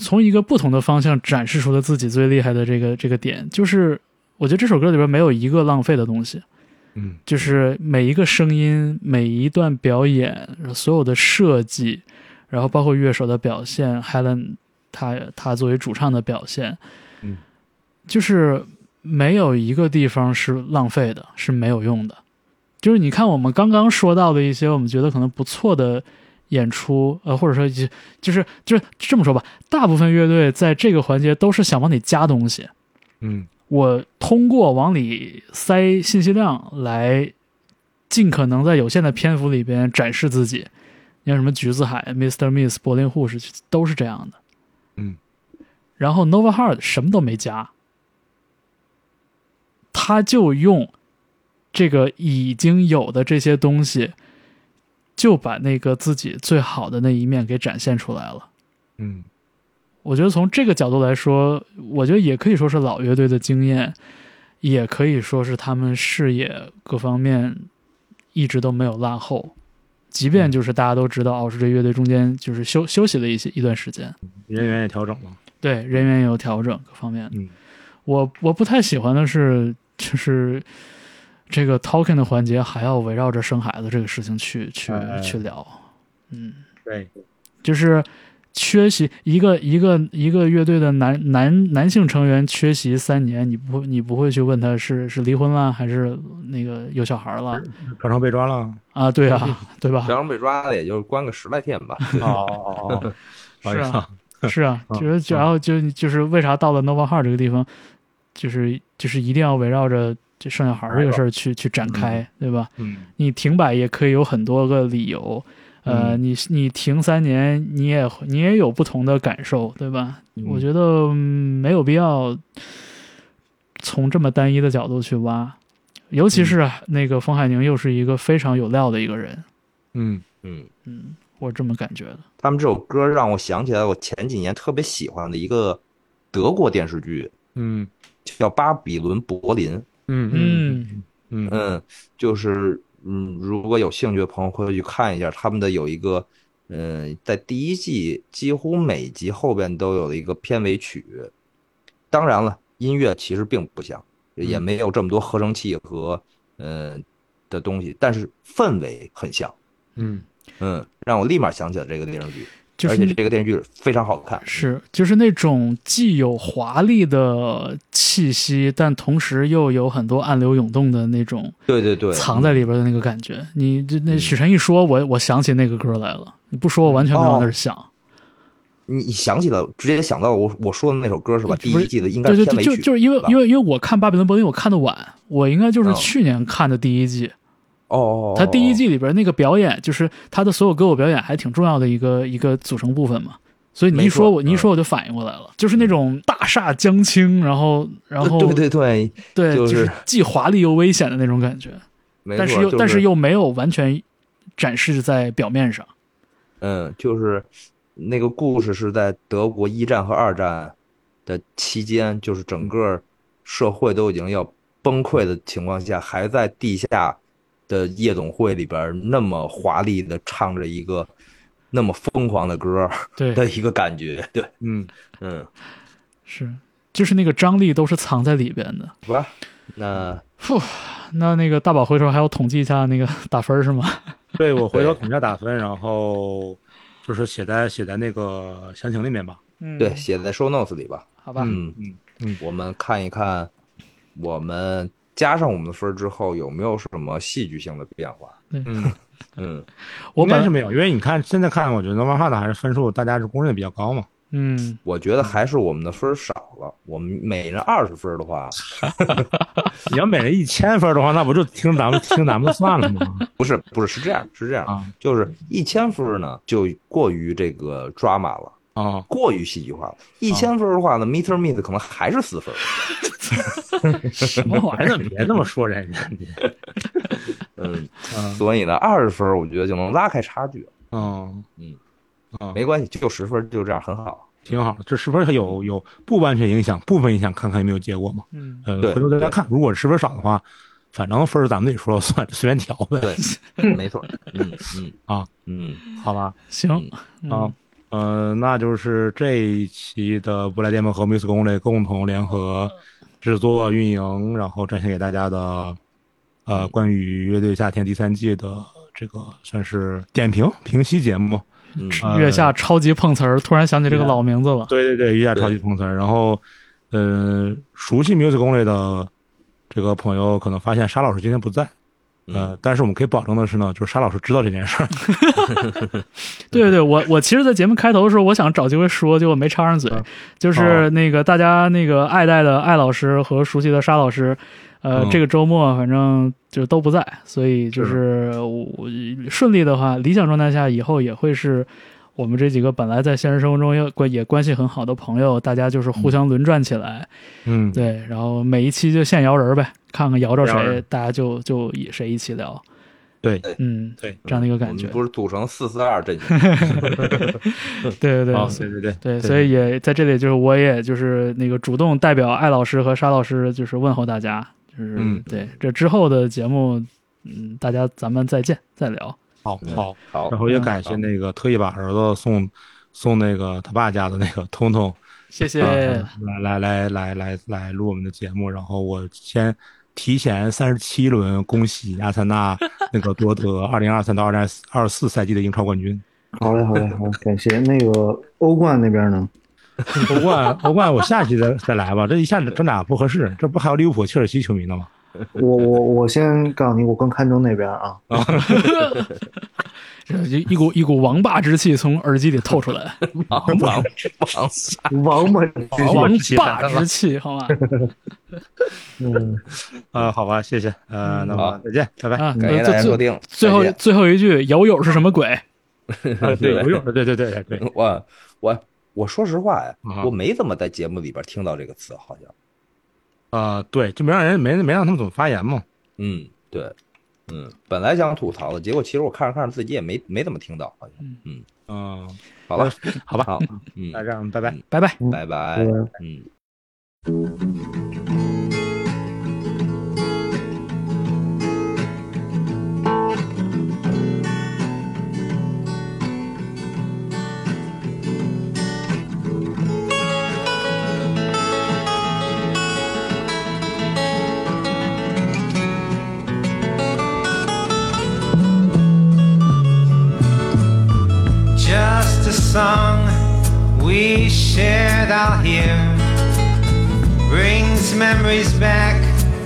[SPEAKER 3] 从一个不同的方向展示出了自己最厉害的这个这个点，就是我觉得这首歌里边没有一个浪费的东西。
[SPEAKER 2] 嗯
[SPEAKER 3] 就是每一个声音、每一段表演、所有的设计，然后包括乐手的表现，Helen 她她作为主唱的表现，
[SPEAKER 2] 嗯，
[SPEAKER 3] 就是没有一个地方是浪费的，是没有用的。就是你看我们刚刚说到的一些我们觉得可能不错的演出，呃，或者说一些就是就是这么说吧，大部分乐队在这个环节都是想往里加东西，
[SPEAKER 2] 嗯
[SPEAKER 3] 我通过往里塞信息量来，尽可能在有限的篇幅里边展示自己。你像什么橘子海、Mr. Miss、柏林护士都是这样的。
[SPEAKER 2] 嗯。
[SPEAKER 3] 然后 Nova Heart 什么都没加，他就用这个已经有的这些东西，就把那个自己最好的那一面给展现出来了。
[SPEAKER 2] 嗯
[SPEAKER 3] 我觉得从这个角度来说，我觉得也可以说是老乐队的经验，也可以说是他们视野各方面一直都没有落后。即便就是大家都知道，哦，是这乐队中间就是休休息了一些一段时间，
[SPEAKER 2] 人员也调整了，
[SPEAKER 3] 对人员也有调整，各方面。
[SPEAKER 2] 嗯
[SPEAKER 3] 我我不太喜欢的是，就是这个 talking 的环节还要围绕着生孩子这个事情去去
[SPEAKER 2] 哎哎
[SPEAKER 3] 去聊，嗯。
[SPEAKER 2] 对，
[SPEAKER 3] 就是缺席一个一个一个乐队的男男男性成员缺席三年，你不你不会去问他是是离婚了还是那个有小孩了
[SPEAKER 2] 船上被抓了，
[SPEAKER 3] 啊？对啊，对吧
[SPEAKER 1] 然？后被抓的也就是关个十来天 吧。
[SPEAKER 2] 哦哦哦，不好意思啊，
[SPEAKER 3] 是啊，
[SPEAKER 2] 嗯
[SPEAKER 3] 就是然后就就是为啥到了 Nova Heart 这个地方，就是就是一定要围绕着这生小孩这个事儿去去展开，对吧？
[SPEAKER 2] 嗯
[SPEAKER 3] 你停摆也可以有很多个理由。呃，
[SPEAKER 2] 嗯
[SPEAKER 3] 你你停三年，你也你也有不同的感受，对吧？
[SPEAKER 2] 嗯
[SPEAKER 3] 我觉得、嗯没有必要从这么单一的角度去挖，尤
[SPEAKER 2] 嗯
[SPEAKER 3] 其是啊那个冯海宁又是一个非常有料的一个人，
[SPEAKER 2] 嗯
[SPEAKER 1] 嗯，
[SPEAKER 3] 嗯，我这么感觉的。
[SPEAKER 1] 他们这首歌让我想起来我前几年特别喜欢的一个德国电视剧，
[SPEAKER 2] 嗯
[SPEAKER 1] 叫《巴比伦柏林》。
[SPEAKER 2] 嗯
[SPEAKER 3] 嗯
[SPEAKER 2] 嗯嗯
[SPEAKER 1] 嗯，就是嗯，如果有兴趣的朋友会去看一下，他们的有一个，嗯，在第一季几乎每集后边都有一个片尾曲。当然了，音乐其实并不像，也
[SPEAKER 2] 嗯
[SPEAKER 1] 没有这么多合成器和嗯的东西，但是氛围很像。
[SPEAKER 2] 嗯
[SPEAKER 1] 嗯，让我立马想起了这个电视剧，
[SPEAKER 3] 就
[SPEAKER 1] 而
[SPEAKER 3] 是
[SPEAKER 1] 且
[SPEAKER 3] 那
[SPEAKER 1] 这个电视剧非常好看。
[SPEAKER 3] 是就是那种既有华丽的气息，但同时又有很多暗流涌动的那种
[SPEAKER 1] 对对嗯对，
[SPEAKER 3] 藏在里边的那个感觉。你这那许晨一说，我我想起那个歌来了。你不说，我完全没往那儿
[SPEAKER 1] 哦
[SPEAKER 3] 想。
[SPEAKER 1] 你你想起了，直接想到我我说的那首歌是吧？第
[SPEAKER 3] 不
[SPEAKER 1] 一
[SPEAKER 3] 是
[SPEAKER 1] 季的应该
[SPEAKER 3] 对
[SPEAKER 1] 是
[SPEAKER 3] 对
[SPEAKER 1] 片
[SPEAKER 3] 对，
[SPEAKER 1] 尾
[SPEAKER 3] 就
[SPEAKER 1] 曲，
[SPEAKER 3] 就是因为
[SPEAKER 1] 是吧
[SPEAKER 3] 因为因为我看《巴比伦柏林》，我看的晚，我应该就是
[SPEAKER 1] 嗯
[SPEAKER 3] 去年看的第一季。
[SPEAKER 1] 哦哦，哦
[SPEAKER 3] 它第一。
[SPEAKER 1] 哦
[SPEAKER 3] 季里边那个表演，就是它的所有歌舞表演，还挺重要的一个一个组成部分嘛。所以你一
[SPEAKER 1] 没
[SPEAKER 3] 说
[SPEAKER 1] 错
[SPEAKER 3] 我，你一说我就反应过来了，就是那种大厦将倾，然后然后
[SPEAKER 1] 对对对，
[SPEAKER 3] 对
[SPEAKER 1] 就
[SPEAKER 3] 就是是既华丽又危险的那种感觉，
[SPEAKER 1] 没
[SPEAKER 3] 但是
[SPEAKER 1] 错
[SPEAKER 3] 又
[SPEAKER 1] 就
[SPEAKER 3] 但是又没有完全展示在表面上。
[SPEAKER 1] 嗯，就是那个故事是在德国一战和二战的期间，就是整个社会都已经要崩溃的情况下，还在地下的夜总会里边那么华丽的唱着一个那么疯狂的歌
[SPEAKER 3] 对，
[SPEAKER 1] 的一个感觉。对，
[SPEAKER 2] 嗯，
[SPEAKER 1] 嗯，
[SPEAKER 3] 是，就是那个张力都是藏在里边的。
[SPEAKER 1] 好吧，那
[SPEAKER 3] 那那个大宝回头还要统计一下那个打分是吗？
[SPEAKER 2] 对我回头统计下打分，然后就是写在写在那个详情里面吧。
[SPEAKER 3] 嗯
[SPEAKER 1] 对，写在 show notes 里吧。
[SPEAKER 3] 好吧，
[SPEAKER 1] 嗯
[SPEAKER 2] 嗯嗯
[SPEAKER 1] 我们看一看我们加上我们的分儿之后有没有什么戏剧性的变化。
[SPEAKER 2] 嗯，
[SPEAKER 1] 嗯，
[SPEAKER 3] 我
[SPEAKER 2] 应该是
[SPEAKER 3] 本
[SPEAKER 2] 没有，因为你看现在看，我觉得漫画的还是分数大家是公认比较高嘛。
[SPEAKER 3] 嗯
[SPEAKER 1] 我觉得还是我们的分儿少了。我们每人二十分儿的话，
[SPEAKER 2] 你要每人一千分的话，那不就听咱们听咱们算了吗？
[SPEAKER 1] 不是不是是这样是这样，
[SPEAKER 2] 啊
[SPEAKER 1] 就是一千分儿呢就过于这个 drama 了。
[SPEAKER 2] 啊，
[SPEAKER 1] 过于戏剧化了，一千分儿的话呢、m e t e r Meet 可能还是四分儿。
[SPEAKER 2] 啊
[SPEAKER 3] 什么玩
[SPEAKER 2] 哎，
[SPEAKER 3] 意
[SPEAKER 2] 那
[SPEAKER 3] 儿？
[SPEAKER 2] 别这么说人 家，你
[SPEAKER 1] 嗯，
[SPEAKER 2] 嗯
[SPEAKER 1] 所以呢，二十分儿我觉得就能拉开差距了，
[SPEAKER 2] 嗯
[SPEAKER 1] 嗯
[SPEAKER 2] 啊，
[SPEAKER 1] 没关系，就十分儿就这样很好。
[SPEAKER 2] 挺好的。这是不是有有不完全影响，部分影响，看看有没有结果嘛？
[SPEAKER 3] 嗯，
[SPEAKER 2] 呃，
[SPEAKER 1] 对
[SPEAKER 2] 回头大家看，如果是不是少的话，反正分儿咱们自己说了算， 随便调呗，
[SPEAKER 1] 对， 没错儿。嗯嗯
[SPEAKER 2] 啊
[SPEAKER 1] 嗯，
[SPEAKER 2] 好吧？
[SPEAKER 3] 行
[SPEAKER 2] 啊，呃，那就是这一期的不来电报和 Muse 公类共同联合制作、运营，然后展现给大家的，呃，关于乐队夏天第三季的这个算是点评评析节目。
[SPEAKER 1] 嗯
[SPEAKER 2] 呃
[SPEAKER 3] 月下超级碰瓷儿，突然想起这个老名字了。
[SPEAKER 2] 对对对，一下超级碰瓷儿。然后，呃，熟悉 Muse 公类的这个朋友可能发现沙老师今天不在，呃，但是我们可以保证的是呢，就是沙老师知道这件事儿。
[SPEAKER 3] 对对对，我我其实，在节目开头的时候，我想找机会说，结果没插上嘴
[SPEAKER 2] 嗯。
[SPEAKER 3] 就是那个大家那个爱戴的艾老师和熟悉的沙老师，呃，
[SPEAKER 2] 嗯
[SPEAKER 3] 这个周末反正就都不在，所以就是我我顺利的话，理想状态下以后也会是。我们这几个本来在现实生活中也关也关系很好的朋友，大家就是互相轮转起来，
[SPEAKER 2] 嗯，
[SPEAKER 3] 对，然后每一期就现摇人呗，看看摇着
[SPEAKER 2] 摇
[SPEAKER 3] 谁
[SPEAKER 2] 人，
[SPEAKER 3] 大家就就以谁一起聊。
[SPEAKER 2] 对
[SPEAKER 3] 嗯，
[SPEAKER 2] 对
[SPEAKER 3] 这样的一个
[SPEAKER 1] 我
[SPEAKER 3] 感
[SPEAKER 1] 们
[SPEAKER 3] 觉。
[SPEAKER 1] 不是组成四四二阵型，
[SPEAKER 3] 对对对，
[SPEAKER 2] 好， 对对对
[SPEAKER 3] 对，所以也在这里，就是我也就是那个主动代表艾老师和沙老师，就是问候大家，就是、
[SPEAKER 2] 嗯
[SPEAKER 3] 对这之后的节目，嗯，大家咱们再见再聊。
[SPEAKER 2] 好嗯好。
[SPEAKER 1] 好
[SPEAKER 2] 然，后也感谢那个特意把儿子送送那个他爸家的那个通通，
[SPEAKER 3] 谢谢，
[SPEAKER 2] 啊来来来来来来录我们的节目。然后我先提前三十七轮恭喜阿森纳那个夺得二零二三到二零二四赛季的英超冠军。
[SPEAKER 4] 好嘞，好嘞，好嘞，感谢。那个欧冠那边呢？
[SPEAKER 2] 欧冠欧冠我下期再再来吧，这一下子整俩不合适，这不还有利物浦、切尔西球迷呢吗？
[SPEAKER 4] 我我我先告诉你，我更看重那边啊。
[SPEAKER 3] 这一一股一股王霸之气从耳机里透出来，
[SPEAKER 1] 王王王
[SPEAKER 4] 王八，
[SPEAKER 3] 王
[SPEAKER 2] 气
[SPEAKER 3] 霸之气， 好吗？
[SPEAKER 4] 嗯，
[SPEAKER 2] 呃，好吧，谢谢，呃，那
[SPEAKER 1] 好
[SPEAKER 2] 么再见，拜拜。
[SPEAKER 3] 啊，
[SPEAKER 1] 感谢
[SPEAKER 3] 呃
[SPEAKER 1] 大家
[SPEAKER 3] 最
[SPEAKER 1] 收听，
[SPEAKER 3] 最后
[SPEAKER 1] 再见
[SPEAKER 3] 最后一句，友友是什么鬼？
[SPEAKER 2] 啊对，有嗯有，对对对对对，
[SPEAKER 1] 嗯我我我说实话呀
[SPEAKER 2] 啊，
[SPEAKER 1] 我没怎么在节目里边听到这个词，好像，
[SPEAKER 2] 啊，对，就没让人没没让他们怎么发言嘛。
[SPEAKER 1] 嗯，对。嗯，本来想吐槽的，结果其实我看着看着自己也没没怎么听到，好像。
[SPEAKER 2] 嗯，
[SPEAKER 1] 好吧，
[SPEAKER 2] 好吧，
[SPEAKER 1] 好，嗯，
[SPEAKER 2] 那这样，拜拜。
[SPEAKER 3] 拜拜。
[SPEAKER 1] 拜拜
[SPEAKER 4] 拜拜，
[SPEAKER 1] 嗯。
[SPEAKER 9] just a song we shared out here brings memories back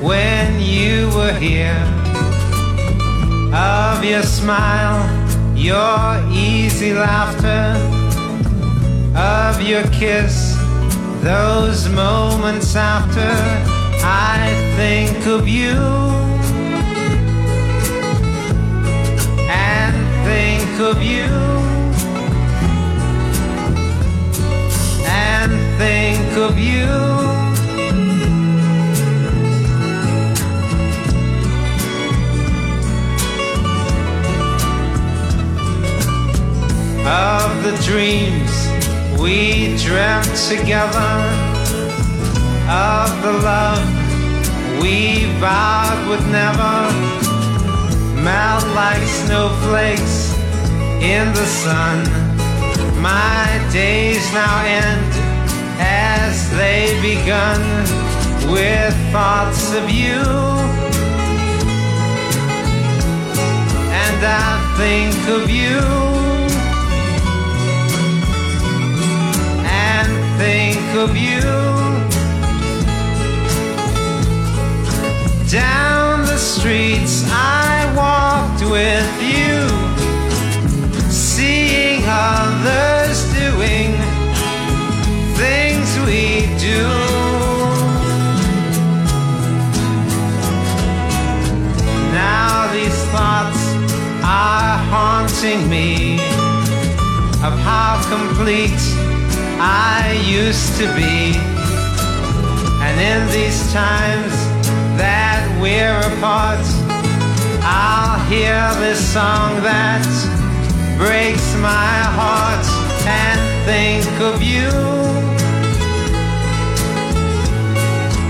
[SPEAKER 9] when you were here of your smile your easy laughter of your kiss those moments after i think of you and think of you and think of you of the dreams we dreamt together of the love we vowed would never
[SPEAKER 7] melt like snowflakes in the sun. My days now end as they begun with thoughts of you. And I think of you. And think of you. Down the streets I walked with you, seeing others doing things we do. Now these thoughts are haunting me of how complete I used to be. And in these times that we're apart, I'll hear this song that breaks my heart and think of you.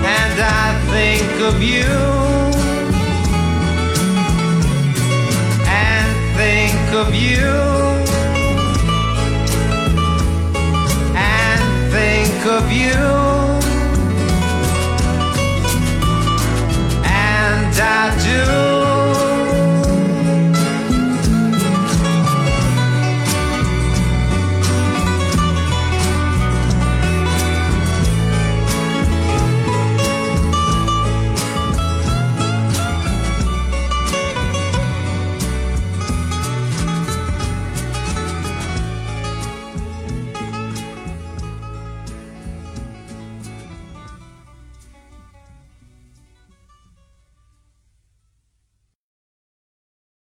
[SPEAKER 7] And I think of you. And think of you. And think of you.